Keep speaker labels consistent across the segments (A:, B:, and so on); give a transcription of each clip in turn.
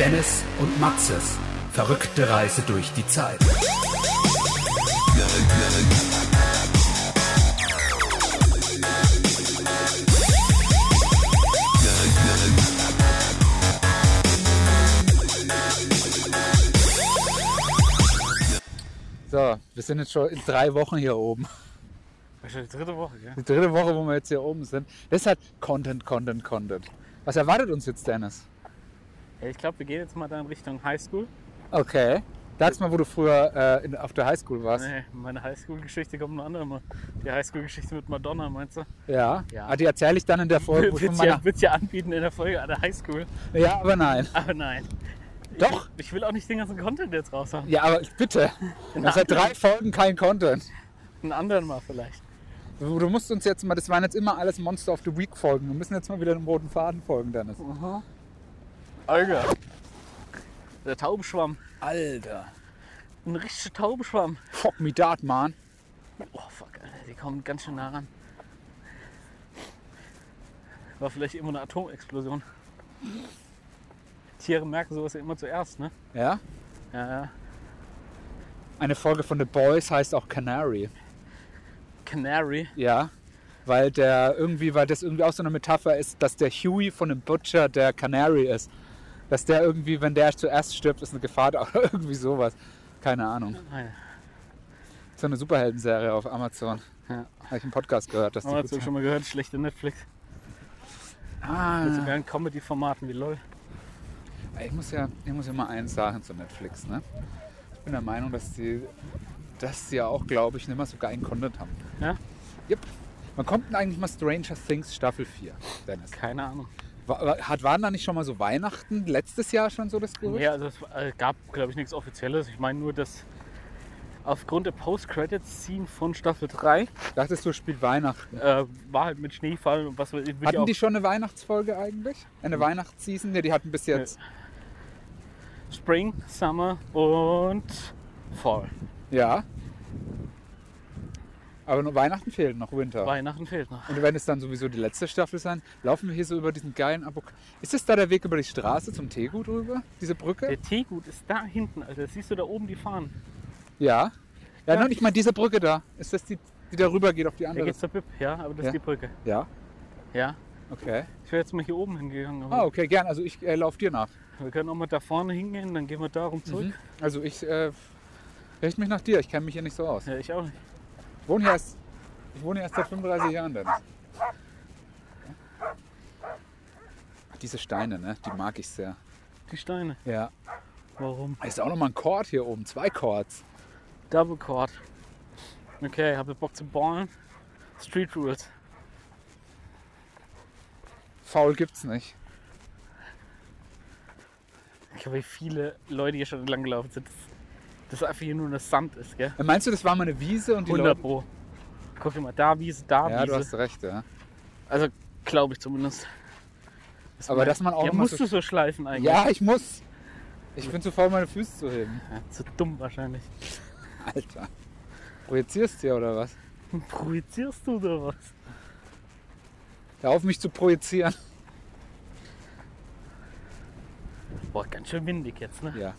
A: Dennis und Maxes verrückte Reise durch die Zeit.
B: So, wir sind jetzt schon in drei Wochen hier oben.
C: Das ist schon die dritte Woche, gell?
B: Die dritte Woche, wo wir jetzt hier oben sind. Das hat Content, Content, Content. Was erwartet uns jetzt, Dennis?
C: Ja, Ich glaube, wir gehen jetzt mal dann Richtung Highschool.
B: Okay. Dachtest mal, wo du früher äh, in, auf der Highschool warst.
C: Nee, meine Highschool-Geschichte kommt ein andermal. Die Highschool-Geschichte mit Madonna, meinst du?
B: Ja.
C: Ja.
B: Ah, die erzähle ich dann in der Folge. wo ich
C: Wird
B: von
C: ja,
B: meiner...
C: wird's ja anbieten in der Folge an der Highschool.
B: ja, aber nein.
C: Aber nein.
B: Doch.
C: Ich, ich will auch nicht den ganzen Content jetzt raus haben.
B: Ja, aber bitte. Das hat drei Folgen kein Content.
C: Einen anderen mal vielleicht.
B: Du du musst uns jetzt mal, das waren jetzt immer alles Monster of the Week Folgen. Wir müssen jetzt mal wieder einem roten Faden folgen, Dennis.
C: Alter. Der Taubenschwamm.
B: Alter.
C: Ein richtiger Taubenschwamm.
B: Fuck me that, man.
C: Oh fuck, Alter, die kommen ganz schön nah ran. War vielleicht immer eine Atomexplosion. Tiere merken sowas ja immer zuerst, ne?
B: Ja?
C: Ja, ja.
B: Eine Folge von The Boys heißt auch Canary.
C: Canary.
B: Ja. Weil der irgendwie, weil das irgendwie auch so eine Metapher ist, dass der Huey von dem Butcher der Canary ist. Dass der irgendwie, wenn der zuerst stirbt, ist eine Gefahr da oder irgendwie sowas. Keine Ahnung.
C: Ah, ja.
B: So eine Superhelden-Serie auf Amazon.
C: Ja.
B: Habe ich im Podcast gehört, dass die
C: Haben wir
B: gut
C: dazu
B: sind.
C: schon mal gehört, schlechte Netflix. Mit
B: Ah,
C: sogar in Comedy-Formaten wie LOL.
B: ich muss ja, ich muss ja mal eins sagen zu Netflix, ne? Ich bin der Meinung, dass die, dass die ja auch, glaube ich, nicht mal so geilen Content haben.
C: Ja?
B: Yep. Man kommt denn eigentlich mal Stranger Things Staffel 4, Dennis.
C: Keine Ahnung.
B: Wa- wa- Hat, waren da nicht schon mal so Weihnachten letztes Jahr schon so das Gerücht?
C: Ja, also es äh, gab, glaube ich, nichts Offizielles. Ich meine nur, dass aufgrund der Post-Credits-Scene von Staffel 3
B: Dachtest du, spielt Weihnachten?
C: äh, war halt mit Schneefall und was weiß ich. wird ja
B: Hatten
C: auch- Mhm.
B: die schon eine Weihnachtsfolge eigentlich? Eine Weihnachtsseason? Ne, die hatten bis jetzt.
C: Spring, Summer und Fall.
B: Ja. Aber nur Weihnachten fehlt noch, Winter.
C: Weihnachten fehlt noch.
B: Und wenn es dann sowieso die letzte Staffel sein, laufen wir hier so über diesen geilen Abok. Ist das da der Weg über die Straße zum Teegut rüber? Diese Brücke?
C: Der Teegut ist da hinten, Alter. Siehst du da oben die Fahnen?
B: Ja. Ja,
C: Ja.
B: nein, ich meine diese Brücke da. Ist das die, die da rüber geht auf die
C: Da
B: andere?
C: geht's zur Bib, ja, aber das
B: Ja.
C: ist die Brücke.
B: Ja.
C: Ja.
B: Okay.
C: Ich wäre jetzt mal hier oben hingegangen,
B: Ah,
C: aber
B: okay, gern. Also ich äh, laufe dir nach.
C: wir können auch mal da vorne hingehen, dann gehen wir da rum zurück.
B: Also ich äh, richte mich nach dir. Ich kenne mich hier nicht so aus.
C: Ja, ich auch nicht.
B: Ich wohne hier erst, ich wohne hier erst seit 35 Jahren, Dennis. Diese Steine, ne? Die mag ich sehr.
C: Die Steine.
B: Ja.
C: Warum?
B: Ist auch nochmal ein Chord hier oben. Zwei Chords.
C: Double Chord. Okay, habe Bock zu ballen. Street Rules.
B: Faul gibt's nicht.
C: Ich glaube, wie viele Leute hier schon entlang gelaufen sind. Das, das einfach hier nur das Sand ist, gell?
B: Äh, Meinst du, das war mal eine Wiese und die
C: 100
B: Leute...
C: Pro. Guck dir mal, da Wiese, da
B: Ja, du
C: Wiese.
B: hast recht, ja.
C: Also glaube ich zumindest.
B: Aber dass man auch
C: ja,
B: noch mal
C: musst
B: so-
C: du so schleifen eigentlich.
B: Ja, ich muss. Ich bin zu faul, meine Füße zu heben.
C: Ja, zu dumm wahrscheinlich.
B: Alter. Projizierst du oder was?
C: Projizierst du oder was?
B: Hör auf mich zu projizieren.
C: Boah, ganz schön windig jetzt, ne?
B: Ja.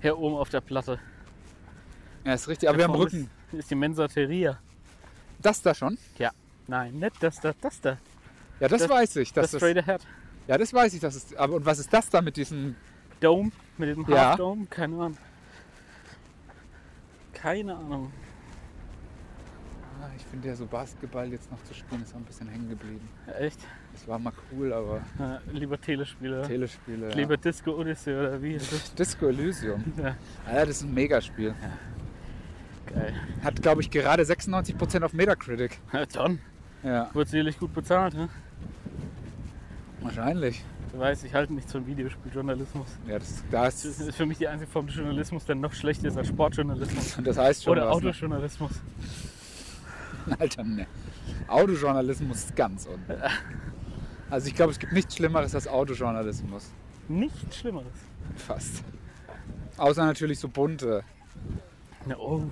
C: Hier oben auf der Platte.
B: Ja, ist richtig. Aber wir haben
C: Davor
B: Brücken.
C: Ist, ist die Mensateria.
B: Das da schon?
C: Ja. Nein, nicht das da, das da.
B: Ja, das,
C: Das-
B: weiß ich.
C: Das,
B: Dass das,
C: straight ahead.
B: ja, das weiß ich. Dass es, aber und was ist das da mit diesem...
C: Dome, mit dem
B: Ja.
C: Half Dome, keine Ahnung. Keine Ahnung.
B: Ah, ich finde ja so Basketball jetzt noch zu spielen, ist auch ein bisschen hängen geblieben.
C: Echt?
B: Das war mal cool, aber
C: Äh, lieber Telespieler.
B: Telespiele. Ja.
C: Lieber Disco Odyssey oder wie ist das?
B: Disco Elysium.
C: Ja.
B: Alter, das ist ein Megaspiel.
C: Geil.
B: Hat, glaube ich, gerade 96% auf Metacritic.
C: Ja, John,
B: Ja,
C: wird sicherlich gut bezahlt, ne?
B: wahrscheinlich.
C: Du weißt, ich halte nichts von Videospieljournalismus.
B: Ja, das, da
C: Das
B: ist,
C: ist für mich die einzige Form des Journalismus, der noch schlechter ist als Sportjournalismus.
B: das heißt schon
C: Oder
B: was, ne?
C: Autojournalismus.
B: Alter, ne. Autojournalismus ist ganz unten. Also ich glaube, es gibt nichts Schlimmeres als Autojournalismus.
C: Nichts Schlimmeres.
B: Fast. Außer natürlich so bunte.
C: Na, oh.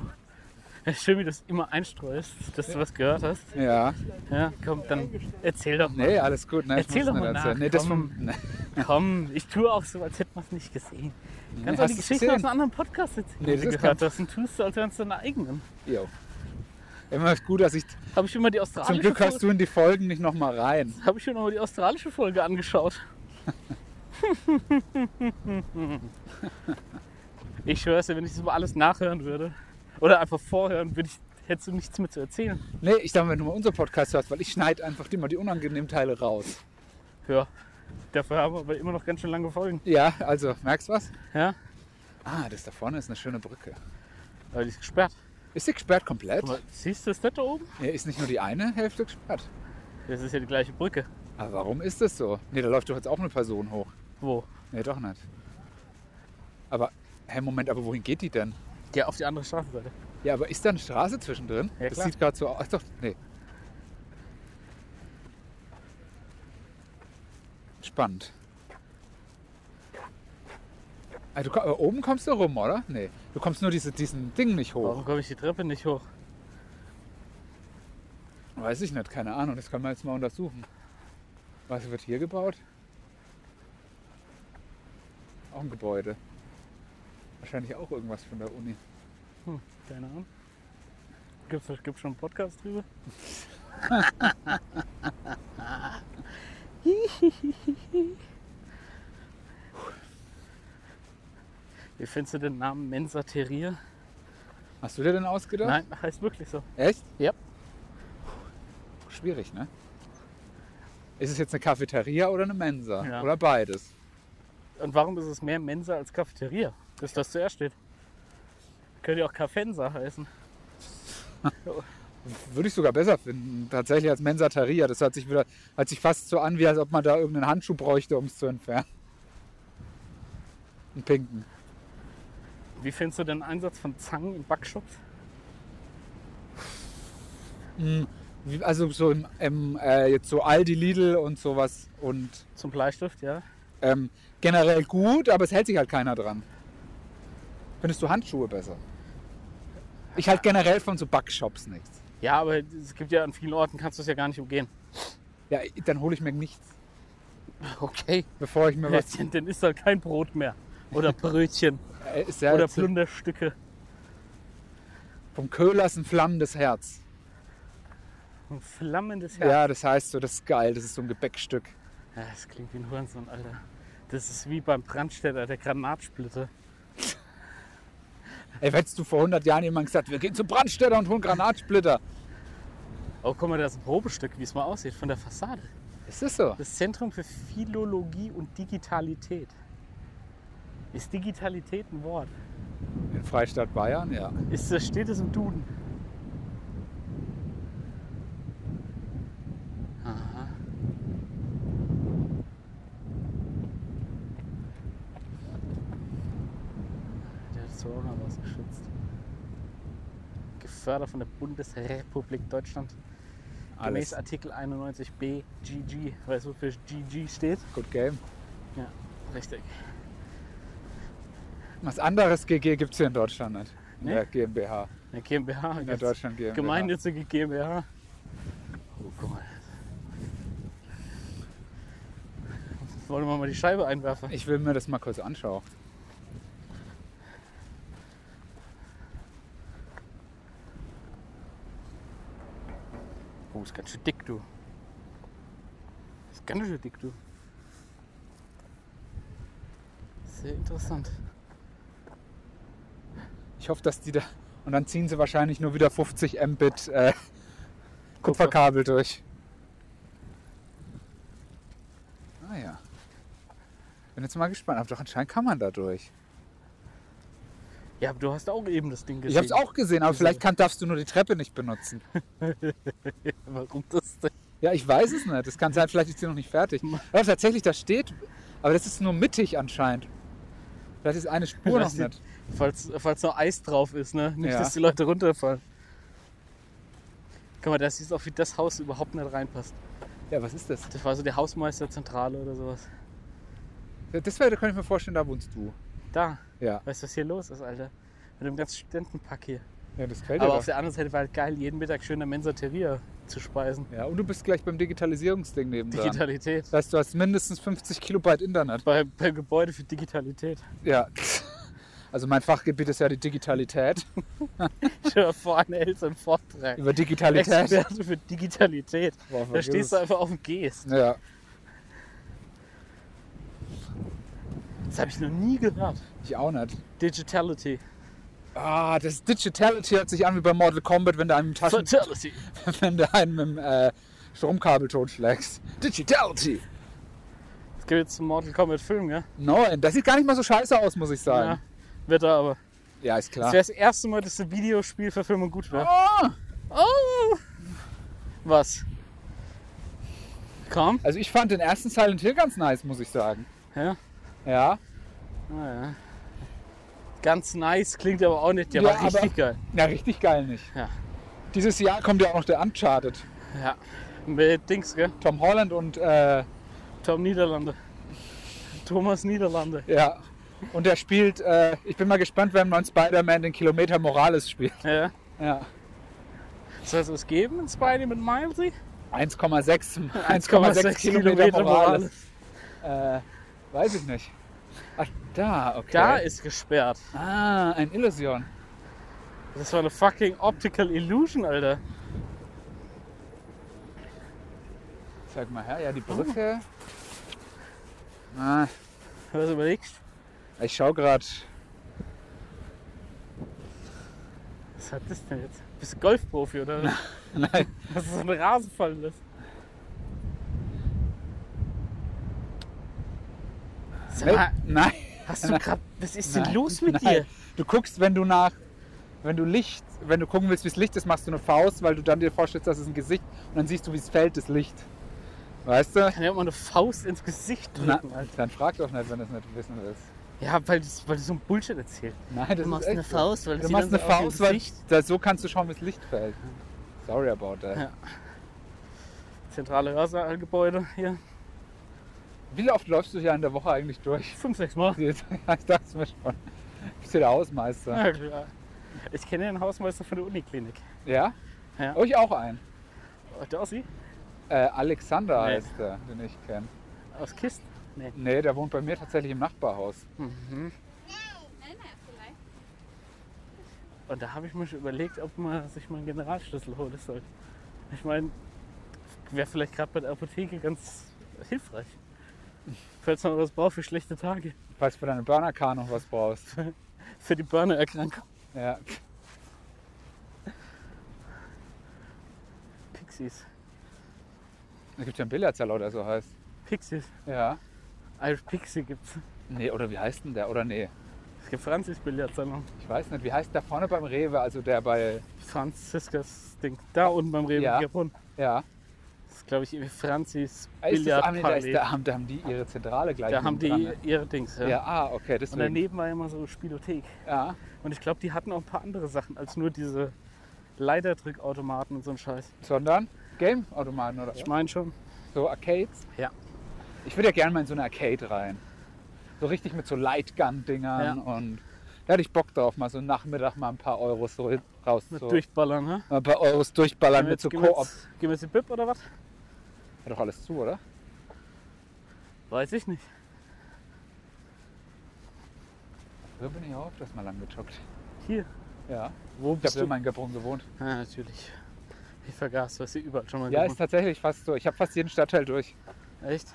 C: Ja, Schön, wie du es immer einstreust, dass du was gehört hast.
B: Ja.
C: Ja, komm, dann erzähl doch mal.
B: Nee, alles gut. Ne?
C: Erzähl
B: muss
C: doch
B: nicht
C: mal nach,
B: erzählen. Nee, das
C: komm.
B: vom, ne.
C: komm, ich tue auch so, als hätte man es nicht gesehen. Kannst
B: Nee,
C: du
B: hast
C: die
B: du
C: Geschichte
B: gesehen?
C: aus einem anderen Podcast jetzt
B: Nee, das
C: die du
B: ist
C: gehört hast und tust, als wären es deine eigenen.
B: Jo. Immer ist gut, dass ich.
C: Habe ich mir mal die
B: Zum
C: australische
B: Glück hast
C: Folge,
B: du in die Folgen nicht nochmal rein.
C: hab ich mir noch mal die australische Folge angeschaut. ich schwör's dir, wenn ich das mal alles nachhören würde oder einfach vorhören, würde ich, hättest du nichts mehr zu erzählen.
B: Nee, ich dachte, wenn du mal unseren Podcast hörst, weil ich schneide einfach immer die unangenehmen Teile raus.
C: Ja, dafür haben wir aber immer noch ganz schön lange Folgen.
B: Ja, also, merkst du was?
C: Ja,
B: Ah, das da vorne ist eine schöne Brücke.
C: aber die ist gesperrt.
B: Ist die gesperrt komplett?
C: Guck mal, siehst du das nicht da oben?
B: Ja, ist nicht nur die eine Hälfte gesperrt.
C: Das ist ja die gleiche Brücke.
B: Aber warum ist das so? Nee, da läuft doch jetzt auch eine Person hoch.
C: Wo?
B: Nee, doch nicht. Aber, hä, Moment, aber wohin geht die denn?
C: Ja, auf die andere Straßenseite.
B: Ja, aber ist da eine Straße zwischendrin?
C: Ja,
B: das
C: klar.
B: sieht gerade so aus. Doch, nee. Spannend. Ah, du, ko- aber oben kommst du rum, oder? Nee. Du kommst nur diese, diesen Ding nicht hoch.
C: Warum komme ich die Treppe nicht hoch?
B: Weiß ich nicht, keine Ahnung. Das können wir jetzt mal untersuchen. Was wird hier gebaut? Auch ein Gebäude. Wahrscheinlich auch irgendwas von der Uni.
C: Hm, keine Ahnung. Gibt's, gibt's schon einen Podcast drüber? Wie findest du den Namen Mensa Terrier?
B: Hast du dir denn ausgedacht?
C: Nein, heißt wirklich so.
B: Echt?
C: Ja.
B: Schwierig, ne? Ist es jetzt eine Cafeteria oder eine Mensa?
C: Ja.
B: Oder beides?
C: Und warum ist es mehr Mensa als Cafeteria? Dass das zuerst steht. Könnte ja auch Cafensa heißen.
B: Würde ich sogar besser finden, tatsächlich als Mensateria. Das hört sich, wieder, hört sich fast so an, wie als ob man da irgendeinen Handschuh bräuchte, um es zu entfernen. Einen pinken.
C: Wie findest du den Einsatz von Zangen in Backshops?
B: Hm, wie- Also so im, im äh, jetzt so Aldi, Lidl und sowas und
C: Zum Bleistift, ja.
B: ähm, generell gut, aber es hält sich halt keiner dran. Findest du Handschuhe besser? Ich halt generell von so Backshops nichts.
C: Ja, aber es gibt ja an vielen Orten, kannst du es ja gar nicht umgehen.
B: Ja, dann hole ich mir nichts,
C: Okay.
B: bevor ich mir was.
C: Plätzchen, dann ist halt kein Brot mehr. Oder Brötchen.
B: Äh, Ist ja
C: oder
B: jetzt
C: Plunderstücke.
B: vom Köhlers ein flammendes Herz.
C: Ein flammendes
B: Ja.
C: Herz.
B: das heißt so, das ist geil, das ist so ein Gebäckstück.
C: Ja. Das klingt wie ein Hurensohn, Alter. Das ist wie beim Brandstätter, der Granatsplitter.
B: Ey, hättest du vor 100 Jahren jemand gesagt, wir gehen zu Brandstätter und holen Granatsplitter.
C: Oh, guck mal, da ist ein Probestück, wie es mal aussieht, von der Fassade.
B: Ist das so?
C: Das Zentrum für Philologie und Digitalität. Ist Digitalität ein Wort?
B: In Freistaat Bayern, ja.
C: Ist, das- steht es im Duden? Aha. Der hat so auch noch was geschützt. Gefördert von der Bundesrepublik Deutschland. Gemäß
B: Alles
C: Artikel 91b GG. Weißt du, wofür GG steht?
B: gut Game.
C: Richtig.
B: Was anderes GG gibt es hier in Deutschland nicht. In
C: Nee?
B: der GmbH.
C: Eine GmbH.
B: In der
C: gibt's.
B: Deutschland GmbH.
C: Gemeinnützige GmbH. Oh guck mal. Wollen wir mal die Scheibe einwerfen?
B: Ich will mir das mal kurz anschauen.
C: Oh, ist ganz schön dick, du. Ist ganz schön dick, du. Sehr interessant.
B: Ich hoffe, dass die da. Und dann ziehen sie wahrscheinlich nur wieder 50 Mbit äh, Kupferkabel durch. Ah ja. Bin jetzt mal gespannt. Aber doch anscheinend kann man da durch.
C: Ja, aber du hast auch eben das Ding gesehen.
B: Ich habe es auch gesehen, aber
C: Gesehen.
B: vielleicht kann, darfst du nur die Treppe nicht benutzen.
C: Warum das denn?
B: Ja, ich weiß es nicht. Das kann sein, vielleicht ist sie noch nicht fertig. Aber tatsächlich, da steht. Aber das ist nur mittig anscheinend. Vielleicht ist eine Spur noch
C: Lass die-
B: nicht.
C: Falls, falls noch Eis drauf ist, ne? Nicht,
B: Ja.
C: dass die Leute runterfallen. Guck mal, das ist auch, wie das Haus überhaupt nicht reinpasst.
B: Ja, was ist das?
C: Das war so die Hausmeisterzentrale oder sowas.
B: Das wäre, da könnte ich mir vorstellen, da wohnst du.
C: Da,
B: Ja.
C: weißt du, was hier los ist, Alter? Mit dem ganzen Studentenpack hier.
B: Ja, das gefällt dir
C: Aber
B: doch.
C: auf der anderen Seite war halt geil, jeden Mittag schön in der Mensateria zu speisen.
B: Ja, und du bist gleich beim Digitalisierungsding neben dran.
C: Digitalität.
B: Das heißt, du hast mindestens 50 Kilobyte Internet.
C: Bei, beim Gebäude für Digitalität.
B: Ja. Also mein Fachgebiet ist ja die Digitalität.
C: Stell dir vor, Anne Elz im Vortrag.
B: Über Digitalität.
C: Experte für Digitalität.
B: Boah,
C: Da
B: vergiss
C: stehst du
B: es.
C: einfach auf dem Gs.
B: Ja.
C: Das habe ich noch nie gehört.
B: Ich auch nicht.
C: Digitality.
B: Ah, das Digitality hört sich an wie bei Mortal Kombat, wenn du einem Taschen,
C: Fatality.
B: wenn du einen mit dem äh, Stromkabel totschlägst. Digitality!
C: Es gibt jetzt einen Mortal Kombat Film, gell?
B: Nein, das sieht gar nicht mal so scheiße aus, muss ich
C: Ja.
B: sagen.
C: Wird er aber.
B: Ja, ist
C: Das
B: klar.
C: wäre das erste Mal, dass eine Videospielverfilmung gut wäre.
B: Oh!
C: Oh! Was? Komm?
B: Also ich fand den ersten Silent Hill ganz nice, muss ich sagen.
C: Ja.
B: Ja.
C: Naja. Ganz nice, klingt aber auch nicht. Der
B: Ja,
C: war richtig
B: aber-
C: geil.
B: Na, richtig geil nicht.
C: Ja.
B: Dieses Jahr kommt ja auch noch der Uncharted.
C: Ja. Mit Dings, gell?
B: Tom Holland und äh,
C: Tom Niederlande. Thomas Niederlande.
B: ja. Und der spielt, äh, ich bin mal gespannt, wer im neuen Spider-Man den Kilometer Morales spielt.
C: Ja.
B: Ja.
C: Soll es was geben in Spidey mit Milesy?
B: 1,6 1,6 Kilometer Morales. Äh, weiß ich nicht. Ach, da, okay.
C: Da ist gesperrt.
B: Ah, ein Illusion.
C: Das war eine fucking Optical Illusion, Alter.
B: Zeig mal her, ja, die Brücke. Ah,
C: Was überlegst
B: ich schau gerade.
C: du? Was hat das denn jetzt? Bist du Golfprofi oder was?
B: Nein.
C: Das ist so ein Rasenfall. Das. Sag mal,
B: Nein.
C: hast du grad. Was ist denn
B: Nein,
C: los mit
B: nein.
C: dir?
B: Du guckst, wenn du nach, wenn du Licht, wenn du gucken willst, wie es Licht ist, machst du eine Faust, weil du dann dir vorstellst, das ist ein Gesicht und dann siehst du, wie es fällt, das Licht. Weißt du?
C: Kann ja mal eine Faust ins Gesicht
B: Na,
C: drücken, Alter.
B: dann frag doch nicht, wenn du es nicht wissen willst.
C: Ja, weil du, weil du so einen Bullshit erzählst.
B: Nein, das
C: Du
B: ist
C: machst
B: echt
C: eine Faust, weil
B: so.
C: das
B: Du
C: sieht
B: machst
C: dann
B: eine
C: so aus wie ein
B: Faust, weil
C: Gesicht.
B: da, so kannst du schauen, wie das Licht fällt. Sorry about that.
C: Ja. Zentrale Hörsaalgebäude hier.
B: Wie oft läufst du hier in der Woche eigentlich durch?
C: Fünf, sechs Mal.
B: Ich dachte es mir schon. Bist du der Hausmeister?
C: Ja, klar. Ich kenne den Hausmeister von der Uniklinik.
B: Ja?
C: Ja.
B: Oh, ich auch einen.
C: Und Der Ossi?
B: Äh, Alexander
C: Nee.
B: heißt der, den ich kenne.
C: Aus Kisten? Nee.
B: Nee, der wohnt bei mir tatsächlich im Nachbarhaus.
C: Und da habe ich mir schon überlegt, ob man sich mal einen Generalschlüssel holen soll. Ich meine, wäre vielleicht gerade bei der Apotheke ganz hilfreich. Falls man was braucht für schlechte Tage,
B: Falls du für deine Burner-Car noch was brauchst.
C: für die Burner-Erkrankung.
B: Ja.
C: Pixies.
B: Da gibt ja einen Billardsaal oder so heißt.
C: Pixies.
B: Ja.
C: Also Pixie gibt's.
B: Nee, oder wie heißt denn der? Oder nee.
C: Es gibt Franzis Billardsalon.
B: Ich weiß nicht. Wie heißt der vorne beim Rewe? Also der bei.
C: Franziskas Ding. Da unten beim Rewe
B: Ja.
C: Gabon.
B: Ja.
C: Das ist, glaube ich, irgendwie Franzis
B: Ah, Ist das, ah, nee, da, ist,
C: Billardpalais.
B: da, haben, da haben die ihre Zentrale gleich.
C: Da haben die
B: nebendran,
C: ihre Dings. Ja.
B: ne? Ja, ah, okay.
C: Und
B: Deswegen.
C: daneben war immer so Spielothek.
B: ja.
C: Und ich glaube, die hatten auch ein paar andere Sachen als nur diese Leiterdrückautomaten und so ein Scheiß.
B: Sondern Game-Automaten oder
C: Ich meine schon.
B: so Arcades.
C: Ja.
B: Ich würde ja gerne mal in so eine Arcade rein. So richtig mit so Lightgun-Dingern
C: Ja.
B: und da hätte ich Bock drauf, mal so einen Nachmittag mal ein paar Euros so
C: Mit
B: rauszuholen.
C: Durchballern, ne?
B: Mal ein paar Euros durchballern mit so
C: gehen, wir
B: Koop.
C: jetzt, gehen wir jetzt in Bib oder was?
B: Hat doch alles zu, oder?
C: Weiß ich nicht.
B: Wo bin ich auf, dass mal lang gejoggt.
C: Hier.
B: Ja.
C: Wo
B: Ich
C: bist
B: habe in
C: du?
B: Maingabrun gewohnt.
C: Ah, natürlich. Ich vergaß, was sie überall schon mal
B: Ja, ist
C: gemacht
B: tatsächlich fast so. Ich habe fast jeden Stadtteil durch.
C: Echt?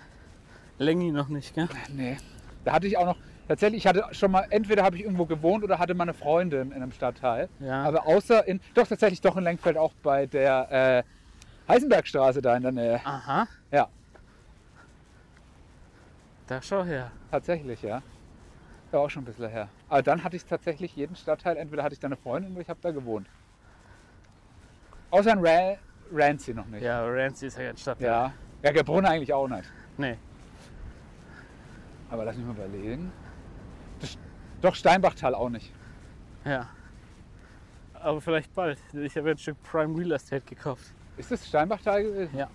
C: Längi noch nicht, gell?
B: Nee. Da hatte ich auch noch. Tatsächlich, ich hatte schon mal, entweder habe ich irgendwo gewohnt oder hatte meine Freundin in einem Stadtteil.
C: Ja.
B: Aber außer in, doch tatsächlich doch in Lenkfeld auch bei der äh, Heisenbergstraße da in der Nähe.
C: Aha,
B: Ja,
C: da schau her.
B: tatsächlich, ja. Ja, auch schon ein bisschen her. Aber dann hatte ich tatsächlich jeden Stadtteil, entweder hatte ich da eine Freundin oder ich habe da gewohnt. Außer in Ra Rancy noch nicht.
C: Ja, Rancy ist ja kein Stadtteil.
B: Ja, ja Gerbrunn eigentlich auch nicht.
C: Nee.
B: Aber lass mich mal überlegen. Das, doch, Steinbachtal auch nicht.
C: Ja. Aber vielleicht bald. Ich habe ja ein Stück Prime Real Estate gekauft.
B: Ist das Steinbachtal gewesen?
C: Ja.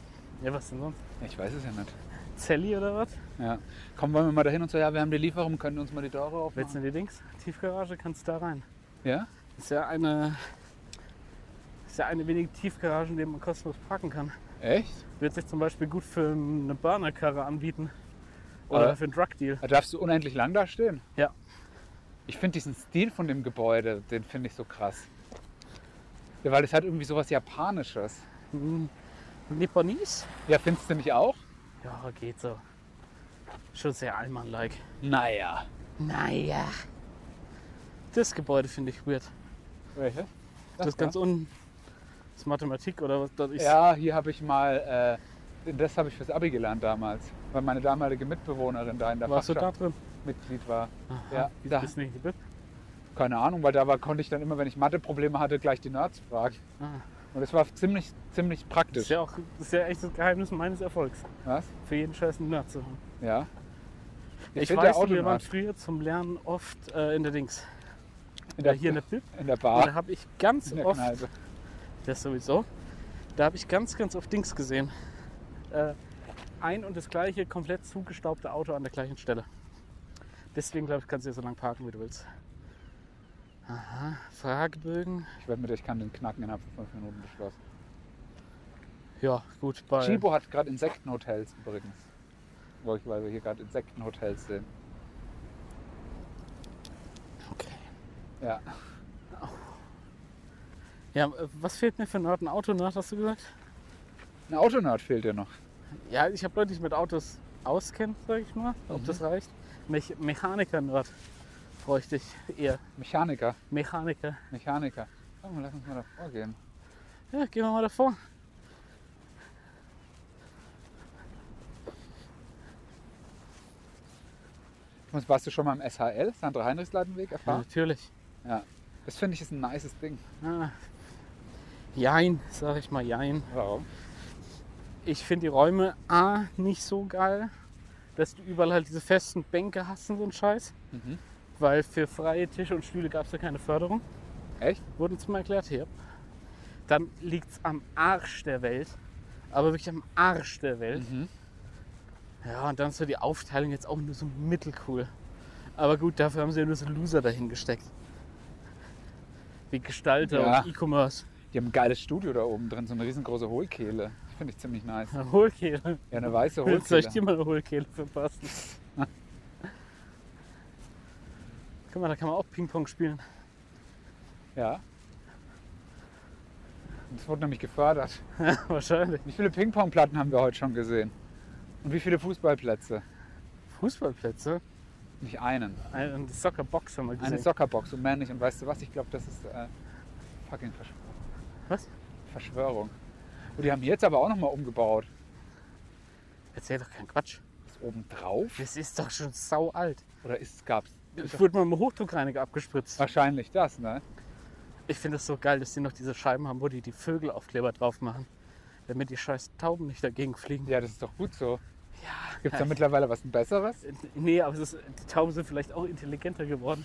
C: Ja, was denn sonst?
B: Ich weiß es ja nicht.
C: Zelli oder was?
B: Ja. Komm, wollen wir mal dahin und so, ja, wir haben die Lieferung, können uns mal die Tore
C: Willst
B: aufmachen.
C: du die Dings? Tiefgarage, kannst du da rein.
B: Ja?
C: Ist ja eine Ist ja eine der wenigen Tiefgaragen, die man kostenlos parken kann.
B: Echt?
C: Wird sich zum Beispiel gut für eine Burnerkarre anbieten. Oder
B: Aber-
C: für einen Drug-Deal.
B: Da darfst du unendlich lang da stehen.
C: Ja.
B: Ich finde diesen Stil von dem Gebäude, den finde ich so krass. Ja, weil es hat irgendwie sowas Japanisches.
C: Hm, Nipponese?
B: Ja, findest du nicht auch?
C: Ja, geht so. Schon sehr Allmann-like.
B: Naja.
C: Naja. Das Gebäude finde ich weird.
B: Welche?
C: Das,
B: Das
C: ganz
B: da?
C: unten. Das ist Mathematik oder was? Das ist
B: Ja, hier habe ich mal, äh, das habe ich fürs Abi gelernt damals, weil meine damalige Mitbewohnerin da in der
C: Warst du da
B: Fachschaft
C: drin?
B: Mitglied war.
C: Aha.
B: Ja,
C: Wieso
B: da,
C: bist du nicht in die Bib?
B: keine Ahnung, weil da war, konnte ich dann immer, wenn ich Matheprobleme hatte, gleich die Nerds fragen.
C: Ah.
B: Und das war ziemlich, ziemlich
C: Das ist
B: praktisch.
C: ja auch das ist ja echt das Geheimnis meines Erfolgs.
B: Was?
C: Für jeden Scheiß einen Nerd zu haben.
B: Ja.
C: Ich,
B: find
C: weiß,
B: der
C: wir waren
B: Automat
C: früher zum Lernen oft äh, in der Dings.
B: in der,
C: äh, hier in der Bib.
B: in der
C: Und da
B: Bar.
C: habe ich ganz
B: In der
C: oft,
B: Kneipe.
C: das sowieso, da habe ich ganz, ganz oft Dings gesehen. Äh, ein und das gleiche, komplett zugestaubte Auto an der gleichen Stelle. Deswegen glaube ich, kannst du hier so lange parken, wie du willst. Aha, Fragebögen.
B: Ich werde mit euch kann den knacken innerhalb von fünf Minuten beschlossen.
C: Ja, gut, bei.
B: Chibo hat gerade Insektenhotels übrigens. Weil ich- weil wir hier gerade Insektenhotels sehen.
C: Okay.
B: Ja.
C: Ja, äh, was fehlt mir für einen Nerd? Ein Auto, Nerd, hast du gesagt?
B: Ein Autonerd fehlt dir noch.
C: Ja, ich habe Leute, die sich mit Autos auskennen, sage ich mal, ob das reicht. Mech Mechaniker, Nerd, bräuchte ich eher.
B: Mechaniker.
C: Mechaniker.
B: Mechaniker. Komm, lass uns mal davor gehen.
C: Ja, gehen wir mal davor.
B: Ich muss- Warst du schon mal im SHL, Sandra Heinrichs Ladenweg,
C: Ja,
B: erfahren?
C: natürlich.
B: Ja. Das finde ich ist ein nices Ding.
C: Ah. Jein, sag ich mal, jein.
B: Warum?
C: Ich finde die Räume A nicht so geil, dass du überall halt diese festen Bänke hast und so einen Scheiß.
B: Mhm.
C: Weil für freie Tische und Stühle gab es ja keine Förderung.
B: Echt?
C: Wurde uns mal erklärt, hier. Dann liegt es am Arsch der Welt. Aber wirklich am Arsch der Welt.
B: Mhm.
C: Ja, und dann ist so die Aufteilung jetzt auch nur so mittelcool. Aber gut, dafür haben sie ja nur so Loser dahin gesteckt. Wie Gestalter
B: Ja.
C: und E-Commerce.
B: Die haben ein geiles Studio da oben drin, so eine riesengroße Hohlkehle. Das finde ich ziemlich nice.
C: Eine Hohlkehle.
B: Ja, eine weiße
C: Willst du euch
B: Hohlkehle.
C: dir mal eine Hohlkehle verpassen? Guck mal, da kann man auch Ping-Pong spielen.
B: Ja. Das wurde nämlich gefördert.
C: Wahrscheinlich.
B: Wie viele Ping-Pong-Platten haben wir heute schon gesehen? Und wie viele Fußballplätze?
C: Fußballplätze?
B: Nicht einen.
C: Eine Soccerbox haben wir gesehen.
B: Eine Soccerbox und mehr nicht. Und weißt du was? Ich glaube, das ist äh, fucking Verschwörung.
C: Was?
B: Verschwörung. Und die haben jetzt aber auch nochmal umgebaut.
C: Erzähl doch keinen Quatsch.
B: Ist oben drauf?
C: Das ist doch schon sau alt.
B: Oder ist gab's?
C: Ich wurde mal mit dem Hochdruckreiniger abgespritzt.
B: Wahrscheinlich das, ne?
C: Ich finde es so geil, dass die noch diese Scheiben haben, wo die die Vögelaufkleber drauf machen. Damit die scheiß Tauben nicht dagegen fliegen.
B: Ja, das ist doch gut so.
C: Ja,
B: Gibt es da mittlerweile was Besseres?
C: Nee, aber es ist, die Tauben sind vielleicht auch intelligenter geworden.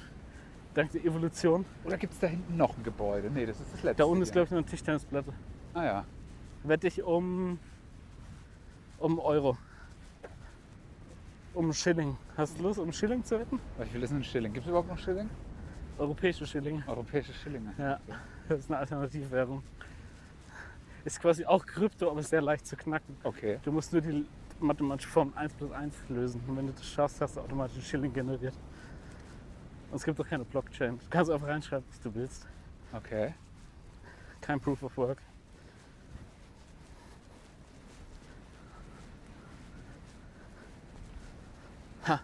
C: Dank der Evolution.
B: Oder gibt es da hinten noch ein Gebäude? Nee, das ist das letzte.
C: Da unten ist,
B: hier.
C: glaube ich, noch eine Tischtennisplatte.
B: Ah ja.
C: Wette ich um. um Euro. Um Schilling. Hast du Lust, um Schilling zu wetten?
B: Was will ist denn ein Schilling? Gibt es überhaupt noch Schilling?
C: Europäische Schillinge.
B: Europäische Schillinge.
C: Ja, das ist eine Alternativwährung. Ist quasi auch Krypto, aber sehr leicht zu knacken.
B: Okay.
C: Du musst nur die mathematische Formel 1 plus 1 lösen. Und wenn du das schaffst, hast du automatisch einen Schilling generiert. Und es gibt auch keine Blockchain. Du kannst einfach reinschreiben, was du willst.
B: Okay.
C: Kein Proof of Work. Ha.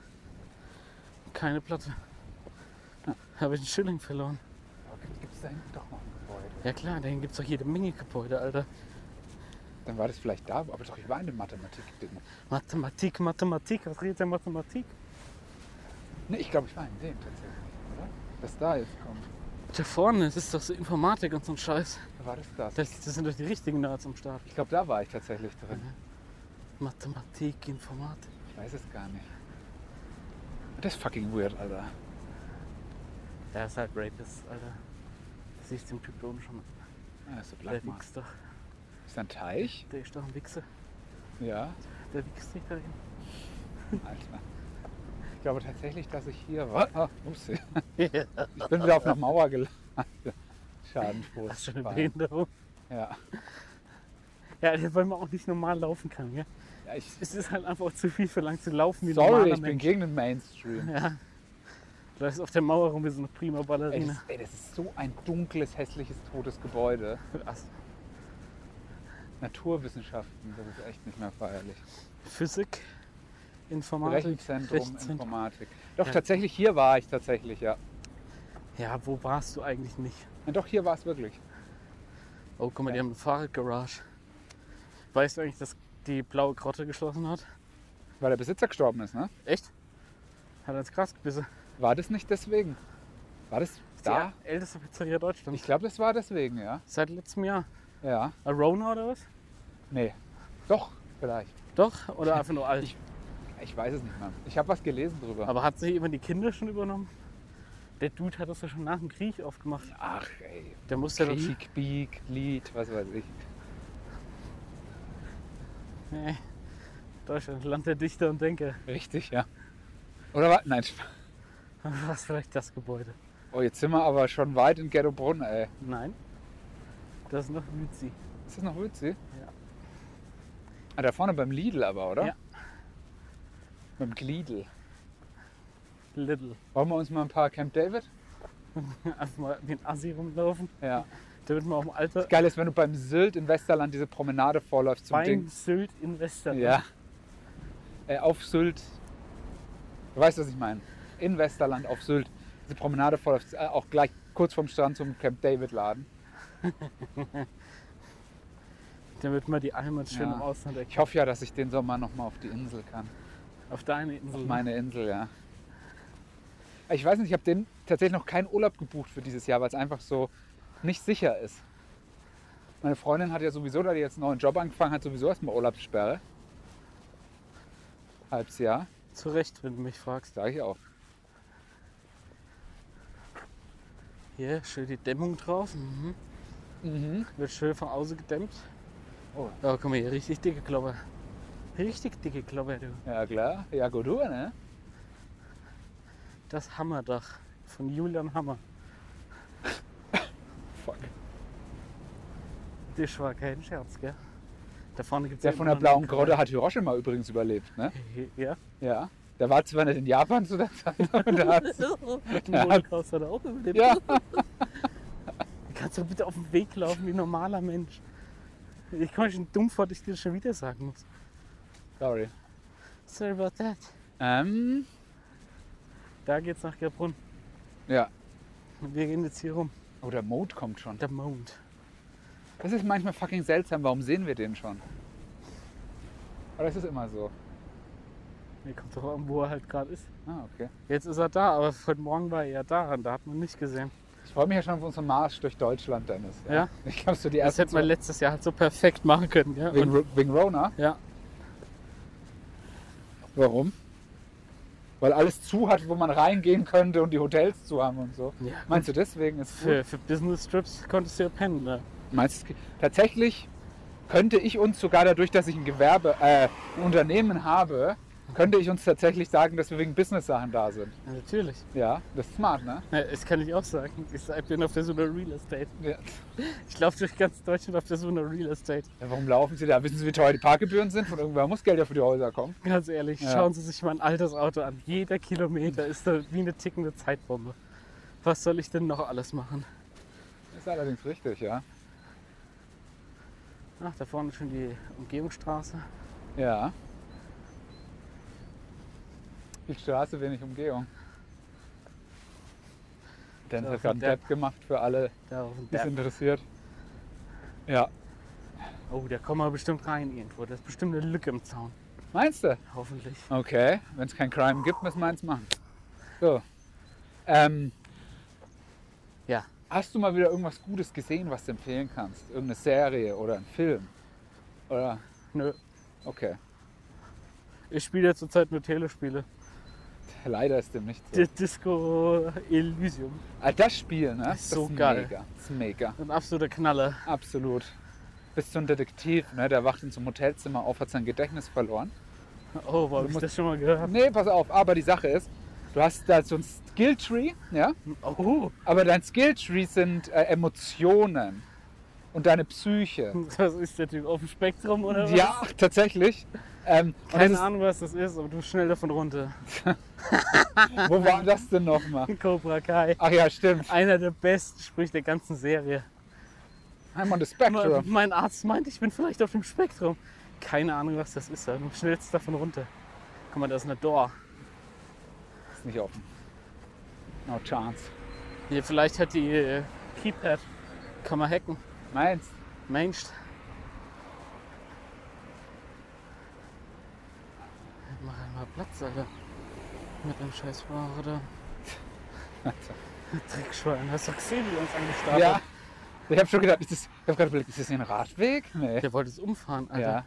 C: Keine Platte. Habe ich einen Schilling verloren.
B: Gibt es da hinten doch noch ein Gebäude?
C: Ja klar, dahin gibt es doch jede Menge Gebäude, Alter.
B: Dann war das vielleicht da, aber doch, ich war in dem Mathematik-Ding.
C: Mathematik, Mathematik, was redet denn Mathematik?
B: Nee, ich glaube, ich war in dem tatsächlich, oder? Das da jetzt kommt.
C: Da vorne, das ist doch so Informatik und so ein Scheiß.
B: Da war das das.
C: Das, das sind doch die richtigen Nerds am Start.
B: Ich glaube, da war ich tatsächlich drin.
C: Mathematik, Informatik.
B: Ich weiß es gar nicht. Das ist fucking weird, Alter.
C: Der ist halt Rapist, Alter. Das sehe ich dem Typ da oben schon.
B: Ah, ist so
C: Der
B: Blattmark.
C: wichst doch.
B: Ist da ein Teich?
C: Der ist doch ein Wichser.
B: Ja.
C: Der wichst nicht dahin.
B: Alter. Ich glaube tatsächlich, dass ich hier war. Ah, ups. Ich
C: Ja,
B: bin wieder auf einer Mauer gelandet. Schadenfrohes
C: hast schon eine
B: Bein.
C: Behinderung.
B: Ja.
C: Ja, weil man auch nicht normal laufen kann. Gell?
B: ja ich,
C: Es ist halt einfach zu viel verlangt zu laufen wie ein
B: sorry,
C: normaler
B: ich bin
C: Mensch.
B: gegen den Mainstream.
C: Ja. Du läufst auf der Mauer rum wie so eine prima
B: Ey das,
C: Ballerina.
B: ey, das ist so ein dunkles, hässliches, totes Gebäude.
C: Was?
B: Naturwissenschaften, das ist echt nicht mehr feierlich.
C: Physik, Informatik,
B: Rechenzentrum,
C: Rechenzentrum.
B: Informatik. Doch,
C: Ja.
B: tatsächlich, hier war ich tatsächlich, ja.
C: Ja, wo warst du eigentlich nicht?
B: Ja, doch, hier war es wirklich.
C: Oh, guck mal, die
B: Ja.
C: haben eine Fahrradgarage. Weißt du eigentlich, dass die blaue Grotte geschlossen hat?
B: Weil der Besitzer gestorben ist, ne?
C: Echt? Hat ans Gras gebissen.
B: War das nicht deswegen? War das
C: Ist
B: da?
C: Die älteste Pizzeria Deutschlands.
B: Ich glaube, das war deswegen, ja.
C: Seit letztem Jahr.
B: Ja.
C: Arona oder was?
B: Nee. Doch, vielleicht.
C: Doch? Oder einfach nur alt?
B: Ich weiß es nicht mehr. Ich habe was gelesen drüber.
C: Aber hat sich jemand die Kinder schon übernommen? Der Dude hat das ja schon nach dem Krieg aufgemacht.
B: Ach, ey.
C: Der musste ja doch.
B: Krieg, Beak, Lied, was weiß ich.
C: Nee. Deutschland, Land der Dichter und Denker.
B: Richtig, ja. Oder was? Nein. Spaß.
C: Was vielleicht das Gebäude?
B: Oh, jetzt sind wir aber schon weit in Ghetto Brunn, ey.
C: Nein. Das ist noch Lützi.
B: Ist das noch Wützi?
C: Ja.
B: Ah, da vorne beim Lidl aber, oder?
C: Ja.
B: Beim Lidl.
C: Little.
B: Wollen wir uns mal ein paar Camp David?
C: Einfach mal wie ein Assi rumlaufen.
B: Ja.
C: Da wird man auf dem Alter
B: Geil ist, wenn du beim Sylt in Westerland diese Promenade vorläufst zum
C: Bein
B: Ding.
C: Sylt in Westerland.
B: Ja. Äh, auf Sylt. Du weißt, was ich meine. In Westerland auf Sylt. Diese Promenade vorläufst, äh, auch gleich kurz vom Strand zum Camp David Laden.
C: Damit man die Heimat schön
B: Ja.
C: im Ausland erkennt.
B: Ich hoffe ja, dass ich den Sommer nochmal auf die Insel kann.
C: Auf deine Insel.
B: Auf Mhm. meine Insel, ja. Ich weiß nicht, ich habe den tatsächlich noch keinen Urlaub gebucht für dieses Jahr, weil es einfach so nicht sicher ist. Meine Freundin hat ja sowieso, da die jetzt einen neuen Job angefangen hat, sowieso erstmal Urlaubssperre. Halbes Jahr,
C: Zu Recht, wenn du mich fragst.
B: sage ich auch.
C: Hier, schön die Dämmung drauf. Mhm.
B: Mhm.
C: Wird schön von außen gedämmt.
B: Oh.
C: Oh, guck mal hier, richtig dicke Klopper. Richtig dicke Klopper, du.
B: Ja klar, ja gut, du, ne?
C: Das Hammerdach von Julian Hammer.
B: Fuck.
C: Das war kein Scherz, gell? Da vorne gibt es
B: Der von der blauen Grotte hat Hiroshima übrigens überlebt, ne?
C: Ja.
B: Ja. Der war zwar nicht in Japan zu der Zeit, aber da hat's-
C: Den Holocaust hat er auch überlebt.
B: ja.
C: Kannst du bitte auf den Weg laufen wie ein normaler Mensch? Ich komme schon dumm vor, dass ich dir das schon wieder sagen muss.
B: Sorry.
C: Sorry about that.
B: Ähm,
C: Da geht's nach Gerbrunn.
B: ja.
C: Und Wir gehen jetzt hier rum.
B: Oh, der Mode kommt schon.
C: Der Mond.
B: Das ist manchmal fucking seltsam, warum sehen wir den schon? Aber das ist immer so.
C: Mir kommt drauf an, wo er halt gerade ist.
B: Ah, okay.
C: Jetzt ist er da, aber heute Morgen war er ja da und da hat man ihn nicht gesehen.
B: Ich freue mich ja schon auf unseren Marsch durch Deutschland, Dennis.
C: Ja.
B: Ich glaube, so die
C: Das
B: erste.
C: hätten wir letztes Jahr halt so perfekt machen können. Ja?
B: wegen,
C: Und,
B: Ro- wegen Rona?
C: ja,
B: Warum? Weil alles zu hat, wo man reingehen könnte und die Hotels zu haben und so.
C: Ja.
B: Meinst du, deswegen ist gut?
C: für, für Business-Trips konntest du ja pennen. Ne?
B: Meinst du, tatsächlich könnte ich uns sogar dadurch, dass ich ein Gewerbe, äh, ein Unternehmen habe, könnte ich uns tatsächlich sagen, dass wir wegen Business-Sachen da sind.
C: Ja, natürlich.
B: Ja, das ist smart, ne?
C: Ja, das kann ich auch sagen. Ich sag- bin auf der Suche nach Real Estate.
B: Ja.
C: Ich laufe durch ganz Deutschland auf der Suche nach Real Estate.
B: Ja, warum laufen Sie da? Wissen Sie, wie teuer die Parkgebühren sind? Von irgendwer muss Geld ja für die Häuser kommen.
C: Ganz ehrlich,
B: Ja.
C: schauen Sie sich mein altes Auto an. Jeder Kilometer ist da wie eine tickende Zeitbombe. Was soll ich denn noch alles machen?
B: Ist allerdings richtig, ja.
C: Ach, da vorne schon die Umgehungsstraße.
B: Ja. Viel Straße, wenig Umgehung. Dennis
C: So,
B: hat gerade einen
C: der-
B: Depp gemacht für alle,
C: Da auf dem
B: die es
C: Berg.
B: interessiert. Ja.
C: Oh, da kommen wir bestimmt rein irgendwo. Da ist bestimmt eine Lücke im Zaun.
B: Meinst du?
C: Hoffentlich.
B: Okay. Wenn es kein Crime gibt, müssen wir eins machen. So. Ähm,
C: Ja.
B: hast du mal wieder irgendwas Gutes gesehen, was du empfehlen kannst? Irgendeine Serie oder einen Film? Oder?
C: Nö.
B: Okay.
C: Ich spiele ja zurzeit nur Telespiele.
B: Leider ist dem nicht so.
C: D Disco Elysium.
B: Ah, das Spiel, ne?
C: Ist so
B: das ist
C: geil.
B: Mega. Das ist mega.
C: Ein absoluter Knaller.
B: Absolut. Bist du ein Detektiv, ne? Der wacht in so einem Hotelzimmer auf, hat sein Gedächtnis verloren.
C: Oh, wow, hab ich
B: musst-
C: das schon mal gehört?
B: Nee, pass auf, aber die Sache ist, du hast da so ein Skilltree, ja?
C: Oh,
B: Aber dein Skilltree sind äh, Emotionen. und deine Psyche.
C: Was ist der Typ? Auf dem Spektrum oder was?
B: Ja, tatsächlich. Ähm, und das
C: Keine
B: ist-
C: Ahnung, was das ist, aber du schnell davon runter.
B: Wo war das denn nochmal?
C: Cobra Kai.
B: Ach ja, stimmt.
C: Einer der besten Sprüche der ganzen Serie.
B: I'm on the
C: Me-
B: spectrum.
C: Mein Arzt meint, ich bin vielleicht auf dem Spektrum. Keine Ahnung, was das ist. aber Du schnellst davon runter. Guck mal, da ist eine Door.
B: Ist nicht offen. No chance.
C: Hier, vielleicht hat die äh, Keypad. Kann man hacken.
B: Meins.
C: Mensch. Mach einmal Platz, Alter. Mit dem scheiß Fahrer da. Dreckschwein. Hast du gesehen, wie er uns angestarrt
B: Ja.
C: hat?
B: Ich habe schon gedacht, ist das, ich habe gerade überlegt, ist das hier ein Radweg? Nee.
C: Der wollte es umfahren, Alter.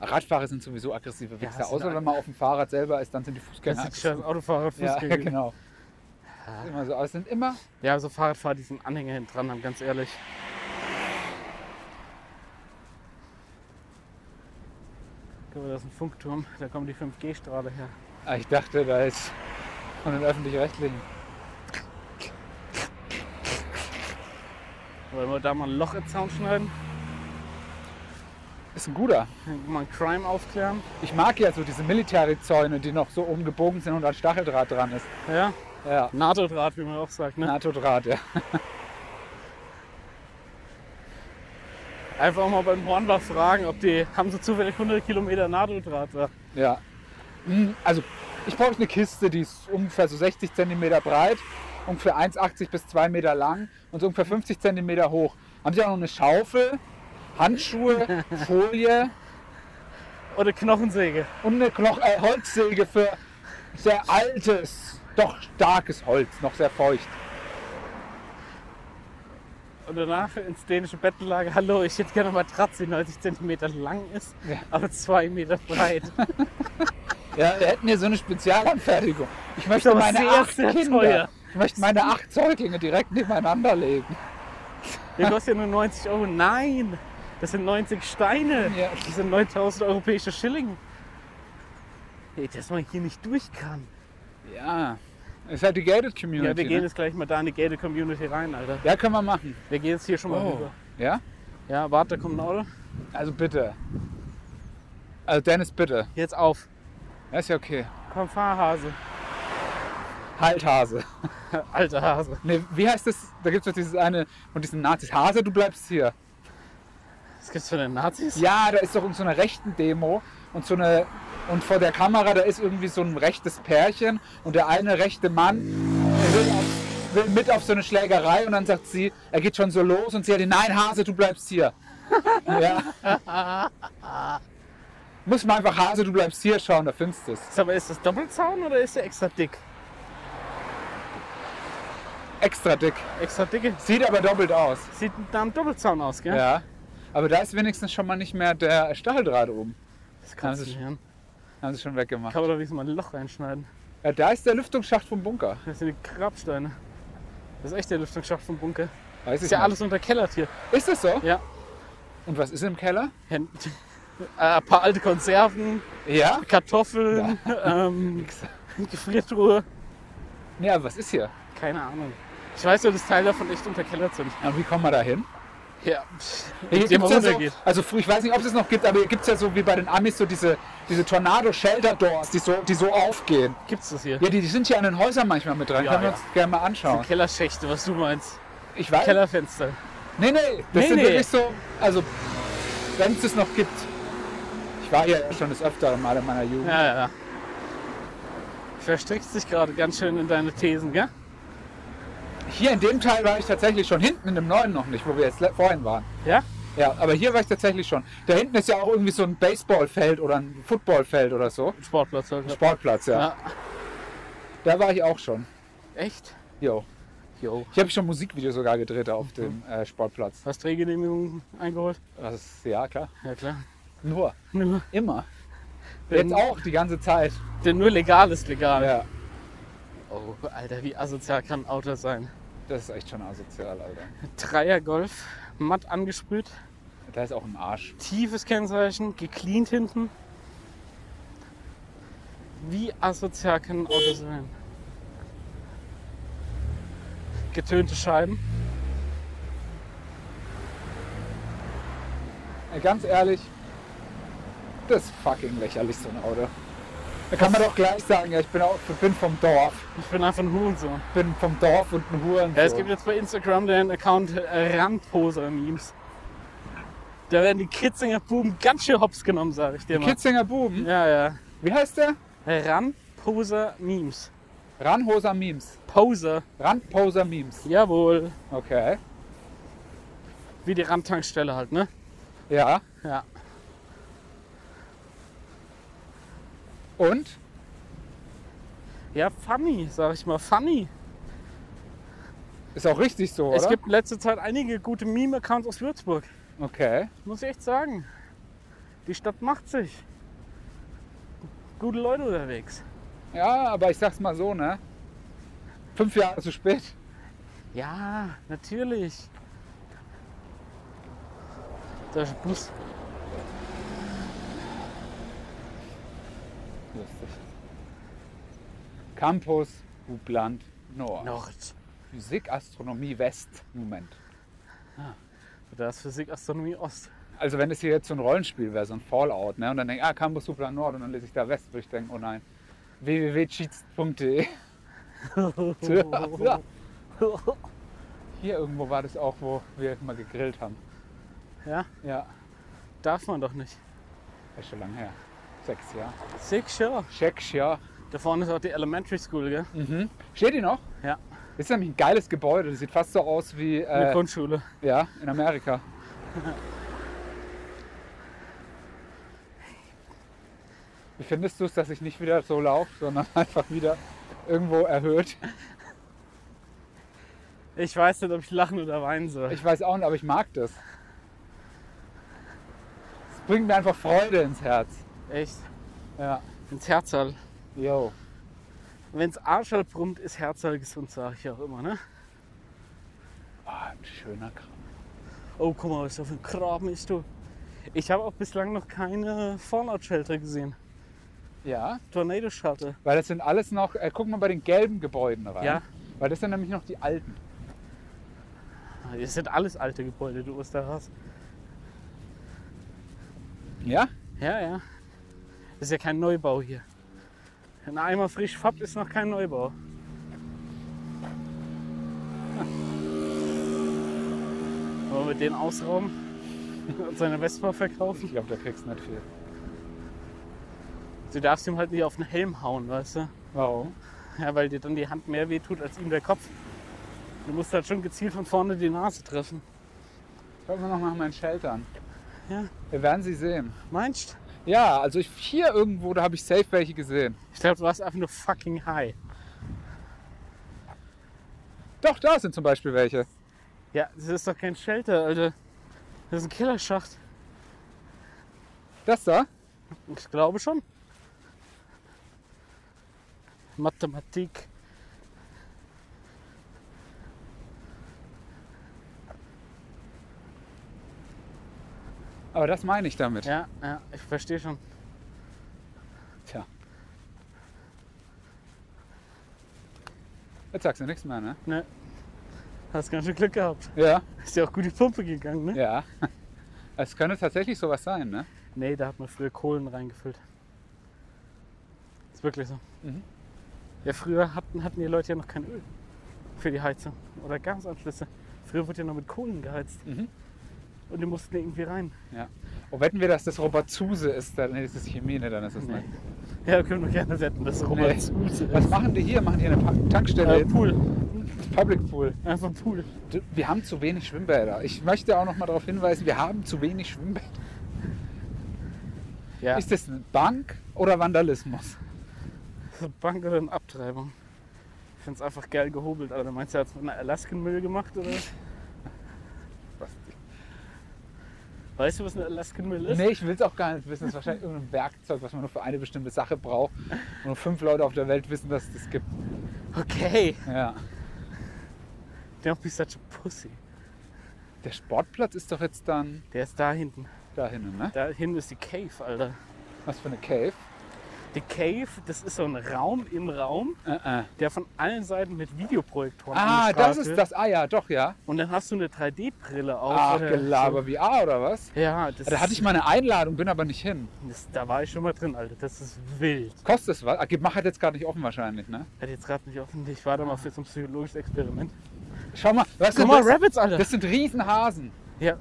B: Ja. Radfahrer sind sowieso aggressive
C: Ja,
B: Wichser.
C: sind
B: Außer
C: alle.
B: wenn man auf dem Fahrrad selber ist, dann sind die
C: Das
B: Fußgänger
C: sind scheiß
B: aggressiv.
C: Autofahrer und
B: Ja,
C: Fußgänger.
B: genau. Das ist immer so. Aber es sind immer
C: Ja, so Fahrradfahrer, die sind Anhänger hinten dran haben, ganz ehrlich. Guck mal, da ist ein Funkturm, da kommen die 5G-Strahle her.
B: Ah, Ich dachte, da ist von den Öffentlich-Rechtlichen.
C: Wollen wir da mal ein Loch im Zaun schneiden?
B: Ist ein guter.
C: Mal ein Crime aufklären?
B: Ich mag ja so diese Military-Zäune, die noch so oben gebogen sind und an Stacheldraht dran ist.
C: Ja,
B: Ja,
C: NATO-Draht, wie man auch sagt. Ne?
B: NATO-Draht, ja.
C: Einfach mal beim Hornbach fragen, ob die, haben sie zufällig 100 Kilometer NATO-Draht da?
B: ja. Hm, Also, ich brauche eine Kiste, die ist ungefähr so 60 cm breit, ungefähr 1,80 bis 2 Meter lang und so ungefähr 50 cm hoch. Haben Sie auch noch eine Schaufel, Handschuhe, Folie
C: Oder Knochensäge.
B: und eine Knoch äh, Holzsäge für sehr altes, doch starkes Holz, noch sehr feucht.
C: Und danach ins dänische Bettenlager. Hallo, ich hätte gerne eine Matratze, die 90 cm lang ist,
B: Ja.
C: aber 2 Meter breit.
B: Ja, wir hätten hier so eine Spezialanfertigung. Ich möchte
C: Ist aber
B: meine
C: sehr,
B: acht
C: sehr
B: Kinder,
C: teuer.
B: ich möchte meine acht Säuglinge direkt nebeneinander legen.
C: Der kostet ja nur 90 Euro. Nein, das sind 90 Steine.
B: Ja.
C: Das sind 9000 europäische Schilling. Ey, dass man hier nicht durch kann.
B: Ja, ist halt die Gated Community.
C: Ja, wir gehen
B: ne?
C: jetzt gleich mal da in die Gated Community rein, Alter.
B: ja können wir machen.
C: Wir gehen jetzt hier schon
B: Oh.
C: mal rüber.
B: Ja,
C: Ja, warte, da kommt ein Auto.
B: also bitte. Also Dennis, bitte.
C: Jetzt auf.
B: Ja, ist ja okay.
C: Komm, Fahrhase.
B: Halt Hase.
C: Alter also, Hase.
B: Nee, wie heißt das? Da gibt es doch dieses eine und diesen Nazis. Hase, du bleibst hier.
C: Was gibt's für den Nazis?
B: Ja, da ist doch in so einer rechten Demo und so eine und vor der Kamera da ist irgendwie so ein rechtes Pärchen und der eine rechte Mann will, auf, will mit auf so eine Schlägerei und dann sagt sie, er geht schon so los und sie hat ihn, nein Hase, du bleibst hier. ja. Muss man einfach Hase, du bleibst hier schauen, da findest du es.
C: Ist Aber ist das Doppelzaun oder ist der extra dick?
B: Extra dick.
C: Extra dicke.
B: Sieht aber doppelt aus.
C: Sieht nach einem Doppelzaun aus, gell?
B: Ja. Aber da ist wenigstens schon mal nicht mehr der Stacheldraht oben.
C: Das kannst du
B: Das ist-
C: nicht hören.
B: Haben sie schon weggemacht.
C: Kann man doch wenigstens mal ein Loch reinschneiden.
B: Ja, da ist der Lüftungsschacht vom Bunker.
C: Das sind die Grabsteine. Das ist echt der Lüftungsschacht vom Bunker.
B: Weiß
C: Das
B: ich
C: ist ja
B: nicht.
C: alles unterkellert hier.
B: Ist das so?
C: Ja.
B: Und was ist im Keller?
C: Hen- Äh, Ein paar alte Konserven,
B: Ja?
C: Kartoffeln, ähm, Gefriertruhe.
B: Ja, was ist hier?
C: Keine Ahnung. Ich weiß nur, dass Teile davon echt unterkellert sind.
B: Und wie kommen wir da hin?
C: Ja,
B: Hier
C: indem man
B: gibt's ja
C: runtergeht.
B: so, also fr- ich weiß nicht, ob es das noch gibt, aber hier gibt es ja so wie bei den Amis so diese, diese Tornado-Shelter-Doors, die so, die so aufgehen.
C: Gibt's das hier?
B: Ja, die, die sind hier an den Häusern manchmal mit dran.
C: Ja,
B: Können wir
C: ja.
B: uns gerne mal anschauen.
C: Kellerschächte, was du meinst.
B: Ich weiß.
C: Kellerfenster.
B: Nee, nee, das
C: Nee,
B: sind
C: nee.
B: wirklich so, also wenn es das noch gibt. Ich war hier ja schon des Öfteren mal in meiner Jugend.
C: Ja, ja, ja. Verstrickst dich gerade ganz schön in deine Thesen, gell?
B: Hier in dem Teil war ich tatsächlich schon hinten in dem neuen noch nicht, wo wir jetzt le- vorhin waren.
C: Ja?
B: Ja, aber hier war ich tatsächlich schon. Da hinten ist ja auch irgendwie so ein Baseballfeld oder ein Footballfeld oder so.
C: Sportplatz heute.
B: Sportplatz, ja.
C: Ja.
B: Da war ich auch schon.
C: Echt?
B: Jo.
C: Jo.
B: Ich habe schon Musikvideo sogar gedreht da auf dem äh, Sportplatz.
C: Hast Drehgenehmigung eingeholt?
B: Das ist, ja, klar.
C: Ja, klar.
B: Nur.
C: Nur,
B: Immer.
C: Wenn-
B: Jetzt auch die ganze Zeit.
C: denn nur legal ist legal.
B: Ja.
C: Oh, Alter, wie asozial kann ein Auto sein?
B: Das ist echt schon asozial, Alter.
C: Dreier Golf, matt angesprüht,
B: Da ist auch im Arsch.
C: tiefes Kennzeichen, gecleant hinten. Wie asozial kann ein Auto sein? Getönte Scheiben.
B: Ey, Äh, Ganz ehrlich, das ist fucking lächerlich, so ein Auto. Da kann man doch gleich sagen, ja, ich bin, auch, bin vom Dorf.
C: Ich bin einfach ein Hurensohn.
B: Ich bin vom Dorf und ein Hurensohn.
C: Ja, es gibt jetzt bei Instagram den Account äh, Randposer-Memes. Da werden die Kitzinger Buben ganz schön hops genommen, sag ich dir mal.
B: Kitzinger Buben.
C: Ja, ja.
B: Wie heißt der?
C: Randposer-Memes.
B: Ranhoser Memes.
C: Poser.
B: Randposer Memes.
C: Jawohl.
B: Okay.
C: Wie die Randtankstelle halt, ne?
B: Ja.
C: Ja.
B: Und?
C: Ja, funny, sag ich mal. Funny.
B: Ist auch richtig so, oder?
C: Es gibt in letzter Zeit einige gute Meme-Accounts aus Würzburg.
B: okay.
C: Muss ich echt sagen. Die Stadt macht sich. Gute Leute unterwegs.
B: Ja, aber ich sag's mal so, ne? Fünf Jahre zu spät.
C: Ja, natürlich. Da ist ein Bus.
B: Lustig. Campus, Hubland, Nord.
C: Nord.
B: Physik, Astronomie, West. Moment.
C: Da ist Physik, Astronomie, Ost.
B: Also wenn es hier jetzt so ein Rollenspiel wäre, so ein Fallout, ne? Und dann denke ich, ah, Campus, Hubland, Nord. Und dann lese ich da West, würde ich denken, oh nein. www.cheats.de Ja. Oh. Hier irgendwo war das auch, wo wir mal gegrillt haben.
C: Ja,
B: Ja,
C: darf man doch nicht.
B: ist schon lange her. Sechs Jahre.
C: Sicher.
B: Sechs Jahre.
C: Da vorne ist auch die Elementary School, gell?
B: Mhm. Steht die noch?
C: Ja.
B: Das ist nämlich ein geiles Gebäude. Das sieht fast so aus wie
C: Eine
B: äh,
C: Grundschule.
B: ja, in Amerika. Wie findest du es, dass ich nicht wieder so laufe, sondern einfach wieder irgendwo erhöht?
C: Ich weiß nicht, ob ich lachen oder weinen soll.
B: Ich weiß auch nicht, aber ich mag das. Es bringt mir einfach Freude ins Herz.
C: echt.
B: Ja.
C: Ins Herzal.
B: Yo.
C: Wenn's Arschal brummt, ist Herzal gesund, sag ich auch immer, ne?
B: Ah, ein schöner Kram.
C: Oh, guck mal, was da für ein Graben ist, du. Ich habe auch bislang noch keine Fallout-Shelter gesehen.
B: Ja,
C: Tornado-Shelter.
B: weil das sind alles noch. Äh, guck mal bei den gelben Gebäuden rein.
C: Ja.
B: Weil das sind nämlich noch die alten.
C: Ah, Das sind alles alte Gebäude, du Osterhaus.
B: Ja?
C: Ja, ja. Das ist ja kein Neubau hier. Ein Eimer frisch fappt ist noch kein Neubau. Wollen wir den ausrauben und seine Vespa verkaufen?
B: Ich glaube, da kriegst du nicht viel.
C: Du darfst ihm halt nicht auf den Helm hauen, weißt du?
B: Warum?
C: Ja, weil dir dann die Hand mehr wehtut als ihm der Kopf. Du musst halt schon gezielt von vorne die Nase treffen.
B: Schauen wir noch nach meinen Sheltern.
C: Ja.
B: Wir werden sie sehen.
C: Meinst du?
B: Ja, also ich, hier irgendwo, da habe ich safe welche gesehen.
C: Ich glaube, du warst einfach nur fucking high.
B: Doch, da sind zum Beispiel welche.
C: Ja, das ist doch kein Shelter, Alter. Das ist ein Killerschacht.
B: Das da?
C: Ich glaube schon. Mathematik.
B: Aber das meine ich damit.
C: Ja, ja, ich verstehe schon.
B: Tja. Jetzt sagst du nichts mehr, ne?
C: Ne? Hast ganz schön Glück gehabt.
B: Ja.
C: Ist ja auch gut die Pumpe gegangen, ne?
B: Ja. Es könnte tatsächlich sowas sein, ne?
C: Nee, da hat man früher Kohlen reingefüllt. Ist wirklich so.
B: Mhm.
C: Ja, früher hatten, hatten die Leute ja noch kein Öl für die Heizung oder Gasanschlüsse. Früher wurde ja noch mit Kohlen geheizt.
B: Mhm.
C: Und die mussten irgendwie rein.
B: Ja. Oh, wetten wir, dass das Robert Zuse ist, dann nee, das ist Chemie, ne? Dann ist das nicht.
C: Ja, können wir gerne wetten, dass Robert
B: Nee.
C: Zuse
B: Was
C: ist.
B: machen die hier? Machen hier eine Pa- Tankstelle?
C: Äh,
B: jetzt?
C: Pool.
B: Public Pool.
C: Einfach Pool.
B: Du, Wir haben zu wenig Schwimmbäder. Ich möchte auch noch mal darauf hinweisen, wir haben zu wenig Schwimmbäder.
C: Ja. Ist
B: Ist das eine Bank oder Vandalismus?
C: das eine Bank oder eine Abtreibung? Ich find's einfach geil gehobelt, Alter. Meinst du, er hat's mit einer Alaskan-Müll gemacht oder? was? Weißt du, was eine Alaskan-Müll ist?
B: Nee, ich will es auch gar nicht wissen. Es ist wahrscheinlich irgendein Werkzeug, was man nur für eine bestimmte Sache braucht. Und nur fünf Leute auf der Welt wissen, dass es das gibt.
C: Okay.
B: Ja.
C: Don't be such a pussy.
B: Der Sportplatz ist doch jetzt dann
C: Der ist da hinten.
B: da hinten, ne?
C: Da hinten ist die Cave, Alter.
B: Was für eine Cave?
C: The Cave, das ist so ein Raum im Raum,
B: Äh, äh.
C: der von allen Seiten mit Videoprojektoren
B: Ah,
C: angestrahlt
B: das ist
C: wird.
B: das. Ah ja, doch, ja.
C: Und dann hast du eine 3D-Brille auf.
B: Ah,
C: oder
B: Gelaber VR oder was?
C: so. Ja, das
B: Da hatte ich mal eine Einladung, bin aber nicht hin.
C: das, da war ich schon mal drin, Alter. Das ist wild.
B: Kostet es was? Ah, Mach hat jetzt gerade nicht offen wahrscheinlich, ne?
C: Hat jetzt gerade nicht offen. Ich war da mal für so ein psychologisches Experiment.
B: Schau mal, was
C: Guck mal,
B: das?
C: Rabbits, Alter.
B: Das sind Riesenhasen.
C: ja,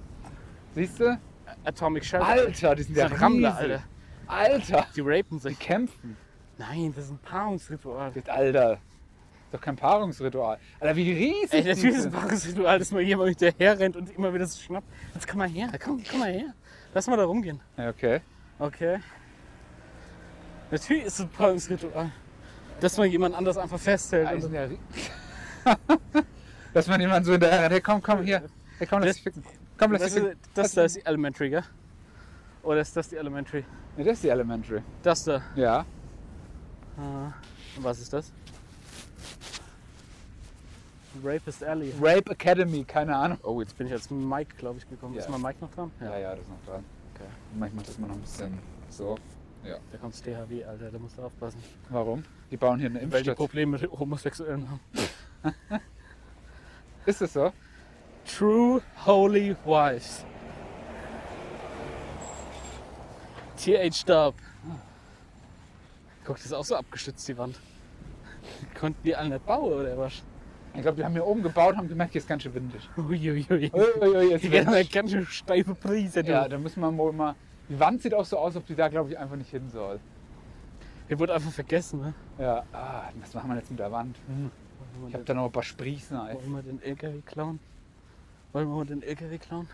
B: Siehst du?
C: Atomic Shelter.
B: Alter, die sind ja
C: Das sind Rammler,
B: riesig.
C: Alter.
B: Alter,
C: Die
B: die
C: rapen sich.
B: kämpfen.
C: Nein, das ist ein Paarungsritual.
B: Jetzt, Alter. Ist doch kein Paarungsritual. Alter, wie riesig
C: Ey, natürlich
B: die
C: ist es ein
B: sind.
C: Paarungsritual, dass man jemand hinterher rennt und immer wieder so schnappt. Jetzt komm mal her, komm, komm mal her. Lass mal da rumgehen.
B: Ja, okay.
C: Okay. Natürlich ist es ein Paarungsritual. Dass man jemand anders einfach festhält.
B: Ah, die
C: und-
B: sind ja ri- Dass man jemand so hinterher rennt. Hey, komm, komm, hier. Hey, komm, lass
C: Das-
B: dich ficken. Komm, lass
C: Das,
B: dich ficken.
C: ist, das da ist die Elementary, gell? Oder ist das die Elementary?
B: Ja, das ist die Elementary.
C: Das da.
B: Ja.
C: Ah, und was ist das? Rapist Alley.
B: Rape Academy, keine Ahnung.
C: Oh, jetzt bin ich als Mike, glaube ich, gekommen.
B: Ja.
C: Ist mal Mike noch dran?
B: Ja, ja, das ist noch dran.
C: Okay.
B: Manchmal ist man noch ein bisschen so.
C: Da kommt das THW, Alter, da musst du aufpassen.
B: Warum? Die bauen hier eine
C: Weil die
B: Impfstadt.
C: Probleme mit Homosexuellen haben.
B: Ist es so?
C: True Holy Wives. TH Stab. Guck, das ist auch so abgestützt, die Wand. Konnten die alle nicht bauen, oder was?
B: Ich glaube, die haben hier oben gebaut und haben gemerkt, hier ist ganz schön windig.
C: Uiuiui.
B: Uiuiui, jetzt
C: Die werden eine
B: windig.
C: ganz schön steife Prise, du.
B: Ja, da müssen wir wohl mal. Die Wand sieht auch so aus, ob die da, glaube ich, einfach nicht hin soll.
C: Der wurde einfach vergessen, ne?
B: Ja, ah, was machen wir jetzt mit der Wand? Hm. Ich habe da noch ein paar Sprießen. Ey.
C: Wollen wir den LKW klauen? Wollen wir mal den LKW klauen?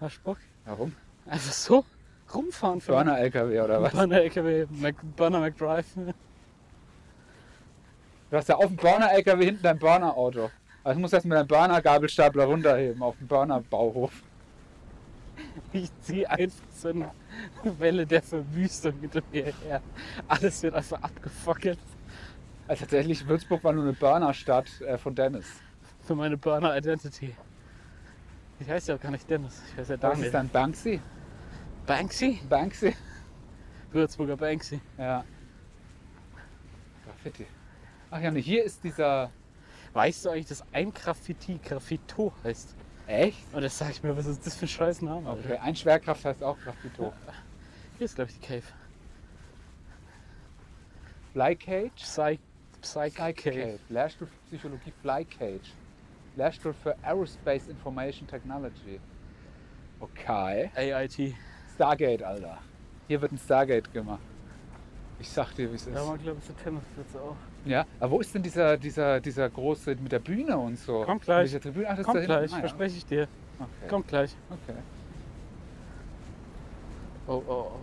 C: Hast du Bock?
B: Warum?
C: Einfach so rumfahren. für-
B: Burner-LKW oder was?
C: Burner-LKW, Mac, Burner McDrive.
B: Du hast ja auf dem Burner-LKW hinten dein Burner-Auto. Also du musst erst mit deinem Burner-Gabelstapler runterheben auf dem Burner-Bauhof.
C: Ich ziehe einfach so eine Welle der Verwüstung hinter mir her. Alles wird einfach abgefackelt.
B: Also tatsächlich, Würzburg war nur eine Burner-Stadt äh, von Dennis.
C: Für meine Burner Identity. Ich heiße ja auch gar nicht Dennis, ich heiße ja
B: Das ist
C: Daniel.
B: dann Banksy.
C: Banksy?
B: Banksy.
C: Würzburger Banksy.
B: Ja. Graffiti. Ach ja, ne, hier ist dieser.
C: Weißt du eigentlich, dass ein Graffiti Graffito heißt?
B: Echt?
C: Und das sag ich mir, was ist das für ein scheiß Name? Alter?
B: Okay, ein Schwerkraft heißt auch Graffito.
C: Hier ist, glaube ich, die Cave.
B: Fly Cage?
C: Psy Psych Cave.
B: Lehrstuhl für Psychologie Fly Cage. Lehrstuhl für Aerospace Information Technology. Okay.
C: AIT.
B: Stargate, Alter. Hier wird ein Stargate gemacht. Ich sag dir, wie es ist.
C: Da waren, glaube ich, so Tennisplätze auch.
B: Ja, aber wo ist denn dieser, dieser, dieser große mit der Bühne und so?
C: Kommt gleich.
B: Mit dieser Tribüne? Ach, das
C: Kommt
B: ist da
C: gleich,
B: hinten. Ah,
C: verspreche ich dir.
B: ja. okay.
C: Kommt gleich.
B: Okay.
C: Oh, oh, oh.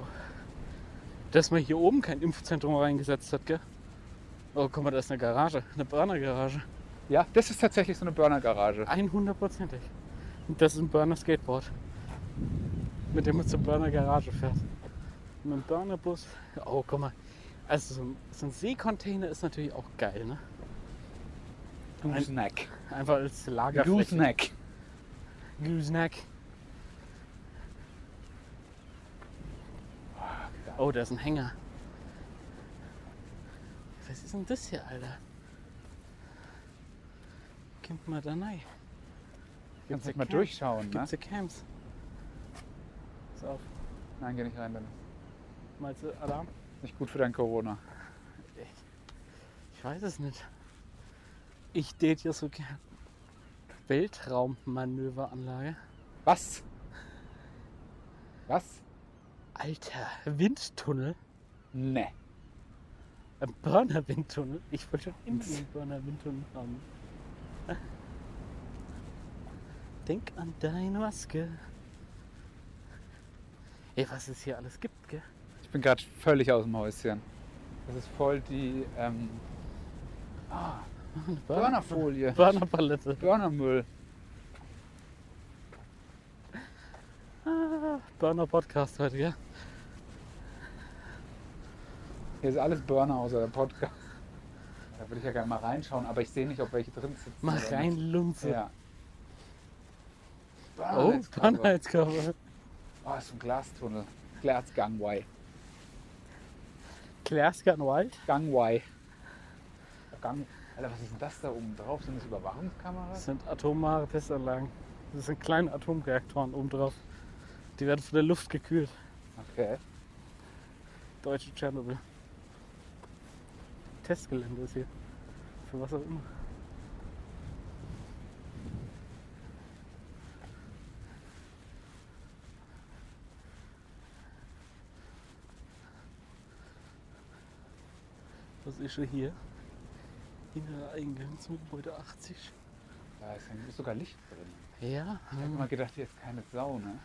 C: Dass man hier oben kein Impfzentrum reingesetzt hat, gell? Oh, guck mal, da ist eine Garage, eine Burner-Garage.
B: Ja, das ist tatsächlich so eine Burner-Garage.
C: 100%ig. Und das ist ein Burner-Skateboard. Mit dem man zur Burner-Garage fährt. Mit einem Burner-Bus. Oh, guck mal. Also, so ein, so ein Seekontainer ist natürlich auch geil, ne?
B: Gooseneck.
C: Einfach als Lagerfläche.
B: Gooseneck.
C: Gooseneck. Oh, da ist ein Hänger. Was ist denn das hier, Alter? Kommt mal da rein.
B: Kannst
C: ja
B: nicht mal
C: Camps.
B: durchschauen, ne?
C: Gibt's ja Camps. Pass auf.
B: Nein, geh nicht rein, Dennis.
C: Mal zu Alarm.
B: Nicht gut für dein Corona.
C: Ich weiß es nicht. Ich date ja so gern. Weltraummanöveranlage.
B: Was? Was?
C: Alter, Windtunnel.
B: Ne.
C: Ein Burner-Windtunnel? Ich wollte schon immer einen Burner-Windtunnel haben. Denk an deine Maske. Ey, was es hier alles gibt, gell?
B: Ich bin gerade völlig aus dem Häuschen. Das ist voll die ähm, ah,
C: Eine Burner-
B: Burnerfolie.
C: Burner-Palette.
B: Burnermüll.
C: Ah, Burner-Podcast heute, gell?
B: Hier ist alles Burner außer der Podcast. Da würde ich ja gerne mal reinschauen, aber ich sehe nicht, ob welche drin sitzen.
C: Mal
B: oder nicht.
C: rein, Lunze.
B: Ja.
C: Oh,
B: Burner
C: Burner-Heizkörper.
B: oh, ist so ein Glastunnel. Glasgangway.
C: Glasgow and Wild.
B: Gangway. Gang. Alter, was ist denn das da oben drauf? Sind das Überwachungskameras?
C: Das sind atomare Testanlagen. Das sind kleine Atomreaktoren oben drauf. Die werden von der Luft gekühlt.
B: Okay.
C: Deutsche Tschernobyl. Testgelände ist hier. Für was auch immer. Was ist schon hier? Innerer Eingang zum Gebäude 80.
B: Da ist, ein- ist sogar Licht drin.
C: Ja.
B: Ich habe immer gedacht, hier ist keine Sau, ne?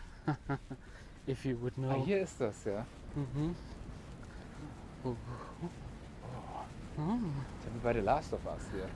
C: If you would know.
B: Ah, hier ist das, ja.
C: Mhm. Oh. Mhm.
B: Das ist ja wie bei The Last of Us hier.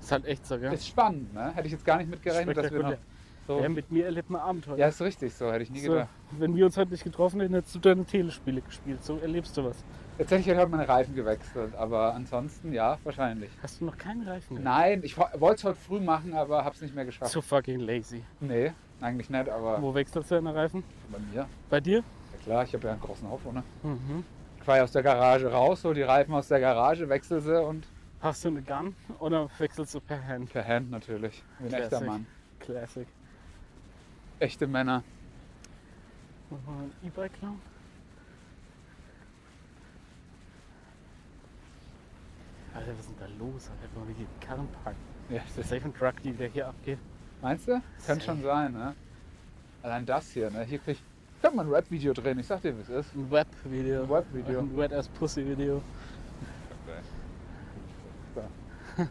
C: Ist halt echt so, gell?
B: Ist spannend, ne? Hätte ich jetzt gar nicht mit gerechnet, dass wir noch
C: Spektakulär.
B: so...
C: Ja, mit mir erlebt man Abenteuer.
B: Ja, ist richtig so, hätte ich nie
C: so,
B: gedacht.
C: wenn wir uns heute nicht getroffen hätten, hättest du deine Telespiele gespielt. So erlebst du was.
B: Tatsächlich hätte ich heute meine Reifen gewechselt, aber ansonsten ja, wahrscheinlich.
C: Hast du noch keinen Reifen?
B: Nein, ich wo- wollte es heute früh machen, aber habe es nicht mehr geschafft.
C: So fucking lazy.
B: Nee, eigentlich nicht, aber
C: Wo wechselst du deine Reifen?
B: bei mir.
C: Bei dir?
B: Ja klar, ich habe ja einen großen Hof, ne?
C: Mhm.
B: Ich fahre ja aus der Garage raus, hol die Reifen aus der Garage, wechsel sie und
C: Hast du eine Gun oder wechselst du per Hand?
B: per Hand natürlich. Wie ein echter
C: Classic.
B: Mann.
C: Classic.
B: Echte Männer.
C: Wollen wir mal ein E-Bike klauen? Alter, was ist denn da los? Alter, wollen wir hier den Karren packen?
B: Ja,
C: Ist
B: das
C: das safe ein Drug Deal, der hier abgeht?
B: Meinst du? Könnte schon sein, ne? Allein das hier, ne? Hier krieg ich. Könnte man ein Rap-Video drehen, ich sag dir, wie es ist.
C: Ein Web-Video.
B: Ein Web-Video.
C: Ein Wet-Ass-Pussy-Video.
B: So.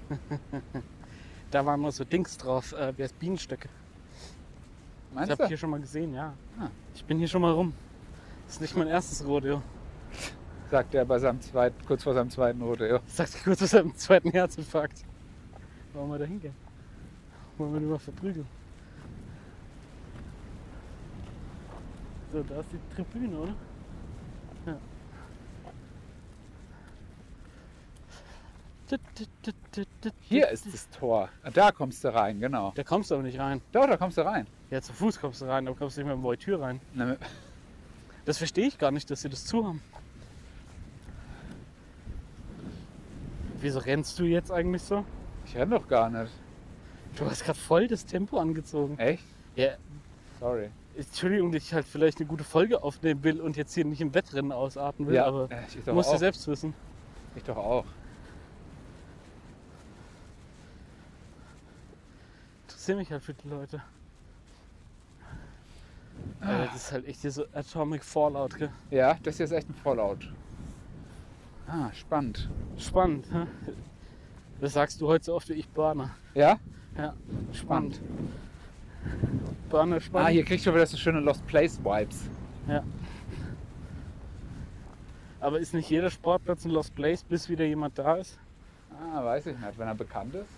C: Da waren noch so Dings drauf, äh, wie heißt Bienenstöcke. Ich
B: Meinst
C: habe
B: du?
C: hier schon mal gesehen, ja.
B: Ah.
C: Ich bin hier schon mal rum. Das ist nicht mein erstes Rodeo.
B: Sagt er bei seinem zweiten, kurz vor seinem zweiten Rodeo.
C: Ich sag's dir kurz aus einem zweiten Herzinfarkt. Wollen wir da hingehen? Wollen wir den mal verprügeln? So, da ist die Tribüne, oder? Ja. Tut, tut, tut, tut, tut,
B: Hier
C: tut.
B: ist das Tor. Da kommst du rein, genau.
C: Da kommst du aber nicht rein.
B: Doch, da kommst du rein.
C: Ja, zu Fuß kommst du rein, aber kommst du nicht mehr im Voitür rein.
B: Na, mit-
C: Das verstehe ich gar nicht, dass sie das zu haben. Wieso rennst du jetzt eigentlich so?
B: Ich renn doch gar nicht.
C: Du hast gerade voll das Tempo angezogen.
B: Echt?
C: Ja,
B: Sorry.
C: Entschuldigung, dass ich halt vielleicht eine gute Folge aufnehmen will und jetzt hier nicht im Wettrennen ausarten will, aber
B: äh, ich
C: du
B: doch
C: musst
B: auch.
C: ja selbst wissen.
B: Ich doch auch.
C: Interessiere mich halt für die Leute. Alter, das ist halt echt hier so Atomic Fallout, gell?
B: Ja, das hier ist echt ein Fallout. Ah, spannend.
C: Spannend, hä? Das sagst du heute so oft wie ich, Burner.
B: Ja? Ah,
C: Ja, spannend. Burner, spannend.
B: Ah, hier kriegst du wieder so schöne Lost Place Vibes.
C: Aber ist nicht jeder Sportplatz ein Lost Place, bis wieder jemand da ist?
B: Ah, weiß ich nicht, wenn er bekannt ist.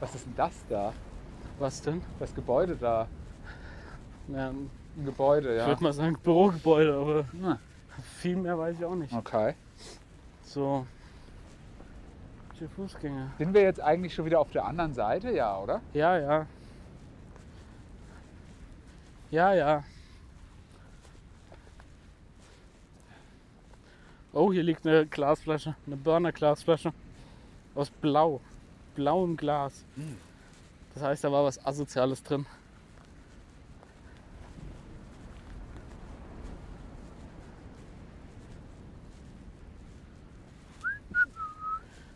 B: Was ist denn das da?
C: Was denn?
B: Das Gebäude da.
C: Ja,
B: Ein Gebäude,
C: Ich
B: ja.
C: würde mal sagen Bürogebäude, aber
B: Na,
C: viel mehr weiß ich auch nicht.
B: Okay.
C: So. Für Fußgänger.
B: Sind wir jetzt eigentlich schon wieder auf der anderen Seite? Ja, oder?
C: Ja, ja. Ja, ja. Oh, hier liegt eine Glasflasche, eine Burner-Glasflasche. Aus Blau. Blauem Glas. Das heißt, da war was Asoziales drin.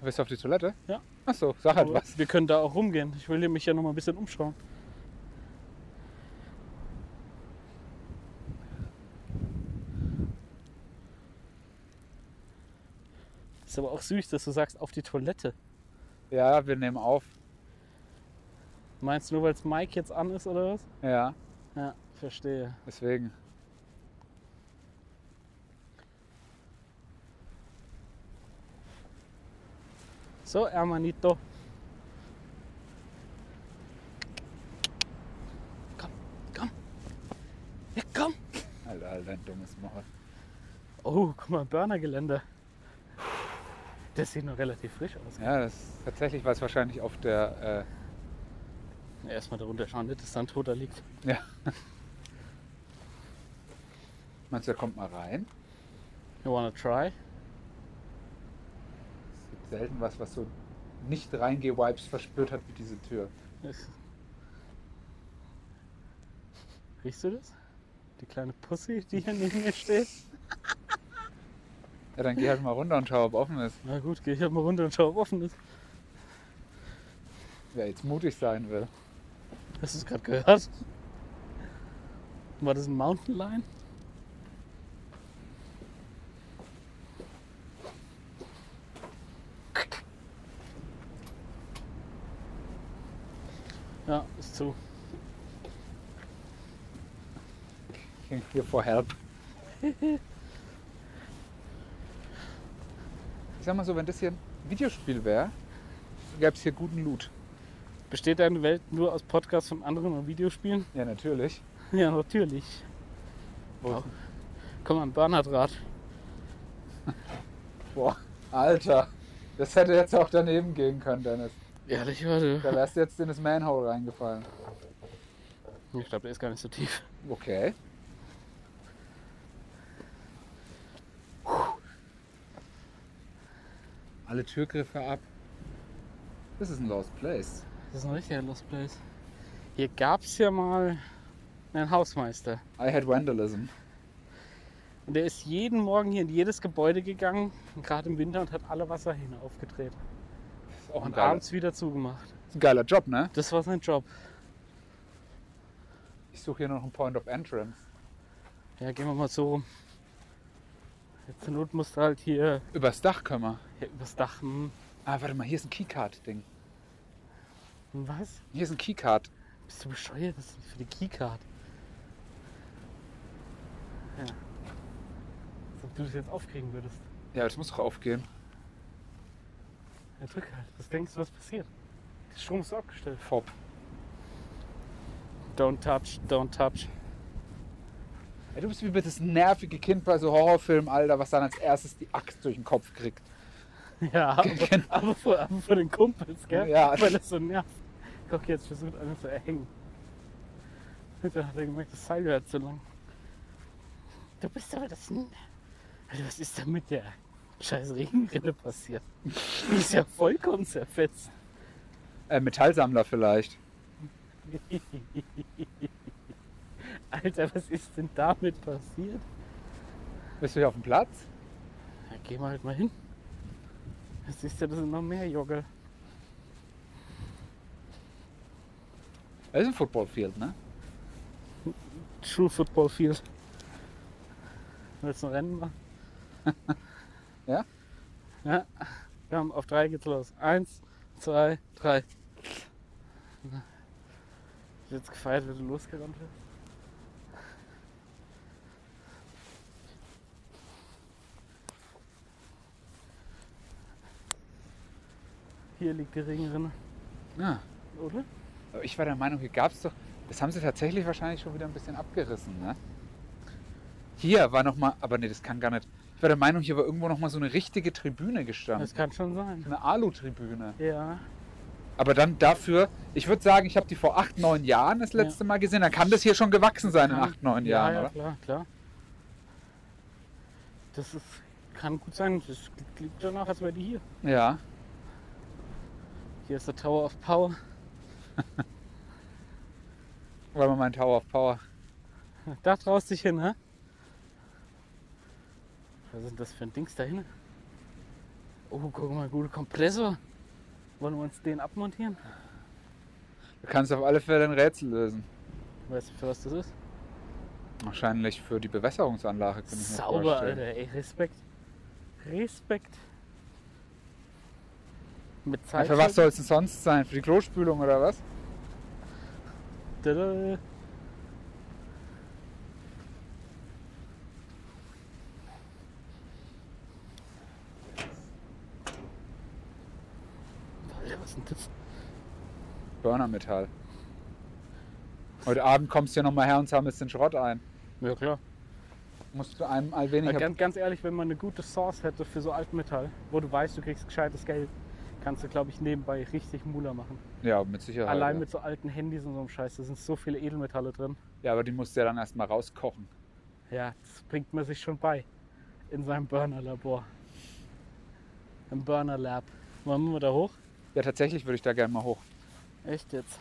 B: Willst du auf die Toilette?
C: Ja.
B: Ach so, sag halt
C: Aber
B: was.
C: Wir können da auch rumgehen. Ich will hier mich ja noch mal ein bisschen umschauen. Ist aber auch süß, dass du sagst, auf die Toilette.
B: Ja, wir nehmen auf.
C: Meinst du nur, weil es Mike jetzt an ist oder was?
B: Ja,
C: Ja, verstehe.
B: deswegen.
C: So, Hermanito. Komm, komm. Ja, komm.
B: Alter, Alter, ein dummes Maul.
C: Oh, guck mal, Burnergeländer. Das sieht noch relativ frisch aus.
B: Ja, das ist tatsächlich, weil es wahrscheinlich auf der.
C: Erstmal darunter schauen, nicht, dass da ein Toter liegt.
B: Äh, ja. Meinst du, der kommt mal rein?
C: You wanna try?
B: selten was, was so nicht reingewipes verspürt hat wie diese Tür.
C: Riechst du das? Die kleine Pussy, die hier neben mir steht?
B: Ja, dann geh halt mal runter und schau, ob offen ist.
C: Na gut, gehe ich halt mal runter und schau, ob offen ist.
B: Wer jetzt mutig sein will.
C: Hast du es gerade gehört? War das ein Mountain Lion? Ja, ist zu.
B: Came here for help. Ich sag mal so, wenn das hier ein Videospiel wäre, gäbe es hier guten Loot.
C: Besteht deine Welt nur aus Podcasts von anderen und Videospielen?
B: Ja, natürlich.
C: Ja, natürlich.
B: Wo
C: Au. Komm an, Bernhardrad.
B: Boah, Alter. Das hätte jetzt auch daneben gehen können, Dennis.
C: Ehrlich, warte.
B: Da wärst du jetzt in das Manhole reingefallen.
C: Ich glaube, der ist gar nicht so tief.
B: Okay. Alle Türgriffe ab. Das ist ein Lost Place.
C: Das ist ein richtiger Lost Place. Hier gab es ja mal einen Hausmeister.
B: I had Vandalism.
C: Und der ist jeden Morgen hier in jedes Gebäude gegangen, gerade im Winter, und hat alle Wasserhähne aufgedreht.
B: Das ist auch ein
C: Und
B: geiler,
C: abends wieder zugemacht.
B: ist ein geiler Job, ne?
C: Das war sein Job.
B: Ich suche hier noch einen Point of Entrance.
C: Ja, gehen wir mal so rum. Ja, Zur Not musst du halt hier,
B: Übers Dach können wir.
C: hier übers Dach. hm,
B: Ah, warte mal, hier ist ein Keycard-Ding.
C: hm, Was?
B: Hier ist ein Keycard.
C: Bist du bescheuert? Das ist nicht für die Keycard. Ja. Als ob du das jetzt aufkriegen würdest.
B: Ja, das muss doch aufgehen.
C: Ja, drück halt. Was denkst du, was passiert? Der Strom ist abgestellt.
B: Fop.
C: Don't touch, don't touch.
B: Ja, du bist wie das nervige Kind bei so Horrorfilmen, Alter, was dann als erstes die Axt durch den Kopf kriegt.
C: Ja, aber, aber, vor, aber vor den Kumpels, gell?
B: Ja.
C: Weil das so nervt. Guck, jetzt versucht einer zu erhängen. Und dann hat er gemerkt, das Seil wird zu lang. Du bist aber das. N- Alter, was ist da mit der scheiß Regenrinne passiert? Die ist ja vollkommen zerfetzt.
B: Äh, Metallsammler vielleicht.
C: Alter, was ist denn damit passiert?
B: Bist du hier auf dem Platz?
C: Ja, geh mal halt mal hin. Was ist denn das sind noch mehr Jogger?
B: Das ist ein Football Field, ne?
C: True Football Field. Willst du ein Rennen machen?
B: Ja?
C: Ja. Komm, auf drei geht's los. Eins, zwei, drei. Ist jetzt gefeiert, wenn du losgerannt wirst? Hier liegt die Regenrinne,
B: Ja.
C: oder?
B: Ah. Aber ich war der Meinung, hier gab es doch. Das haben sie tatsächlich wahrscheinlich schon wieder ein bisschen abgerissen, ne? Hier war nochmal. Aber nee, das kann gar nicht. Ich war der Meinung, hier war irgendwo nochmal so eine richtige Tribüne gestanden.
C: Das kann schon sein.
B: Eine Alu-Tribüne.
C: Ja.
B: Aber dann dafür, ich würde sagen, ich habe die vor acht, neun Jahren das letzte Mal gesehen. Dann kann das hier schon gewachsen sein in
C: Kann-
B: acht, neun
C: ja,
B: Jahren,
C: ja,
B: oder?
C: klar, klar. Das ist, kann gut sein. Das klingt danach, als wäre die hier.
B: Ja.
C: Hier ist der Tower of Power.
B: Weil man meinen Tower of Power.
C: Da traust dich hin, hä? Was ist denn das für ein Dings da hin? Oh, guck mal, guter Kompressor. Wollen wir uns den abmontieren?
B: Du kannst auf alle Fälle ein Rätsel lösen.
C: Weißt du, für was das ist?
B: Wahrscheinlich für die Bewässerungsanlage. Kann ich mir
C: Sauber,
B: vorstellen.
C: Alter, ey. Respekt. Respekt. Mit
B: Na,
C: Zeit.
B: für was soll es denn sonst sein? Für die Klospülung oder was?
C: Tada. Alter, was ist denn das?
B: Burnermetall. Heute Abend kommst du hier nochmal her und sammelst den Schrott ein.
C: Ja klar.
B: Musst du einem all weniger.
C: ganz, ganz ehrlich, wenn man eine gute Source hätte für so Altmetall, wo du weißt, du kriegst gescheites Geld, kannst du, glaube ich, nebenbei richtig Mula machen.
B: Ja, mit Sicherheit.
C: Allein
B: ja.
C: mit so alten Handys und so einem Scheiß, da sind so viele Edelmetalle drin.
B: ja, aber die musst du ja dann erstmal rauskochen.
C: Ja, das bringt man sich schon bei. In seinem Burner-Labor. Im Burner-Lab. Wollen wir da hoch?
B: Ja, tatsächlich würde ich da gerne mal hoch.
C: Echt jetzt?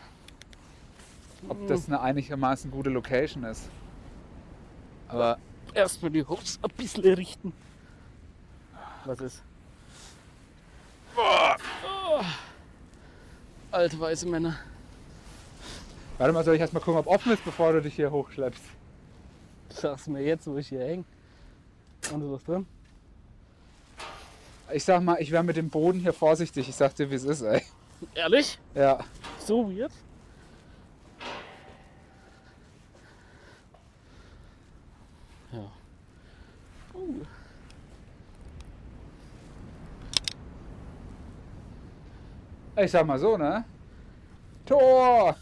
B: Ob das eine einigermaßen gute Location ist. Aber
C: Erstmal die Hose ein bisschen richten. Was ist? Oh. Alte weiße Männer.
B: warte mal, soll ich erst mal gucken, ob offen ist, bevor du dich hier hochschleppst?
C: Sag's mir jetzt, wo ich hier häng. Und ist was drin?
B: Ich sag mal, ich wäre mit dem Boden hier vorsichtig. Ich sag dir, wie es ist, ey.
C: Ehrlich?
B: Ja.
C: So weird? Ja. Uh.
B: Ich sag mal so, ne? Tor!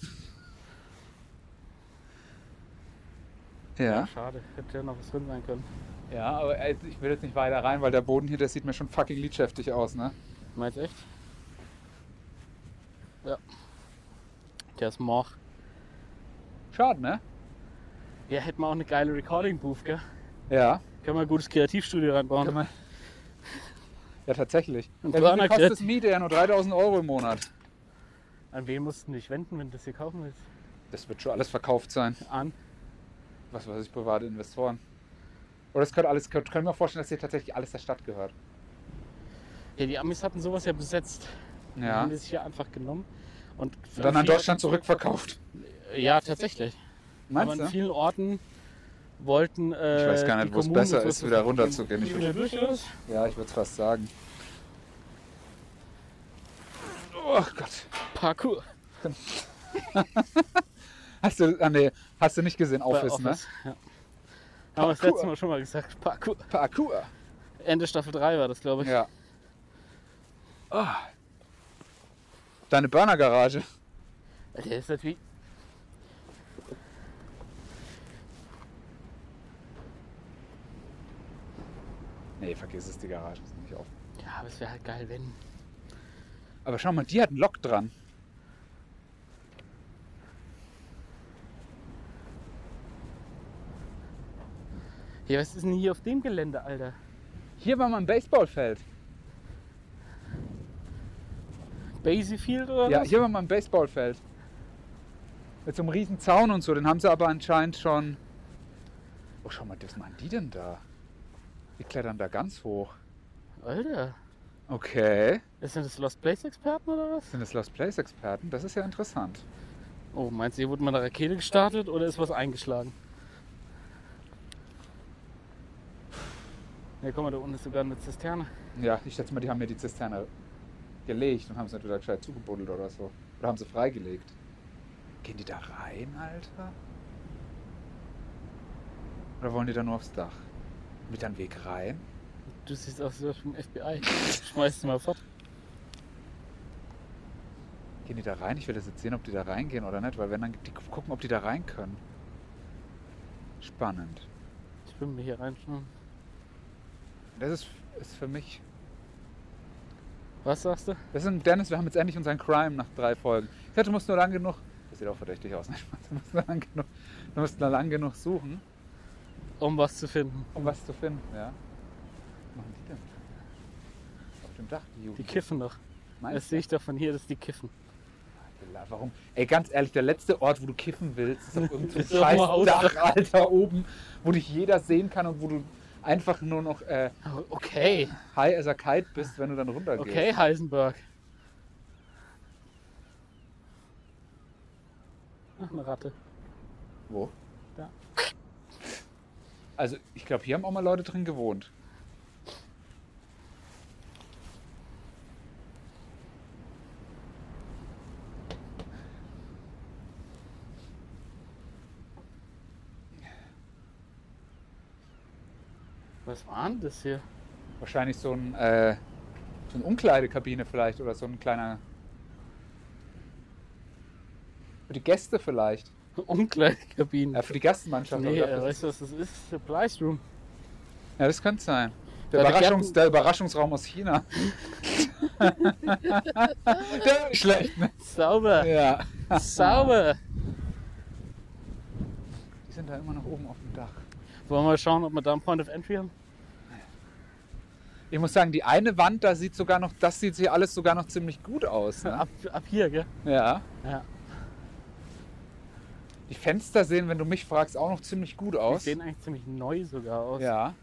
B: Ja.
C: Schade, hätte ja noch was drin sein können.
B: Ja, aber ey, ich will jetzt nicht weiter rein, weil der Boden hier, der sieht mir schon fucking lidschäftig aus, ne?
C: Meinst echt? Ja. Der ist Moch.
B: Schade, ne?
C: Ja, hätten wir auch eine geile Recording-Booth, gell?
B: Ja.
C: Können wir ein gutes Kreativstudio reinbauen.
B: Kann man- Ja, tatsächlich.
C: Und
B: Ja, wie
C: Burner
B: viel
C: Kit.
B: kostet das Miete? Ja, nur 3000 Euro im Monat.
C: An wen musst du dich wenden, wenn du das hier kaufen willst?
B: Das wird schon alles verkauft sein.
C: An.
B: Was weiß ich, private Investoren. Oder es könnte alles, könnte, können wir vorstellen, dass hier tatsächlich alles der Stadt gehört.
C: Ja, die Amis hatten sowas ja besetzt. Die
B: Ja.
C: haben die
B: Und
C: sich ja einfach genommen. Und,
B: dann an Deutschland zurückverkauft.
C: Ja, tatsächlich.
B: Meinst
C: Aber
B: du?
C: in vielen Orten wollten. Äh,
B: Ich weiß gar
C: die
B: nicht, wo es
C: Kommunen
B: besser
C: das
B: ist, wieder runterzugehen. Ich
C: Wieder durch ist.
B: Ja, ich würde es fast sagen. Oh Gott.
C: Parkour.
B: Hast du, ah, nee, hast du nicht gesehen,
C: Bei
B: Office, ne?
C: Office, Ja. Haben wir das
B: Parkour.
C: letzte Mal schon mal gesagt. Parkour.
B: Parkour.
C: Ende Staffel 3 war das, glaube ich.
B: Ja. Ah. Deine Burner-Garage.
C: Der ist natürlich.
B: Nee, vergiss es, die Garage ist nicht offen.
C: Ja, aber es wäre halt geil, wenn.
B: Aber schau mal, die hat einen Lock dran.
C: Ja, was ist denn hier auf dem Gelände, Alter?
B: Hier war mal ein Baseballfeld.
C: Basiefield oder
B: Ja,
C: was?
B: hier war mal ein Baseballfeld. Mit so einem riesen Zaun und so, den haben sie aber anscheinend schon. Oh, schau mal, was machen die denn da? Die klettern da ganz hoch.
C: Alter.
B: Okay.
C: Ist denn das Lost Place Experten oder was?
B: Sind das Lost Place Experten? Das ist ja interessant.
C: Oh, meinst du, hier wurde mal eine Rakete gestartet oder ist was eingeschlagen? Ja, guck mal, da unten ist sogar eine Zisterne.
B: Ja, ich schätze mal, die haben mir die Zisterne gelegt und haben es nicht wieder gescheit zugebuddelt oder so. Oder haben sie freigelegt. Gehen die da rein, Alter? Oder wollen die da nur aufs Dach? Mit einem Weg rein?
C: Du siehst aus wie vom FBI. Schmeißt du mal fort.
B: Gehen die da rein? Ich will das jetzt sehen, ob die da reingehen oder nicht, weil wenn dann die gucken, ob die da rein können. Spannend.
C: Ich will mir hier reinschauen.
B: Das ist, ist für mich.
C: Was sagst du?
B: Das ist ein Dennis, wir haben jetzt endlich unseren Crime nach drei Folgen. Ich dachte, du musst nur lang genug. Das sieht auch verdächtig aus, ne? Spaß, Du musst nur lang genug, du musst nur lang genug suchen,
C: Um was zu finden.
B: um was zu finden, ja. Was machen die denn? Auf dem Dach, die Jugend.
C: Die kiffen doch. Das
B: Meinst
C: sehe ich doch von hier, dass die kiffen.
B: du? Warum? Ey, ganz ehrlich, der letzte Ort, wo du kiffen willst, ist auf irgendeinem
C: Ist auf dem
B: scheiß
C: Hausdach.
B: Dach, Alter, oben, wo dich jeder sehen kann und wo du einfach nur noch. Äh,
C: Oh, Okay.
B: high as a kite bist, wenn du dann runtergehst.
C: Okay, Heisenberg. Ach, eine Ratte.
B: Wo?
C: Da.
B: Also ich glaube, hier haben auch mal Leute drin gewohnt.
C: Was war denn das hier?
B: Wahrscheinlich so ein äh, so eine Umkleidekabine vielleicht oder so ein kleiner. Für die Gäste vielleicht.
C: Umkleidekabinen.
B: Ja, für die Gastmannschaft.
C: nee,
B: oder?
C: äh, weißt du, was das ist? Der Place Room.
B: ja, das könnte sein.
C: Ja,
B: Der,
C: die
B: Überraschungs-,
C: Gärten-
B: der Überraschungsraum aus China. der ist nicht schlecht, ne?
C: Sauber.
B: Ja.
C: Sauber.
B: Die sind da immer noch oben auf dem Dach.
C: Wollen wir mal schauen, ob wir da ein Point of Entry haben?
B: Ich muss sagen, die eine Wand, da sieht sogar noch, das sieht hier alles sogar noch ziemlich gut aus. Ne?
C: Ab, ab hier, gell?
B: Ja.
C: Ja.
B: Die Fenster sehen, wenn du mich fragst, auch noch ziemlich gut
C: Die
B: aus.
C: sehen eigentlich ziemlich neu sogar aus.
B: Ja.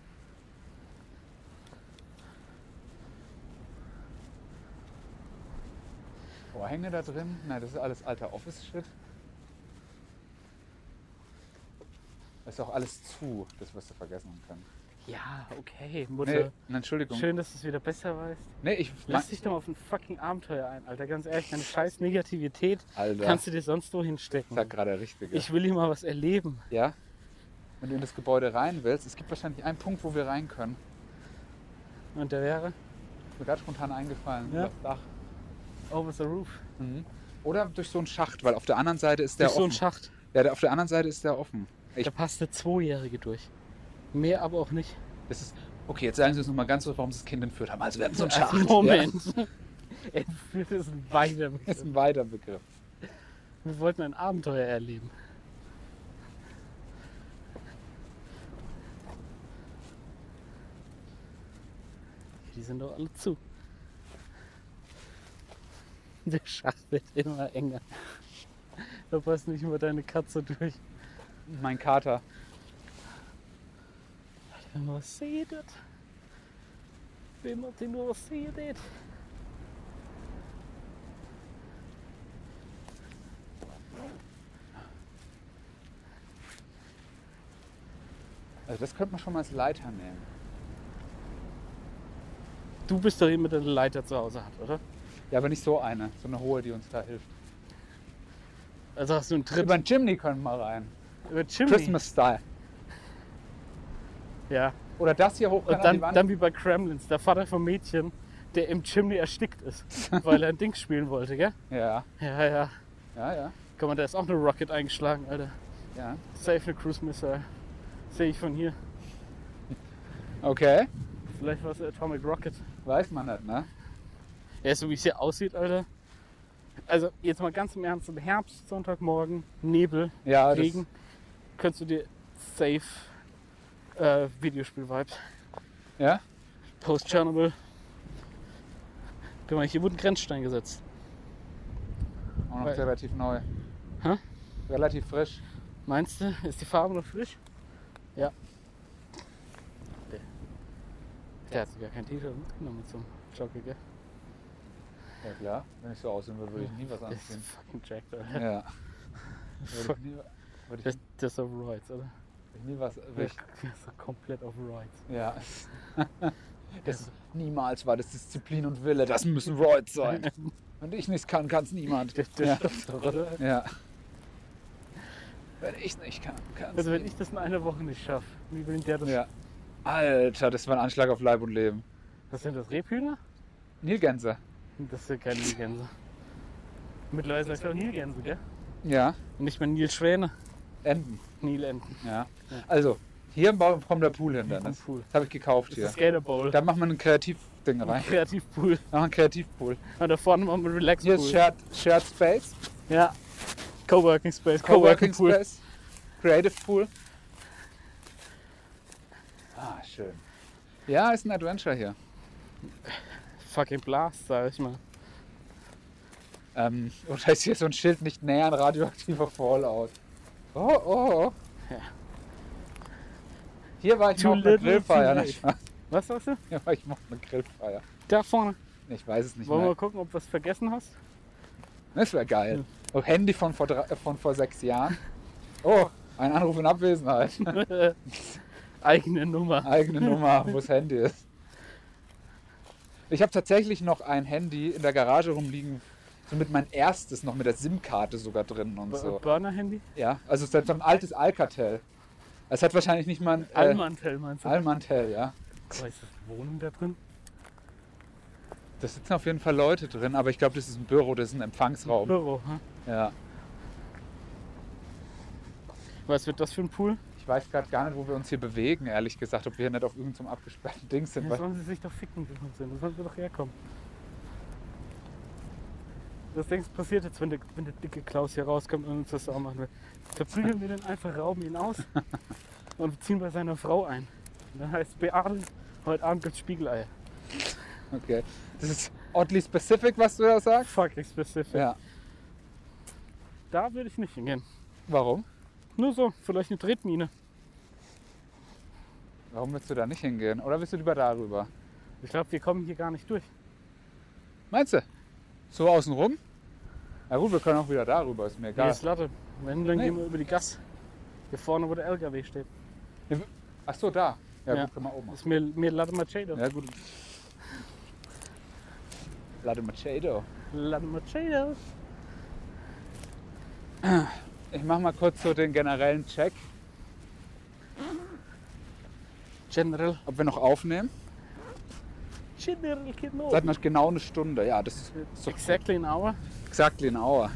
B: Vorhänge da drin? Nein, das ist alles alter Office-Shit. Ist auch alles zu, das wirst du vergessen haben können.
C: Ja,
B: Nee,
C: okay, Mutter.
B: nein, Entschuldigung.
C: Schön, dass du es wieder besser weißt.
B: Nee, ich
C: Lass dich doch mal auf ein fucking Abenteuer ein, Alter. Ganz ehrlich, deine scheiß Negativität
B: Alter,
C: kannst du dir sonst wohin stecken.
B: sag gerade richtig.
C: Ich will hier mal was erleben.
B: Ja? Wenn du in das Gebäude rein willst, es gibt wahrscheinlich einen Punkt, wo wir rein können.
C: Und der wäre
B: Ist mir gerade spontan eingefallen.
C: Ja.
B: Das Dach.
C: over the roof.
B: Mhm. Oder durch so einen Schacht, weil auf der anderen Seite ist der
C: Durch so
B: offen.
C: ein Schacht.
B: ja, der- auf der anderen Seite ist der offen. Ich-
C: Da passt der Zweijährige durch. Mehr aber auch nicht.
B: Das ist. Okay, jetzt sagen Sie uns nochmal ganz kurz, warum Sie das Kind entführt haben. Also wir hatten so einen
C: Also,
B: Schacht.
C: Moment. Entführt ist ein weiter
B: Ja, ist ein weiter Begriff.
C: Wir wollten ein Abenteuer erleben. Die sind doch alle zu. Der Schacht wird immer enger. Da passt nicht mal deine Katze durch.
B: Mein Kater.
C: Wenn man was sieht, wenn man den nur was sieht.
B: Also das könnte man schon mal als Leiter nehmen.
C: Du bist doch jemand, der eine Leiter zu Hause hat, oder?
B: Ja, aber nicht so eine. So eine hohe, die uns da hilft.
C: Also hast du einen Tritt
B: Über den Chimney können wir rein.
C: über Chimney.
B: Christmas-Style.
C: Ja.
B: Oder das hier hoch kann
C: Und
B: an
C: dann,
B: die Wand.
C: dann wie bei Kremlins, der Vater vom Mädchen, der im Chimney erstickt ist, weil er ein Ding spielen wollte, gell?
B: ja,
C: Ja, ja.
B: ja, ja.
C: Guck mal, da ist auch eine Rocket eingeschlagen, Alter.
B: ja.
C: Safe eine Cruise Missile. Sehe ich von hier.
B: Okay.
C: Vielleicht war es eine Atomic Rocket.
B: Weiß man nicht, ne?
C: Ja, so wie es hier aussieht, Alter. Also, jetzt mal ganz im Ernst, im Herbst, Sonntagmorgen, Nebel,
B: Ja, das,
C: Regen, könntest du dir safe äh, Videospiel-Vibes.
B: Ja?
C: Post-Chernobyl. Guck mal, hier wurde ein Grenzstein gesetzt.
B: Auch noch
C: Weil-
B: relativ neu.
C: Hä?
B: Relativ frisch.
C: Meinst du, ist die Farbe noch frisch? Ja. Der, der hat sogar kein T-Shirt mitgenommen zum Jockey, gell?
B: Ja klar, wenn ich so aussehen würde, würde ich nie was
C: Das ist
B: anziehen.
C: fucking jacked,
B: Ja.
C: Alter.
B: Würde ich nie, würde ich,
C: Das, das ist auf Roids, oder?
B: würde ich nie was. Würde
C: Das
B: ich,
C: ist komplett auf Roids.
B: ja. Das, niemals war das Disziplin und Wille, das müssen Roids sein. Wenn ich nichts kann, kann es niemand.
C: Das, das
B: Ja.
C: stimmt doch, oder?
B: Ja. Wenn ich nicht kann, kann es
C: Also wenn
B: niemand.
C: ich das in einer Woche nicht schaffe, wie will denn der das?
B: Ja. Alter, das war ein Anschlag auf Leib und Leben.
C: Was sind das, Rebhühner?
B: Nilgänse.
C: Das sind keine Nilgänse. Mittlerweile sind das auch Nilgänse, gell?
B: Ja.
C: Und nicht mehr Nilschwäne,
B: Enten.
C: Nilenten.
B: Ja. Also, hier im Bau kommt der Pool hindernis.
C: Pool.
B: Das habe ich gekauft
C: Das ist
B: hier.
C: ein Skaterbowl.
B: Da machen wir ein Kreativding
C: Ein
B: rein.
C: Kreativpool.
B: Machen wir einen Kreativpool.
C: Und da vorne machen wir einen
B: Hier
C: Relax-Pool.
B: ist Shared, Shared Space,
C: Ja. Coworking Space,
B: Coworking
C: Coworking Pool.
B: Space, Creative Pool. Ah, schön. Ja, ist ein Adventure hier.
C: Fucking Blast, sag ich mal.
B: Ähm, oder ist hier so ein Schild nicht näher an radioaktiver Fallout? Oh, oh, oh.
C: Ja.
B: Hier war ich
C: Too
B: mal auf einer
C: little, too
B: Grillfeier.
C: late.
B: ne?
C: Was sagst du?
B: Hier war ich mal auf einer Grillfeier.
C: Da vorne.
B: Ich weiß es nicht
C: Wollen wir
B: mehr.
C: mal gucken, ob du was vergessen hast?
B: Das wäre geil. Oh, Handy von vor, drei, äh, von vor sechs Jahren. Oh, ein Anruf in Abwesenheit.
C: Eigene Nummer.
B: eigene Nummer, wo das Handy ist. Ich habe tatsächlich noch ein Handy in der Garage rumliegen, somit mein erstes noch mit der SIM-Karte sogar drin und
C: B-
B: so.
C: Burner-Handy?
B: Ja, also es ist halt so ein altes Alcatel. Es hat wahrscheinlich nicht mal ein äh,
C: Almantel meinst du?
B: Almantel, ja.
C: Oh, ist das Wohnen da drin?
B: Da sitzen auf jeden Fall Leute drin, aber ich glaube, das ist ein Büro, das ist ein Empfangsraum.
C: Büro, hm?
B: Ja.
C: Was wird das für ein Pool?
B: Ich weiß gerade gar nicht, wo wir uns hier bewegen, ehrlich gesagt, ob wir hier nicht auf irgendeinem abgesperrten Ding sind.
C: Ja,
B: Weil,
C: sollen sie sich doch ficken, die Hunde sind. Da sollen sie doch herkommen. Das Ding passiert jetzt, wenn der, wenn der dicke Klaus hier rauskommt und uns das auch machen will. Verprügeln wir den einfach, rauben ihn aus und ziehen bei seiner Frau ein. Und dann heißt es, Beate, heute Abend gibt's Spiegeleier.
B: Okay. Das ist oddly specific, was du da sagst.
C: Fucking specific.
B: Ja.
C: Da würde ich nicht hingehen.
B: Warum?
C: Nur so, vielleicht eine Tretmine.
B: Warum willst du da nicht hingehen? Oder willst du lieber darüber?
C: Ich glaube, wir kommen hier gar nicht durch.
B: Meinst du? So außenrum? Na gut, wir können auch wieder darüber, ist mir
C: Hier
B: egal.
C: ist Latte. Wenn, dann
B: Nee.
C: gehen wir über die Gasse. Hier vorne, wo der LKW steht.
B: Ach so, da. Ja,
C: Ja.
B: gut, können wir oben machen.
C: Ist mir, mir Latte Machado.
B: Ja, gut. Latte Machado.
C: Latte Machado.
B: Ich mach mal kurz so den generellen Check,
C: General.
B: ob wir noch aufnehmen.
C: General Kidno.
B: Seit noch genau eine Stunde. Ja, das ist doch
C: Exactly an hour.
B: exactly an hour.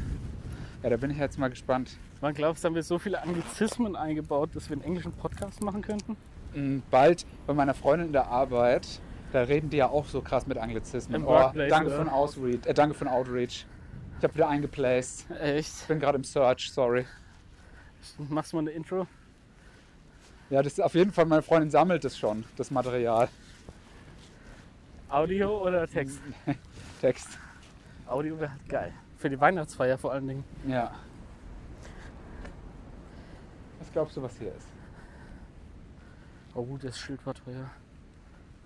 B: Ja, da bin ich jetzt mal gespannt.
C: Man glaubt, haben wir so viele Anglizismen eingebaut, dass wir einen englischen Podcast machen könnten.
B: Mm, Bald bei meiner Freundin in der Arbeit, da reden die ja auch so krass mit Anglizismen.
C: Im
B: Oh,
C: Workplace,
B: danke,
C: oder?
B: von Outreach, äh, danke von Outreach. Ich habe wieder eingeplaced. Ich
C: Echt?
B: bin gerade im Search, sorry.
C: Machst du mal eine Intro?
B: Ja, das ist auf jeden Fall, meine Freundin sammelt es schon, das Material.
C: Audio oder Text?
B: Text.
C: Audio wäre halt geil. Für die Weihnachtsfeier vor allen Dingen.
B: Ja. Was glaubst du, was hier ist?
C: Oh, das Schild war teuer.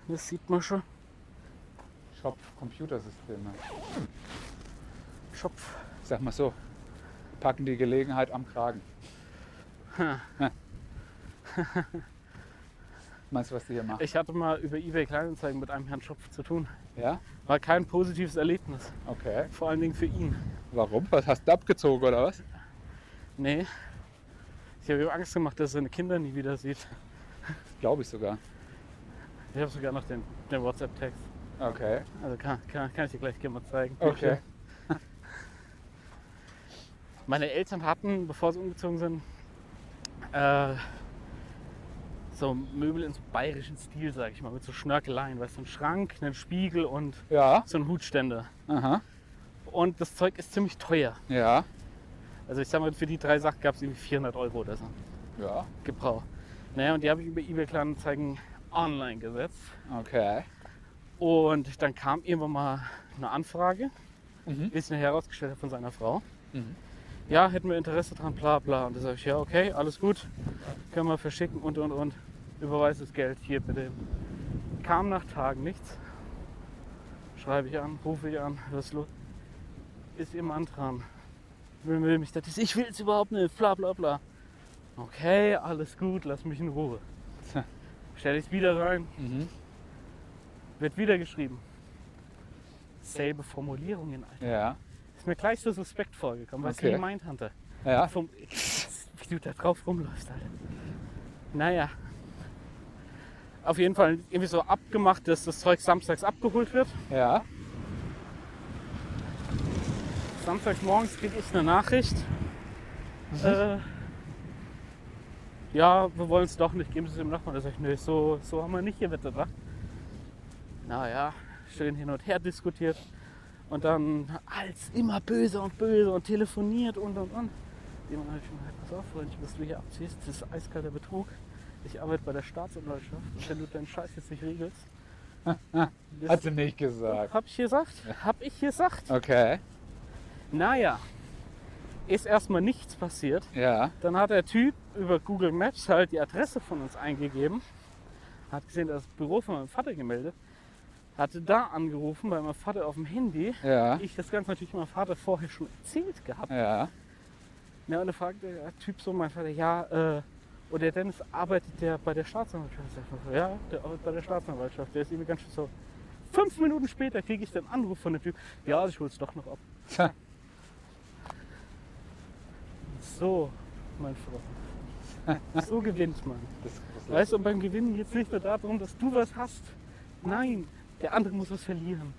C: Das sieht man schon.
B: Shop Computersysteme.
C: Schopf.
B: Ich sag mal so, packen die Gelegenheit am Kragen. Meinst du, was die hier machen?
C: Ich hatte mal über eBay Kleinanzeigen mit einem Herrn Schopf zu tun.
B: Ja?
C: War kein positives Erlebnis.
B: Okay.
C: Vor allen Dingen für ihn.
B: Warum? Was hast du abgezogen oder was?
C: Nee. Ich habe ihm Angst gemacht, dass er seine Kinder nie wieder sieht.
B: Glaube ich sogar.
C: Ich habe sogar noch den, den WhatsApp-Text.
B: Okay.
C: Also kann, kann, kann ich dir gleich gerne mal zeigen.
B: Okay.
C: Meine Eltern hatten, bevor sie umgezogen sind, äh, so Möbel in so bayerischen Stil, sag ich mal, mit so Schnörkeleien, weißt du, einen Schrank, einen Spiegel und
B: Ja.
C: so einen Hutständer.
B: Aha.
C: Und das Zeug ist ziemlich teuer.
B: Ja.
C: Also ich sag mal, für die drei Sachen gab es irgendwie 400 Euro oder so.
B: Ja.
C: Gebrauch. Naja, und die habe ich über eBay Kleinanzeigen online gesetzt.
B: Okay.
C: Und dann kam irgendwann mal eine Anfrage,
B: Mhm.
C: die sich nachher herausgestellt hat von seiner Frau.
B: Mhm.
C: Ja, hätten wir Interesse dran, bla bla. Und da sage ich, ja, okay, alles gut, können wir verschicken und und und. Überweis das Geld hier bitte. Kam nach Tagen nichts. Schreibe ich an, rufe ich an, was ist los? Ist ihr Mann dran? Will, will mich das, ich will es überhaupt nicht, bla bla bla. Okay, alles gut, lass mich in Ruhe.
B: Tja.
C: Stell ich wieder rein,
B: Mhm.
C: wird wieder geschrieben. Selbe Formulierungen, Alter.
B: Ja.
C: Ist mir gleich so suspekt vorgekommen, weißt
B: Okay.
C: du, wie Mindhunter.
B: Ja.
C: Vom, wie du da drauf rumläufst, Alter. Naja. Auf jeden Fall irgendwie so abgemacht, dass das Zeug samstags abgeholt wird.
B: Ja.
C: Samstags morgens kriege ich eine Nachricht.
B: Mhm.
C: Äh, ja, wir wollen es doch nicht, geben Sie es dem Nachbarn. Da sag ich, nee, so, so haben wir nicht gewettet, wa? Naja, schön hin und her diskutiert. Und dann als immer böse und böse und telefoniert und und und. Dem habe ich mir gesagt, pass auf, Freundchen, was du hier abziehst, das ist eiskalter Betrug. Ich arbeite bei der Staatsanwaltschaft und wenn du deinen Scheiß jetzt nicht regelst.
B: Hat sie nicht gesagt.
C: Hab ich gesagt? Hab ich gesagt?
B: Okay.
C: Naja, ist erstmal nichts passiert.
B: Ja.
C: Dann hat der Typ über Google Maps halt die Adresse von uns eingegeben, hat gesehen, das Büro von meinem Vater gemeldet, hatte da angerufen bei meinem Vater auf dem Handy.
B: Ja.
C: Ich das Ganze natürlich meinem Vater vorher schon erzählt gehabt.
B: Ja.
C: Ja, und da fragt der Typ so, mein Vater, ja, äh, und der Dennis arbeitet der bei der Staatsanwaltschaft. Ich sag so, ja, der arbeitet bei der Staatsanwaltschaft. Der ist irgendwie ganz schön so. Fünf Minuten später kriege ich den Anruf von dem Typ, ja, also ich hol's doch noch ab.
B: Tja.
C: So, mein Freund. So gewinnt man.
B: Das, das
C: Weißt du, und beim Gewinnen geht es nicht nur darum, dass du was hast. Nein, der andere muss was verlieren.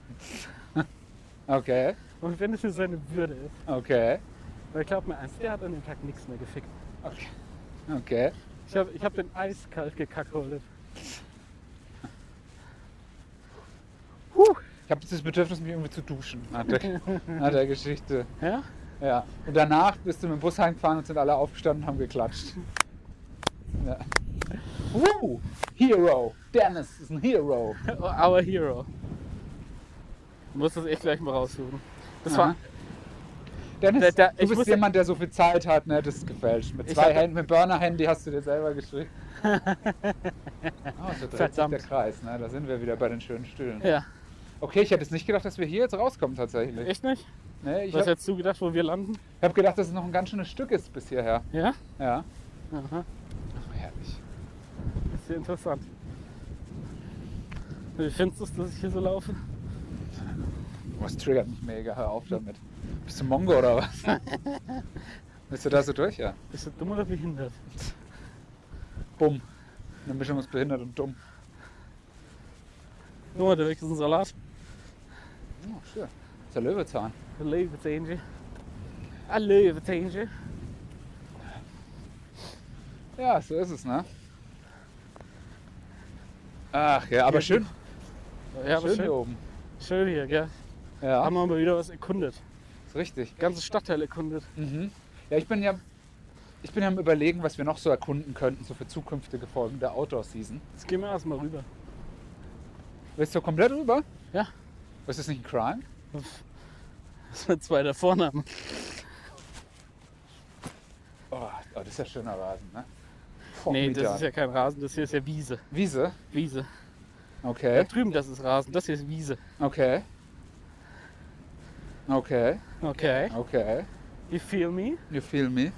B: Okay.
C: Und wenn es für seine Würde ist.
B: Okay.
C: Weil glaub mir eins, der hat an dem Tag nichts mehr gefickt.
B: Okay. Okay.
C: Ich habe ich hab den eiskalt gekackholdet. Huh.
B: Ich habe das Bedürfnis, mich irgendwie zu duschen nach der, nach der Geschichte.
C: Ja?
B: Ja. Und danach bist du mit dem Bus heimgefahren und sind alle aufgestanden und haben geklatscht. Ja. Woo! Hero! Dennis ist ein Hero!
C: Our Hero. Muss das echt gleich mal raussuchen. Das
B: Aha.
C: war,
B: Dennis,
C: Da- da-
B: du
C: ich
B: bist
C: muss-
B: jemand, der so viel Zeit hat, ne? Das ist gefälscht. Mit
C: Ich
B: zwei
C: hab-
B: Händen, mit Burner-Handy hast du dir selber geschrieben. oh, so dreht sich
C: Verdammt.
B: der Kreis, ne? Da sind wir wieder bei den schönen Stühlen.
C: ja,
B: Okay, ich hätte es nicht gedacht, dass wir hier jetzt rauskommen tatsächlich.
C: echt nicht?
B: nee, ich
C: Was
B: habe
C: hättest du gedacht, wo wir landen?
B: hab gedacht, dass es noch ein ganz schönes Stück ist bis hierher.
C: Ja?
B: Ja.
C: Aha,
B: Herrlich.
C: das ist ja interessant. Wie findest du es, dass ich hier so laufe?
B: Boah, das triggert mich mega. Hör auf damit. Bist du Mongo oder was? Bist du da so durch? Ja.
C: Bist du dumm oder behindert?
B: Bumm. Eine Mischung aus behindert und dumm.
C: Guck mal, der Weg ist ein Salat.
B: Oh, schön. Das ist der Löwezahn.
C: Ein Löwenzähnchen. Ein Löwenzähnchen.
B: Ja, so ist es, ne? Ach ja, aber
C: Ja,
B: schön,
C: Ja, aber
B: schön hier
C: schön,
B: oben.
C: schön hier, gell?
B: Ja,
C: Haben wir mal wieder was erkundet.
B: ist richtig.
C: Ganze Stadtteil erkundet.
B: Mhm. Ja, ich bin ja, ich bin ja am überlegen, was wir noch so erkunden könnten, so für zukünftige Folgen der Outdoor-Season.
C: Jetzt gehen wir erstmal rüber.
B: Willst du komplett rüber?
C: Ja.
B: Ist das nicht ein Crime?
C: Das ist mein zweiter Vorname.
B: Oh, oh, das ist ja schöner Rasen, ne?
C: nee, das
B: Formidabel.
C: ist ja kein Rasen, das hier ist ja Wiese.
B: Wiese.
C: Wiese. Da
B: Okay,
C: drüben, das ist Rasen, das hier ist Wiese.
B: okay. Okay,
C: Okay.
B: okay.
C: You feel me?
B: You feel me?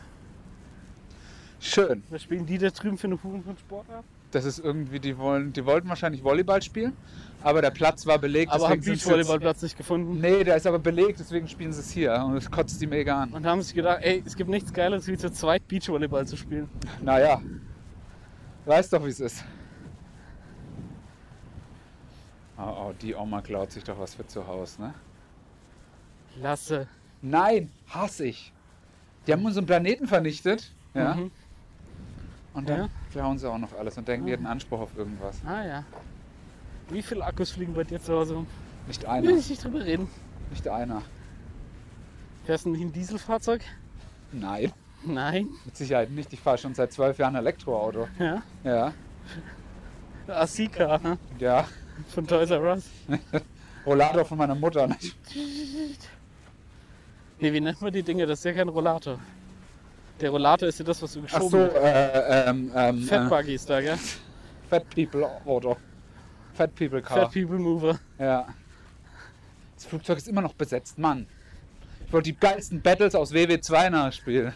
B: Schön.
C: Was spielen die da drüben für eine Hurenhund-Sportart?
B: Das ist irgendwie, die wollen, die wollten wahrscheinlich Volleyball spielen, aber der Platz war belegt.
C: Aber haben
B: deswegen sind's
C: Beachvolleyballplatz nicht gefunden.
B: Jetzt, nee, der ist aber belegt, deswegen spielen sie es hier und es kotzt die mega an.
C: Und haben sich gedacht, ey, es gibt nichts Geileres, wie zu zweit Beachvolleyball zu spielen.
B: Naja, weiß doch, wie es ist. Oh, oh, die Oma klaut sich doch was für zu Hause, ne?
C: Klasse.
B: Nein, hasse ich. Die haben unseren Planeten vernichtet, ja?
C: Mhm.
B: Und dann
C: Ja.
B: klauen sie auch noch alles und denken, die hätten Anspruch auf irgendwas.
C: Ah ja. Wie viele Akkus fliegen bei dir zu Hause um?
B: Nicht
C: Will
B: einer,
C: ich nicht drüber reden.
B: nicht einer.
C: Fährst du nicht ein Dieselfahrzeug?
B: Nein,
C: Nein.
B: mit Sicherheit nicht. Ich fahre schon seit zwölf Jahren Elektroauto.
C: Ja.
B: Ja,
C: Asika ne?
B: ja.
C: von Toys R Us.
B: Rollator von meiner Mutter. Ne?
C: Nee, wie nennt man die Dinge? Das ist ja kein Rollator. Der Rollator ist ja das, was du
B: Ach
C: geschoben
B: so,
C: hast.
B: äh, ähm, ähm,
C: Fat
B: äh,
C: Buggy ist da, gell?
B: Fat People Auto. Fat People Car.
C: Fat People Mover.
B: Ja. Das Flugzeug ist immer noch besetzt, Mann. Ich wollte die geilsten Battles aus WW2 nachspielen.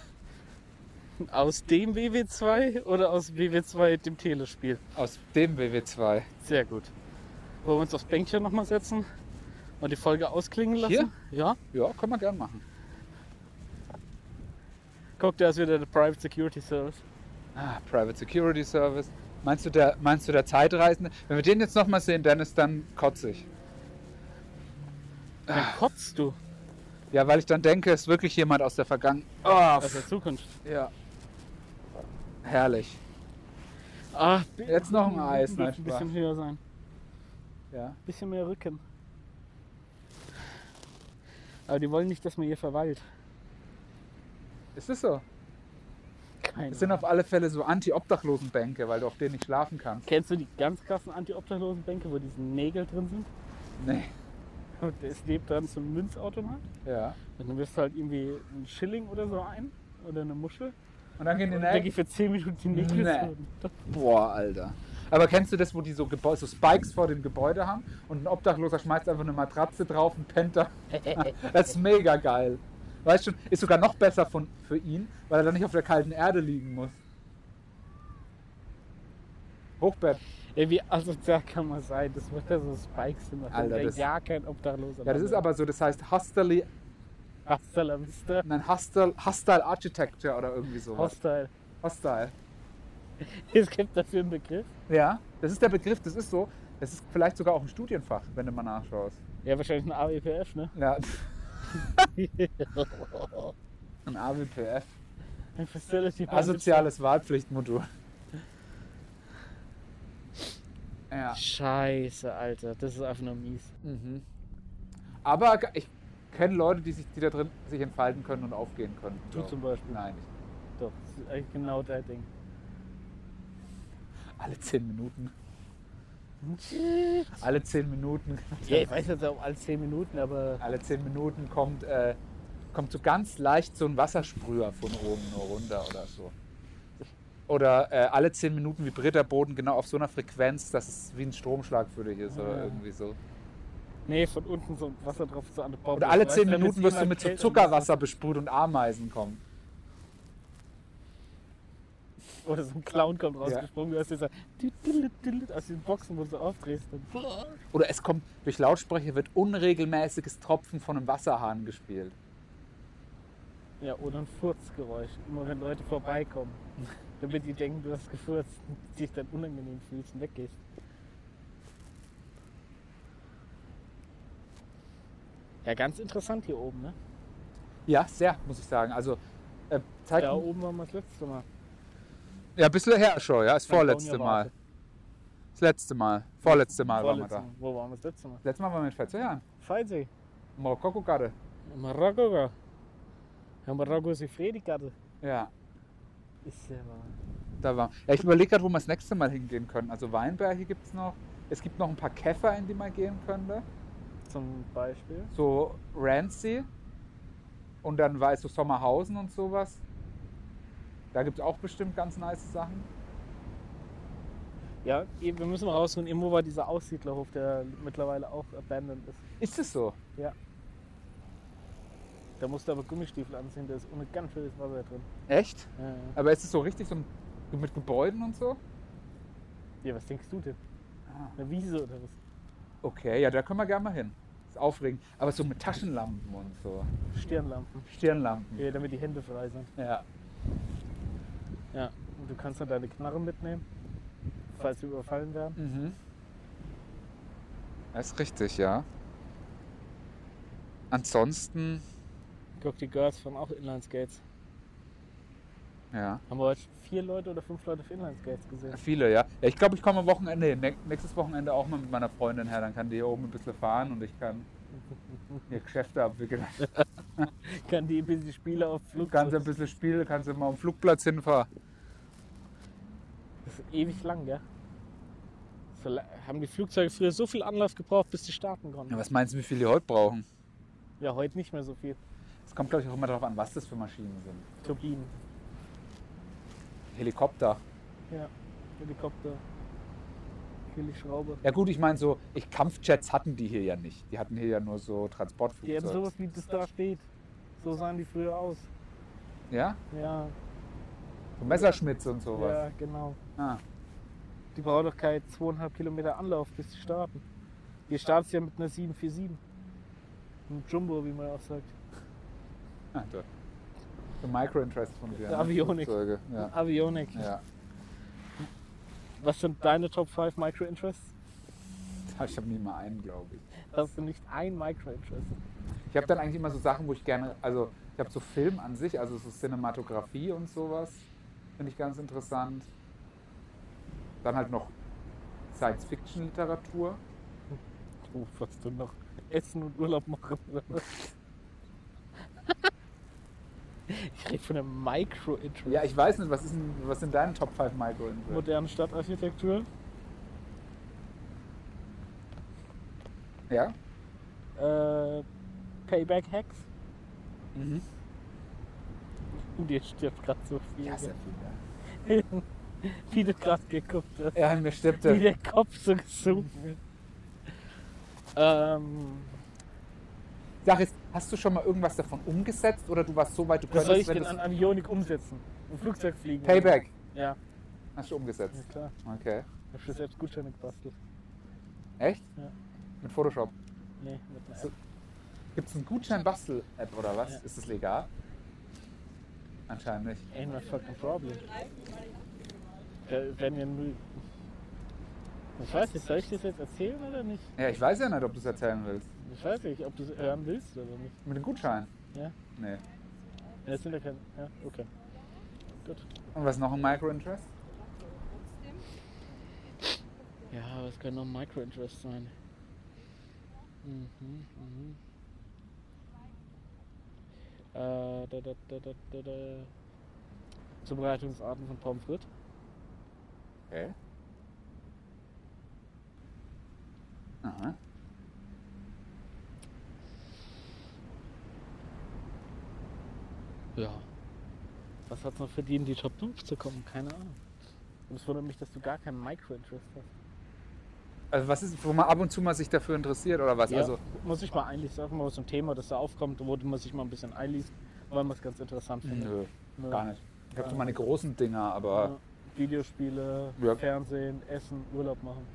C: Aus dem WW2 oder aus WW2 dem Telespiel?
B: Aus dem WW2.
C: Sehr gut. Wollen wir uns aufs Bänkchen nochmal setzen und die Folge ausklingen lassen?
B: Hier?
C: Ja.
B: Ja, können wir gern machen.
C: Guck, da ist wieder der Private Security Service.
B: Ah, Private Security Service. Meinst du der, meinst du der Zeitreisende? Wenn wir den jetzt nochmal sehen, Dennis, dann kotze ich. Ah.
C: Dann kotzt du
B: Ja, weil ich dann denke, es ist wirklich jemand aus der Vergangenheit. Oh,
C: aus der Zukunft.
B: ja. Herrlich.
C: Ah,
B: Jetzt noch ein Eis, nein,
C: Ein
B: Spaß.
C: bisschen höher sein.
B: Ja.
C: Ein bisschen mehr Rücken. Aber die wollen nicht, dass man hier verweilt.
B: Ist es so?
C: Keine
B: Es sind auf alle Fälle so Anti-Obdachlosen-Bänke, weil du auf denen nicht schlafen kannst.
C: Kennst du die ganz krassen Anti-Obdachlosen-Bänke, wo diese Nägel drin sind?
B: Nee.
C: Und es lebt dann zum Münzautomat.
B: Ja.
C: Und dann wirst du halt irgendwie einen Schilling oder so ein oder eine Muschel.
B: Und dann gehen die
C: Und dann
B: Nägel.
C: geh für 10 Minuten die Nägel
B: Nee.
C: zu. Doch.
B: Boah, Alter. Aber kennst du das, wo die so, Gebäu so Spikes vor dem Gebäude haben und ein Obdachloser schmeißt einfach eine Matratze drauf und pennt da? Das ist mega geil. Weißt schon, ist sogar noch besser von, für ihn, weil er dann nicht auf der kalten Erde liegen muss. Hochbett.
C: Ey, wie asozial kann man sein? Das macht ja so Spikes sind. Das
B: Alter,
C: Alter,
B: das-
C: das ja kein Obdachloser.
B: Ja, das ist aber so, das heißt Hostile,
C: Hasta la vista.
B: nein, Hostile, Hostile Architecture oder irgendwie sowas.
C: Hostile.
B: Hostile.
C: Es gibt dafür einen Begriff.
B: Ja, das ist der Begriff, das ist so. Das ist vielleicht sogar auch ein Studienfach, wenn du mal nachschaust.
C: Ja, wahrscheinlich ein AWPF, ne?
B: Ja. Ein AWPF.
C: Ein Facility
B: Asoziales Wahlpflichtmodul. Ja.
C: Scheiße, Alter. Das ist einfach nur mies.
B: Mhm. Aber ge- ich kenne Leute, die sich, die da drin sich entfalten können und aufgehen können.
C: Du
B: glaub.
C: zum Beispiel.
B: Nein, ich,
C: Doch, das ist eigentlich genau dein Ding.
B: alle zehn Minuten. Alle zehn Minuten,
C: Ja, ich weiß jetzt auch alle 10 Minuten, aber
B: alle zehn Minuten kommt, äh, kommt so ganz leicht so ein Wassersprüher von oben nur runter oder so. Oder äh, alle zehn Minuten vibriert der Boden genau auf so einer Frequenz, dass es wie ein Stromschlag für dich ist oder
C: Ah.
B: irgendwie so.
C: nee, von unten so Wasser drauf so an der Bombe.
B: Oder alle
C: Weißt
B: zehn
C: du, wenn
B: Minuten
C: jetzt
B: wirst du
C: jemand
B: mit so
C: hält und
B: Zuckerwasser besprüht und Ameisen kommen.
C: das- Oder so ein Clown kommt rausgesprungen, du hast dieser aus diesen Boxen, wo du so aufdrehst. Und
B: Oder es kommt, durch Lautsprecher wird unregelmäßiges Tropfen von einem Wasserhahn gespielt.
C: Ja, oder ein Furzgeräusch. Immer wenn Leute vorbeikommen. Damit die denken, du hast gefurzt und dich dann unangenehm fühlst und weggehst. Ja, ganz interessant hier oben, ne?
B: Ja, sehr, muss ich sagen. Also, äh, zeig
C: Da
B: ja,
C: oben waren wir das letzte Mal.
B: ja, ein bisschen her schon, ja, das
C: Dann
B: vorletzte
C: bauen wir
B: Mal.
C: Warte.
B: Das letzte Mal, vorletzte Mal
C: Vorletzte
B: waren wir da.
C: Mal. Wo waren wir das letzte Mal?
B: Das letzte Mal waren wir mit 14 Jahren.
C: Freisee.
B: Marokko gerade.
C: Marokko. gell? Ja, Marokko ist die Fredigarte.
B: Ja,
C: Ist ja wahr.
B: da war. Ja, ich überlege gerade, wo wir das nächste Mal hingehen können. Also Weinberge gibt es noch. Es gibt noch ein paar Käfer, in die man gehen könnte.
C: Zum Beispiel.
B: So Rancy. Und dann war es so Sommerhausen und sowas. Da gibt es auch bestimmt ganz nice Sachen.
C: Ja, eh, wir müssen mal rausholen. Irgendwo war dieser Aussiedlerhof, der mittlerweile auch abandoned ist.
B: Ist es so?
C: Da musst du aber Gummistiefel anziehen, da ist ohne ganz schönes Wasser drin.
B: Echt?
C: Ja,
B: Aber ist es so richtig so ein- mit Gebäuden und so?
C: was denkst du denn?
B: Ah.
C: Eine Wiese oder was?
B: Okay, ja, da können wir gerne mal hin. Ist aufregend. Aber so mit Taschenlampen und so.
C: Stirnlampen.
B: Stirnlampen.
C: Ja, damit die Hände frei sind.
B: Ja.
C: Ja. Und du kannst dann deine Knarre mitnehmen, falls wir überfallen werden.
B: Mhm. Das ist richtig, ja. Ansonsten,
C: Guck, die Girls fahren auch Inlineskates.
B: ja.
C: Haben wir heute vier Leute oder fünf Leute auf Inlineskates gesehen?
B: Viele, ja. ja ich glaube, ich komme am Wochenende, hin. Ne- nächstes Wochenende auch mal mit meiner Freundin her. Dann kann die hier oben ein bisschen fahren und ich kann ihr Geschäfte abwickeln.
C: Kann die ein bisschen Spiele auf
B: Du
C: Flug
B: kannst ein bisschen spielen, kannst immer am Flugplatz hinfahren.
C: Das ist ewig lang, gell? So, la- haben die Flugzeuge früher so viel Anlauf gebraucht, bis sie starten konnten?
B: Ja, was meinst du, wie viel die heute brauchen?
C: Ja, heute nicht mehr so viel.
B: Es kommt, glaube ich, auch immer darauf an, was das für Maschinen sind.
C: Turbinen,
B: Helikopter.
C: Helikopter, Helischraube.
B: Ja gut, ich meine so, ich, Kampfjets hatten die hier ja nicht. Die hatten hier ja nur so
C: Die haben
B: Transportflugzeuge.
C: sowas wie das da steht. So sahen die früher aus.
B: Ja?
C: Ja,
B: So Messerschmitz und sowas.
C: ja genau.
B: Ah.
C: Die brauchen doch keine zweieinhalb Kilometer Anlauf, bis sie starten. Ihr startet ja mit einer 747. Ein Jumbo, wie man auch sagt.
B: Ah, toll. So Micro-Interest von dir. ne?
C: Avionik.
B: Flugzeuge, Ja.
C: Ein Avionik.
B: ja.
C: Was sind deine Top 5 Micro-Interests?
B: Ich habe nie mal einen, glaube ich.
C: Hast du nicht ein Micro-Interest?
B: Ich habe dann eigentlich immer so Sachen, wo ich gerne, also ich habe so Film an sich, also so Cinematografie und sowas, finde ich ganz interessant. Dann halt noch Science-Fiction-Literatur.
C: Oh, was du noch Essen und Urlaub machen oder was? Ich rede von einem Micro-Interest.
B: Ja, ich weiß nicht, was, ist denn, was sind deine Top 5 Micro-Interests?
C: Moderne Stadtarchitektur.
B: Ja?
C: äh, Payback-Hacks.
B: Mhm.
C: Und ihr stirbt gerade so viel.
B: Ja, sehr viel. Ja.
C: Wie du gerade geguckt hast.
B: Ja, mir stirbt
C: Wie
B: der.
C: der Kopf so gesunken wird. Ähm,
B: Sag jetzt, hast du schon mal irgendwas davon umgesetzt oder du warst so weit, du
C: was soll ich
B: könntest, wenn
C: denn an
B: das
C: Avionik umsetzen? Ein Flugzeug fliegen?
B: Payback
C: Ja,
B: hast du
C: ja
B: umgesetzt?
C: klar.
B: Okay.
C: Ich hab schon selbst Gutscheine gebastelt.
B: Echt?
C: Ja.
B: Mit Photoshop.
C: Nee, mit einer
B: So-
C: App.
B: Gibt es einen Gutschein-Bastel-App oder was?
C: Ja.
B: Ist das legal? Anscheinend nicht.
C: Ain't my fucking problem. Äh, Da werden wir null. Ich weiß nicht, soll ich das jetzt erzählen oder nicht?
B: Ja, ich weiß ja nicht, ob du es erzählen willst.
C: Ich weiß nicht, ob du es hören willst oder nicht.
B: Mit dem Gutschein?
C: Ja.
B: Nee.
C: Ja, Das sind ja keine. Ja, okay.
B: Und was noch ein Micro-Interest?
C: Ja, was kann noch ein Microinterest sein? Mhm, mhm. Äh, da, da, da, da, da, da. Zubereitungsarten von Pommes frites.
B: Okay. Aha.
C: Ja. Was hat's noch verdient, die Top 5 zu kommen? Keine Ahnung. Und es wundert mich, dass du gar keinen Micro-Interest hast.
B: Also was ist, wo man ab und zu mal sich dafür interessiert oder was?
C: Ja,
B: Also
C: muss ich mal einlesen, einfach mal so ein Thema, das da aufkommt, wo man sich mal ein bisschen einliest, weil man es ganz interessant findet.
B: nö,
C: Mhm. Nö.
B: gar nicht. Ich habe so meine großen Dinger, aber
C: Ja. Videospiele,
B: Ja.
C: Fernsehen, Essen, Urlaub machen.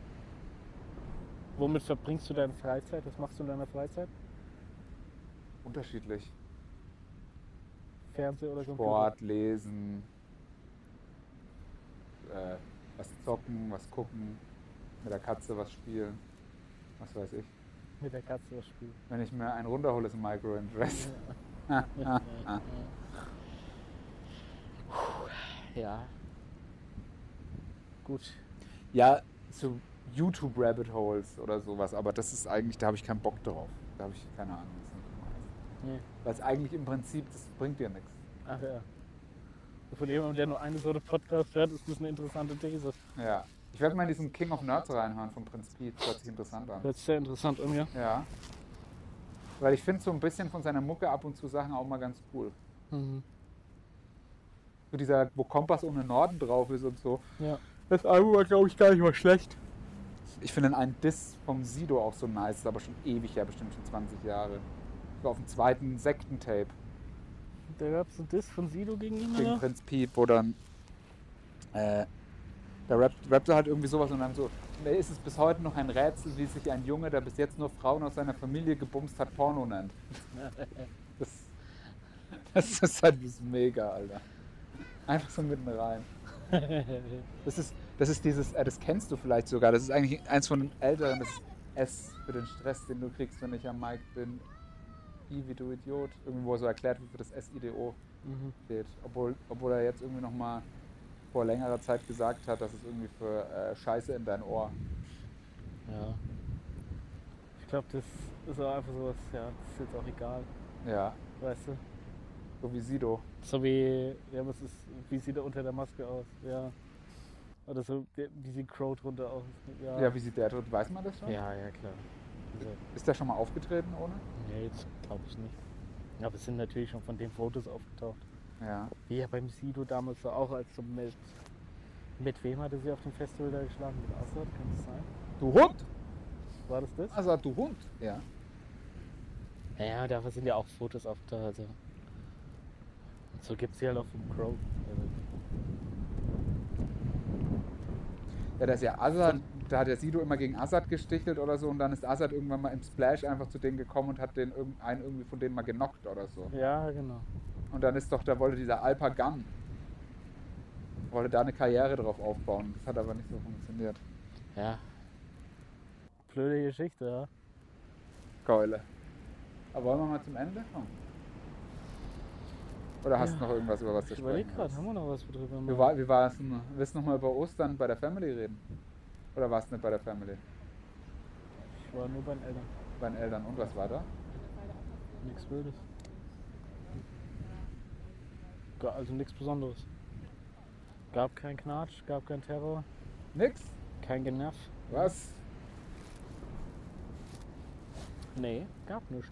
C: Womit verbringst du deine Freizeit? Was machst du in deiner Freizeit?
B: unterschiedlich.
C: Fernsehen oder Computer?
B: Sport, lesen, äh, was zocken, was gucken, mit der Katze was spielen, was weiß ich.
C: Mit der Katze das Spiel.
B: Wenn ich mir einen runterhole, ist ein Micro-Interest.
C: Ja. Gut.
B: Ja, zu YouTube-Rabbit-Holes oder sowas, aber das ist eigentlich, da habe ich keinen Bock drauf. Da habe ich keine Ahnung. was das heißt.
C: Nee.
B: Weil es eigentlich im Prinzip, das bringt dir nichts.
C: Ach ja. Von jemandem, der nur eine Sorte Podcast hört, ist das eine interessante These.
B: Ja. Ich werde mal in diesen King of Nerds reinhören von Prinz Pete. Das hört sich interessant an.
C: Hört sich sehr interessant an, ja.
B: Ja. Weil ich finde so ein bisschen von seiner Mucke ab und zu Sachen auch mal ganz cool. So dieser, wo Kompass ohne Norden drauf ist und so.
C: Ja.
B: Das Album war, glaube ich, gar nicht mal schlecht. Ich finde den einen Diss vom Sido auch so nice, ist aber schon ewig her, bestimmt schon 20 Jahre. So auf dem zweiten Sektentape
C: Da gab es einen Diss von Sido gegen ihn,
B: gegen
C: oder?
B: Prinz Piep, wo dann äh, da rappt, rappt er halt irgendwie sowas und dann so, mir ist es bis heute noch ein Rätsel, wie sich ein Junge, der bis jetzt nur Frauen aus seiner Familie gebumst hat, Porno nennt. Das, das ist halt das ist mega, Alter. Einfach so mitten rein. Das ist, das ist dieses, äh, das kennst du vielleicht sogar, das ist eigentlich eins von den älteren, das ist S für den Stress, den du kriegst, wenn ich am Mic bin. I wie du Idiot. Irgendwo so erklärt wird, für das SIDO
C: Mhm.
B: steht. Obwohl, obwohl er jetzt irgendwie nochmal vor längerer Zeit gesagt hat, dass es irgendwie für äh, Scheiße in dein Ohr.
C: Ja. Ich glaube, das ist auch einfach sowas, ja, das ist jetzt auch egal,
B: Ja,
C: weißt du?
B: so wie Sido.
C: So wie, ja, was ist, wie sieht er unter der Maske aus? Ja. Oder so, der- wie sieht Crow drunter aus? Ja,
B: Ja, wie sieht der drin? Weiß man das schon?
C: ja, ja, klar.
B: Ist der schon mal aufgetreten ohne?
C: Ja, jetzt glaube ich nicht. Aber es sind natürlich schon von den Fotos aufgetaucht.
B: Ja.
C: Wie ja beim Sido damals so auch als so mit. Mit wem hatte sie auf dem Festival da geschlagen? Mit Assad, kann das sein?
B: Du Hund!
C: War das das?
B: Also du Hund! Ja.
C: Naja, dafür sind ja auch Fotos auf da. Also. So gibt es ja halt auch vom Crow.
B: Ja, das ist ja Assad, da hat der Sido immer gegen Assad gestichelt oder so und dann ist Assad irgendwann mal im Splash einfach zu denen gekommen und hat den irgendeinen irgendwie von denen mal genockt oder so.
C: Ja, genau.
B: Und dann ist doch, da wollte dieser Alpagan, wollte da eine Karriere drauf aufbauen. Das hat aber nicht so funktioniert.
C: Ja. Blöde Geschichte, ja.
B: Keule. Aber wollen wir mal zum Ende kommen? Oder hast du
C: Ja.
B: noch irgendwas, über was du
C: Ich überlege
B: sprechen
C: gerade,
B: willst?
C: haben wir noch was drüber?
B: Wie war, wie war es denn? Willst du nochmal über Ostern bei der Family reden? Oder warst du nicht bei der Family?
C: Ich war nur bei den Eltern.
B: Bei den Eltern und was war da?
C: Nichts Wildes. Ga- Also nichts Besonderes. Gab keinen Knatsch, gab keinen Terror,
B: Nix?
C: kein Generv.
B: Was?
C: Nee, gab nichts.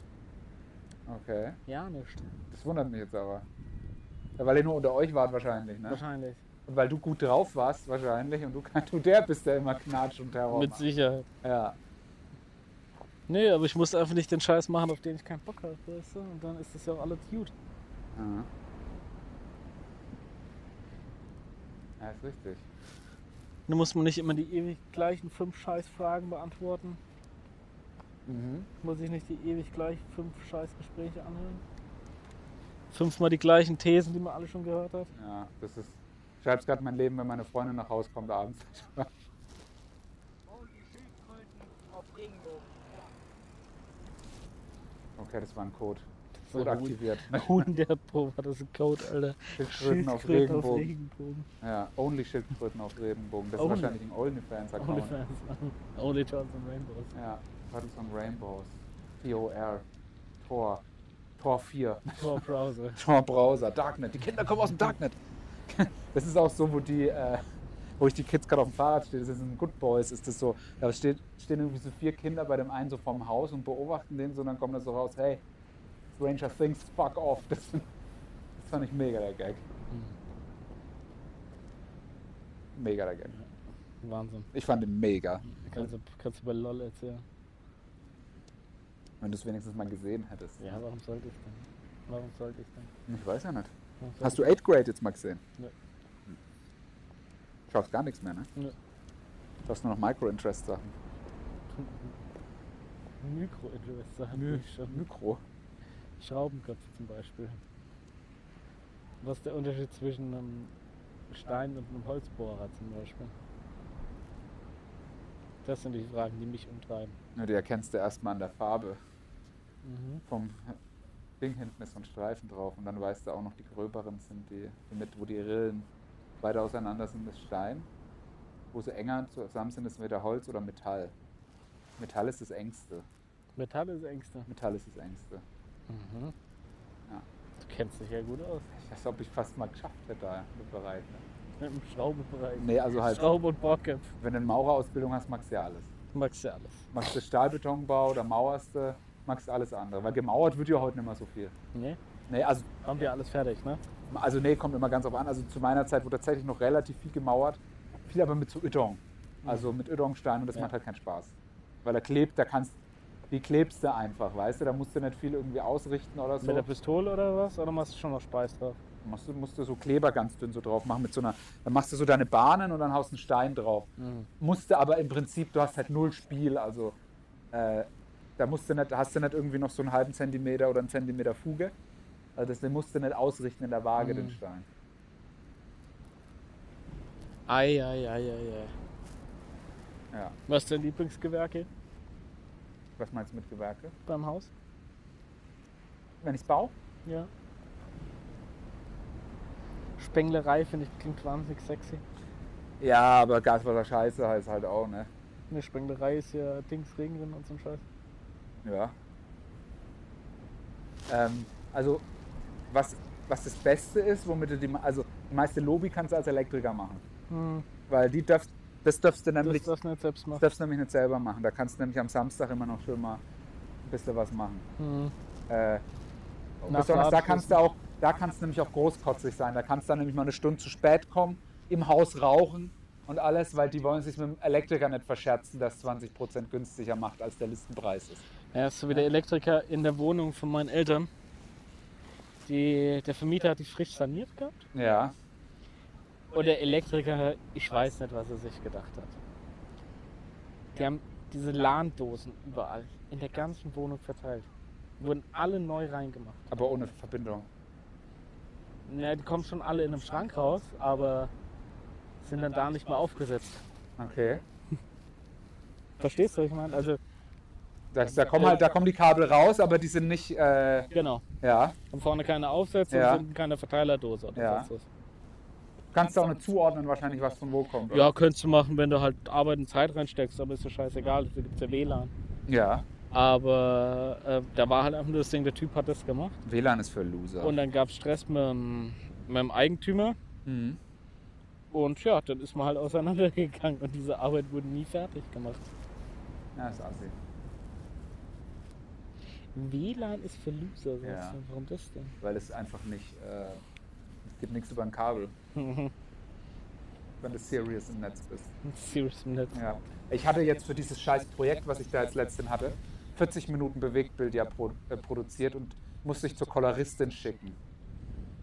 B: Okay.
C: Ja, nichts.
B: Das wundert mich jetzt aber. Ja, weil ihr nur unter euch wart wahrscheinlich, ne?
C: Wahrscheinlich.
B: Und weil du gut drauf warst wahrscheinlich und du, kein- du der bist, der immer Knatsch und Terror
C: Mit
B: macht.
C: Sicherheit.
B: Ja.
C: Nee, aber ich musste einfach nicht den Scheiß machen, auf den ich keinen Bock habe, weißt du? Und dann ist das ja auch alles gut.
B: Mhm. Ja, ist richtig.
C: Dann muss man nicht immer die ewig gleichen fünf Scheißfragen beantworten.
B: Mhm.
C: Muss ich nicht die ewig gleich fünf Scheißgespräche anhören? Fünfmal die gleichen Thesen, die man alle schon gehört hat?
B: Ja, das ist. Ich schreib's gerade mein Leben, wenn meine Freundin nach Hause kommt abends.
D: Bauen die Schildkröten auf Regenbogen.
B: Okay, das war ein Code.
C: war
B: Code
C: ein Hut.
B: aktiviert.
C: 100 Pro war das ein Code, Alter.
B: Schildkröten auf
C: Schildkröte
B: Regenbogen.
C: Regenbogen.
B: Ja, only Schildkröten auf Regenbogen. Das
C: Only.
B: ist wahrscheinlich ein
C: Only
B: OnlyFans-Account.
C: Fans. Only Chance and Rainbows.
B: Ja, Turtles on Rainbows. TOR. Tor. Tor 4.
C: Tor Browser.
B: Tor Browser. Darknet. Die Kinder kommen aus dem Darknet. Das ist auch so, wo die, äh, wo ich die Kids gerade auf dem Fahrrad stehe, das ist in Good Boys, ist das so, da steht, stehen irgendwie so vier Kinder bei dem einen so vorm Haus und beobachten den so und dann kommen da so raus, hey, Stranger Things, fuck off. Das, das fand ich mega der Gag.
C: Hm.
B: Mega der Gag.
A: Wahnsinn.
B: Ich fand den mega.
A: Kannst du, kannst du bei LOL erzählen?
B: Wenn du es wenigstens mal gesehen hättest.
A: Ja, warum sollte ich denn? Warum sollte ich denn?
B: Ich weiß ja nicht.
A: Warum sollte
B: Hast du 8 Grade jetzt mal gesehen?
A: Nee.
B: Hm. Schaust gar nichts mehr, ne?
A: Nee.
B: Schaust nur noch Micro-Interest-Sachen.
A: ich Mikroinvestor hatte ich schon.
B: Mikro.
A: Schraubenköpfe zum Beispiel. Was ist der Unterschied zwischen einem Stein und einem Holzbohrer zum Beispiel? Das sind die Fragen, die mich umtreiben.
B: Ja, die erkennst du erstmal an der Farbe.
A: Mhm.
B: Vom Ding hinten ist so ein Streifen drauf. Und dann weißt du auch noch, die gröberen sind die, die mit, wo die Rillen weiter auseinander sind, ist Stein. Wo sie enger zusammen sind, ist wieder Holz oder Metall. Metall ist das engste.
A: Metall ist Ängste.
B: Metall ist das engste.
A: Mhm.
B: Ja.
A: Du kennst dich ja gut aus.
B: Ich weiß, ob ich fast mal geschafft hätte, da im Bereich. Ne?
A: Mit dem Schraubenbereich.
B: Nee, also halt,
A: Schrauben und Bohrköpfe.
B: wenn du eine Maurerausbildung hast, magst du ja alles.
A: Du magst ja alles.
B: Magst du Stahlbetonbau oder mauerst du, magst du alles andere. Weil gemauert wird ja heute nicht mehr so viel.
A: Nee?
B: Nee, also
A: ne? Haben wir alles fertig, ne?
B: Also nee, kommt immer ganz auf an. Also zu meiner Zeit wurde tatsächlich noch relativ viel gemauert, viel aber mit so Ödong. Also mit Ödongstein und das
A: Mhm. Ja.
B: macht halt keinen Spaß. Weil er klebt, da kannst die klebst du einfach, weißt du, da musst du nicht viel irgendwie ausrichten oder so.
A: Mit der Pistole oder was? Oder machst du schon noch Speis drauf?
B: Musst du, musst du so Kleber ganz dünn so drauf machen mit so einer, dann machst du so deine Bahnen und dann haust einen Stein drauf.
A: Mhm.
B: Musst du aber im Prinzip, du hast halt null Spiel, also äh, da musst du nicht, hast du nicht irgendwie noch so einen halben Zentimeter oder einen Zentimeter Fuge. Also das den musst du nicht ausrichten in der Waage, den
A: Mhm.
B: Stein.
A: Ei, ei, ei, ei, ei.
B: Ja.
A: Was ist dein Lieblingsgewerke
B: Was meinst du mit Gewerke?
A: beim Haus?
B: Wenn ich es baue?
A: Ja. Spenglerei finde ich klingt wahnsinnig sexy.
B: Ja, aber Gaswasser Scheiße heißt halt auch, ne?
A: Ne, Spenglerei ist ja Dings, Regenrinnen und so ein Scheiß.
B: Ja. Ähm, also, was, was das Beste ist, womit du die, me- also die meiste Lobby kannst du als Elektriker machen.
A: Hm,
B: Weil die darfst, das darfst du
A: das
B: nämlich, das,
A: darfst du nicht selbst machen.
B: darfst du nämlich nicht selber machen. Da kannst du nämlich am Samstag immer noch schon mal ein bisschen was machen.
A: Hm.
B: Äh,
A: Nach
B: bis Donnerstag
A: Radschlüssen.
B: kannst du auch, da kannst du nämlich auch großkotzig sein. Da kannst du dann nämlich mal eine Stunde zu spät kommen, im Haus rauchen und alles, weil die wollen sich mit dem Elektriker nicht verscherzen, dass 20% günstiger macht, als der Listenpreis ist.
A: Ja, ist so wie der Elektriker in der Wohnung von meinen Eltern. Die, der Vermieter hat die frisch saniert gehabt.
B: Ja.
A: Und der Elektriker, ich weiß nicht, was er sich gedacht hat. Die haben diese LAN-Dosen überall, in der ganzen Wohnung verteilt. Wurden alle neu reingemacht.
B: Aber ohne Verbindung.
A: Ja, die kommen schon alle in einem Schrank raus, aber sind dann da nicht mehr aufgesetzt.
B: Okay.
A: Verstehst du, was ich meine? Also,
B: Da, da, kommen halt, da kommen die Kabel raus, aber die sind nicht. Äh,
A: genau.
B: ja.
A: Haben vorne keine Aufsätze
B: Ja.
A: und hinten keine Verteilerdose oder
B: Ja.
A: sonst was.
B: Kannst du auch nicht zuordnen, wahrscheinlich, was von wo kommt. oder?
A: Ja, könntest du machen, wenn du halt Arbeit und Zeit reinsteckst, aber ist ja scheißegal, dafür gibt's ja WLAN.
B: ja.
A: Aber äh, da war halt einfach nur das Ding, der Typ hat das gemacht.
B: WLAN ist für Loser.
A: Und dann gab's Stress mit, dem- mit dem Eigentümer.
B: mhm.
A: Und ja, dann ist man halt auseinandergegangen und diese Arbeit wurde nie fertig gemacht.
B: Ja, ist assi.
A: WLAN ist für Loser, sagst
B: Ja.
A: du. Warum das denn?
B: Weil es einfach nicht. Äh, es gibt nichts über ein Kabel, wenn du serious im Netz bist.
A: Serious im Netz.
B: Ja. Ich hatte jetzt für dieses scheiß Projekt, was ich da als letzten hatte, 40 Minuten Bewegtbild ja pro, äh, produziert und musste ich zur Koloristin schicken.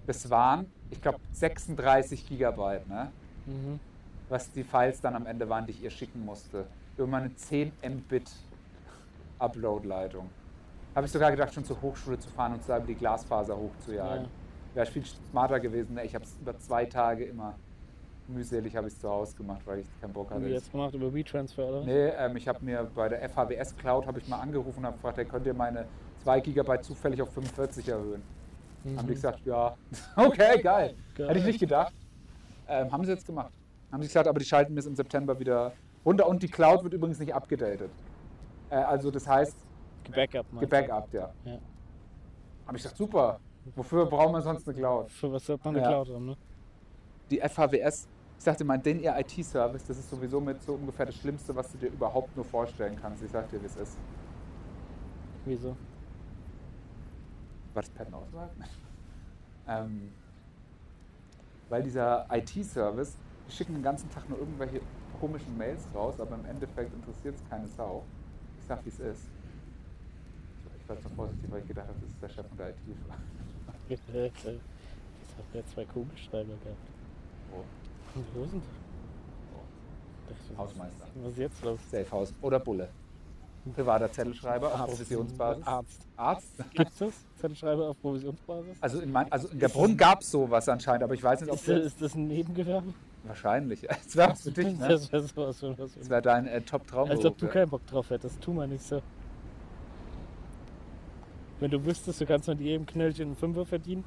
B: Das waren, ich glaube, 36 Gigabyte, ne?
A: Mhm.
B: was die Files dann am Ende waren, die ich ihr schicken musste. Über meine 10 Mbit Upload-Leitung. Habe ich sogar gedacht, schon zur Hochschule zu fahren und da über die Glasfaser hochzujagen.
A: Ja.
B: Wäre ich viel smarter gewesen. ne? Ich habe es über zwei Tage immer mühselig habe ich zu Hause gemacht, weil ich keinen Bock
A: Haben
B: hatte.
A: wir jetzt gemacht über WeTransfer oder? was?
B: Nee, ähm, ich habe mir bei der FHWS Cloud habe ich mal angerufen und habe gefragt, hey, könnt ihr meine 2 GB zufällig auf 45 erhöhen? Haben die gesagt, ja, okay, geil.
A: Mhm. Geil.
B: Hätte ich nicht gedacht. Ähm, haben sie jetzt gemacht. Haben sie gesagt, aber die schalten bis im September wieder runter und die Cloud wird übrigens nicht abgedatet. Äh, also das heißt,
A: Gebackup, meinst du?
B: gebackupt, ja.
A: Ja.
B: Habe ich gesagt, super. Wofür brauchen wir sonst eine Cloud?
A: Für was hat man eine
B: Ja.
A: Cloud haben, ne?
B: Die FHWS Ich sagte mal, E denn ihr IT-Service, das ist sowieso mit so ungefähr das Schlimmste, was du dir überhaupt nur vorstellen kannst. Ich sag dir, wie es ist.
A: Wieso?
B: War das Pattern auswahl? ähm, weil dieser IT-Service, die schicken den ganzen Tag nur irgendwelche komischen Mails raus, aber im Endeffekt interessiert es keine Sau. Ich sag, wie es ist. Ich war zu vorsichtig, weil ich gedacht habe, das ist der Chef von der IT.
A: das Äh, hat ja zwei Kugelschreiber gehabt.
B: Oh,
A: Und Hosen.
B: ist- Hausmeister.
A: Was ist jetzt los?
B: Safehouse oder Bulle. Privater Zettelschreiber auf Provisionsbasis.
A: Arzt.
B: Arzt.
A: Gibt's das? Zettelschreiber auf Provisionsbasis?
B: Also in, mein, also in Gabrunn gab es sowas anscheinend, aber ich weiß nicht, ob
A: Ist das,
B: das...
A: ist das ein Nebengewerbe?
B: Wahrscheinlich. Es wäre für dich, ne?
A: Das wäre sowas von was.
B: Das wäre dein äh, Top-Traum.
A: Als ob du keinen Bock drauf hättest. Tu mal nicht so. Wenn du wüsstest, du kannst mit jedem Knöllchen einen Fünfer verdienen.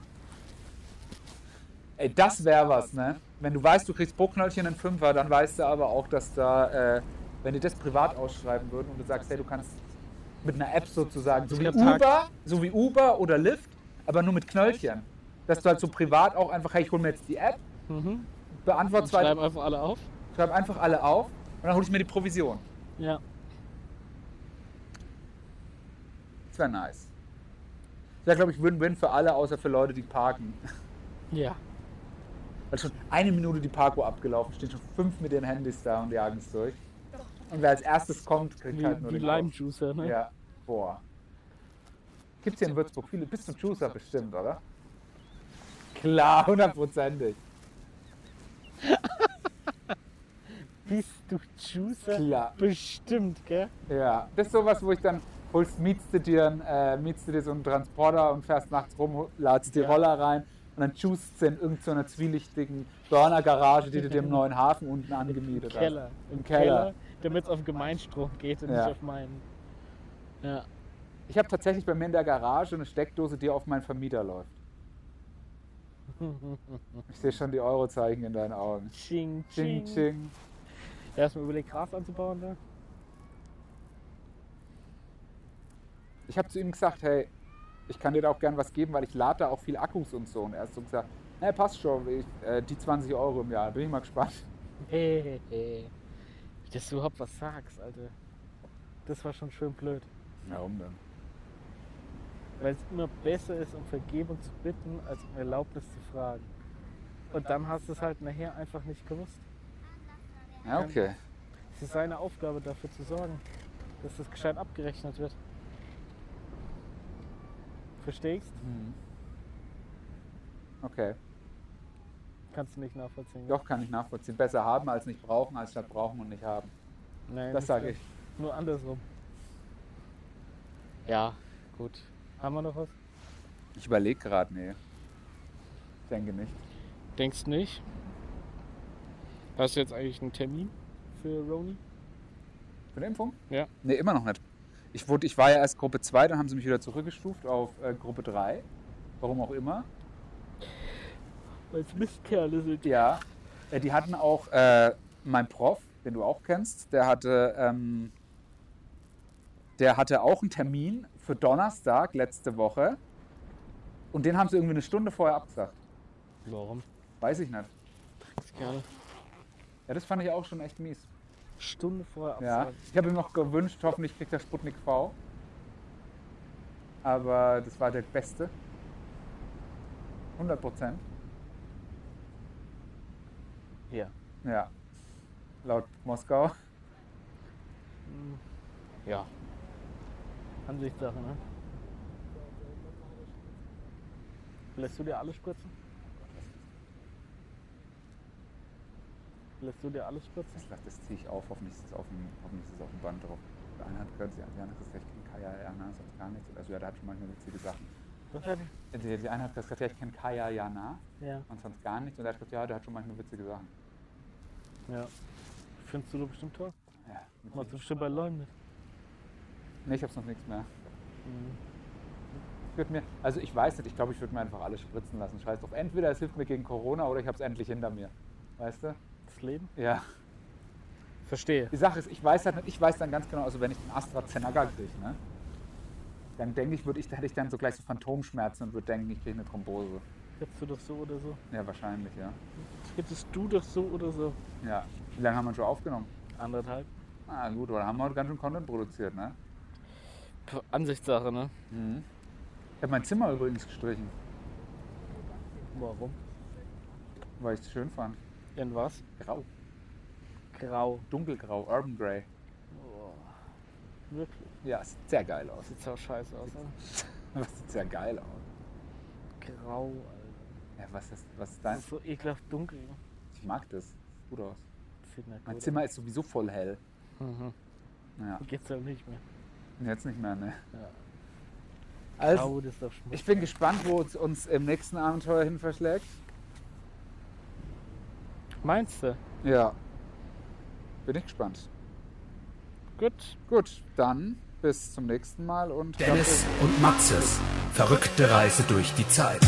B: Ey, das wäre was, ne? Wenn du weißt, du kriegst pro Knöllchen einen Fünfer, dann weißt du aber auch, dass da, äh, wenn die das privat ausschreiben würden und du sagst, hey, du kannst mit einer App sozusagen, so wie
A: glaub, Tag-
B: Uber, so wie Uber oder Lyft, aber nur mit Knöllchen. Dass du halt so privat auch einfach, hey, ich hol mir jetzt die App,
A: Mhm.
B: beantworte zwei,
A: Schreib einfach alle auf.
B: schreib einfach alle auf und dann hol ich mir die Provision.
A: Ja.
B: Das wäre nice. Das wäre, glaube ich, Win-Win für alle, außer für Leute, die parken.
A: Ja.
B: Weil schon eine Minute die Parko abgelaufen, stehen schon fünf mit den Handys da und jagen es durch. Und wer als erstes kommt, kriegt
A: Wie,
B: halt nur
A: wie
B: den
A: Lime-Juicer,
B: Kopf.
A: ne?
B: Ja, boah. Gibt's hier in Würzburg viele? Bist du Juicer bestimmt, oder? Klar, hundertprozentig.
A: Bist du Juicer?
B: Klar.
A: Bestimmt, gell?
B: Ja, das ist sowas, wo ich dann holst, mietst du dir, einen, äh, mietst du dir so einen Transporter und fährst nachts rum, ladst die
A: Ja.
B: Roller rein und dann juicest du in irgendeiner zwielichtigen Burner-Garage, die du dir im neuen Hafen unten angemietet hast.
A: Keller.
B: Im Keller.
A: Damit es auf Gemeinstrom geht und
B: Ja.
A: nicht auf meinen. Ja.
B: Ich habe tatsächlich bei mir in der Garage eine Steckdose, die auf meinen Vermieter läuft. Ich sehe schon die Eurozeichen in deinen Augen.
A: Ching,
B: Ching,
A: ching.
B: ching.
A: Da hast du mir überlegt, Gras anzubauen da.
B: Ich habe zu ihm gesagt, hey, ich kann dir da auch gern was geben, weil ich lade da auch viel Akkus und so. Und er hat so gesagt, na passt schon, ich, äh, die 20 Euro im Jahr, bin ich mal gespannt.
A: Hey, hey. Dass du überhaupt was sagst, Alter. Das war schon schön blöd.
B: Warum denn?
A: Weil es immer besser ist, um Vergebung zu bitten, als um Erlaubnis zu fragen. Und dann hast du es halt nachher einfach nicht gewusst.
B: Ja, okay.
A: Es ist seine Aufgabe, dafür zu sorgen, dass das gescheit abgerechnet wird. Verstehst?
B: Hm. Okay,
A: Kannst du nicht nachvollziehen.
B: doch kann ich nachvollziehen. Besser haben als nicht brauchen, als statt brauchen und nicht haben.
A: Nein,
B: Das sage
A: stimmt.
B: ich.
A: Nur andersrum. Ja, gut. Haben wir noch was?
B: Ich überlege gerade, nee. Ich denke nicht.
A: Denkst nicht? Hast du jetzt eigentlich einen Termin für Roni?
B: Für eine Impfung?
A: Ja.
B: Nee, immer noch nicht. Ich, wurde, ich war ja erst Gruppe 2, dann haben sie mich wieder zurückgestuft auf äh, Gruppe 3. Warum auch immer.
A: Weil es Mistkerle sind.
B: Ja. Äh, die hatten auch äh, mein Prof, den du auch kennst, der hatte, ähm, der hatte auch einen Termin für Donnerstag letzte Woche. Und den haben sie irgendwie eine Stunde vorher abgesagt.
A: Warum?
B: Weiß ich nicht.
A: Mistkerle.
B: Ja, das fand ich auch schon echt mies.
A: Stunde vorher
B: Ja.
A: absagen.
B: Ich habe ihm noch gewünscht, hoffentlich kriegt er Sputnik V. Aber das war der beste. 100 Prozent.
A: Ja.
B: Ja. Laut Moskau.
A: Mm. Ja. Ansichtssache, ne? Lässt du dir alles spritzen? Lässt du dir alles spritzen?
B: Ich dachte, das ziehe ich auf. Hoffentlich ist es auf dem, hoffentlich ist es auf dem Band drauf. Bei einer Hand gehört sie an. Die andere ist gleich gegen Kaya. Jana sonst gar nichts. Also ja, da hat schon manchmal witzige Sachen.
A: Was hab ich?
B: Die, die eine hat gesagt, ja, ich kenne Kaya Jana
A: Ja.
B: und sonst gar nichts. Und er hat gesagt, ja, der hat schon manchmal witzige Sachen.
A: Ja. Findest du doch bestimmt toll.
B: Ja,
A: Machst du bestimmt bei Leuten mit.
B: nee, ich habe sonst nichts mehr.
A: Mhm.
B: Ich würd mir, also ich weiß nicht, ich glaube, ich würde mir einfach alles spritzen lassen. Scheiß drauf. Entweder es hilft mir gegen Corona oder ich habe es endlich hinter mir. Weißt du?
A: Das Leben?
B: Ja.
A: Verstehe.
B: Die Sache ist, ich weiß halt nicht, ich weiß dann ganz genau, also wenn ich den AstraZeneca kriege, ne? Dann denke ich, würde ich, hätte ich dann so gleich so Phantomschmerzen und würde denken, ich kriege eine Thrombose.
A: Hättest du doch so oder so.
B: Ja, wahrscheinlich, ja.
A: Hättest du doch so oder so.
B: Ja. Wie lange haben wir schon aufgenommen?
A: Anderthalb.
B: Ah, gut, oder haben wir heute ganz schön Content produziert, ne? Mhm.
A: Puh, Ansichtssache, ne?
B: Ich habe mein Zimmer übrigens gestrichen,
A: Warum?
B: weil ich es schön fand.
A: In was?
B: Grau.
A: Grau.
B: Dunkelgrau, Urban Grey.
A: Oh, Wirklich.
B: Ja, sieht sehr geil aus.
A: Sieht auch scheiße aus, ne?
B: Was sieht sehr geil aus?
A: Grau, Alter.
B: Ja, was ist, was ist
A: Das
B: dein?
A: ist so ekelhaft dunkel.
B: Ich mag das. Sieht gut aus.
A: Sieht nicht
B: Mein
A: gut
B: Zimmer ist sowieso voll hell.
A: aus. Mhm.
B: Ja,
A: Geht's halt nicht mehr.
B: und jetzt nicht mehr, ne?
A: Ja.
B: Also,
A: Grau, das ist doch schmutzig.
B: ich bin gespannt, wo es uns im nächsten Abenteuer hin verschlägt.
A: Meinst du?
B: Ja. Bin ich gespannt.
A: Gut.
B: Gut, dann bis zum nächsten Mal und
E: Dennis und Maxes verrückte Reise durch die Zeit.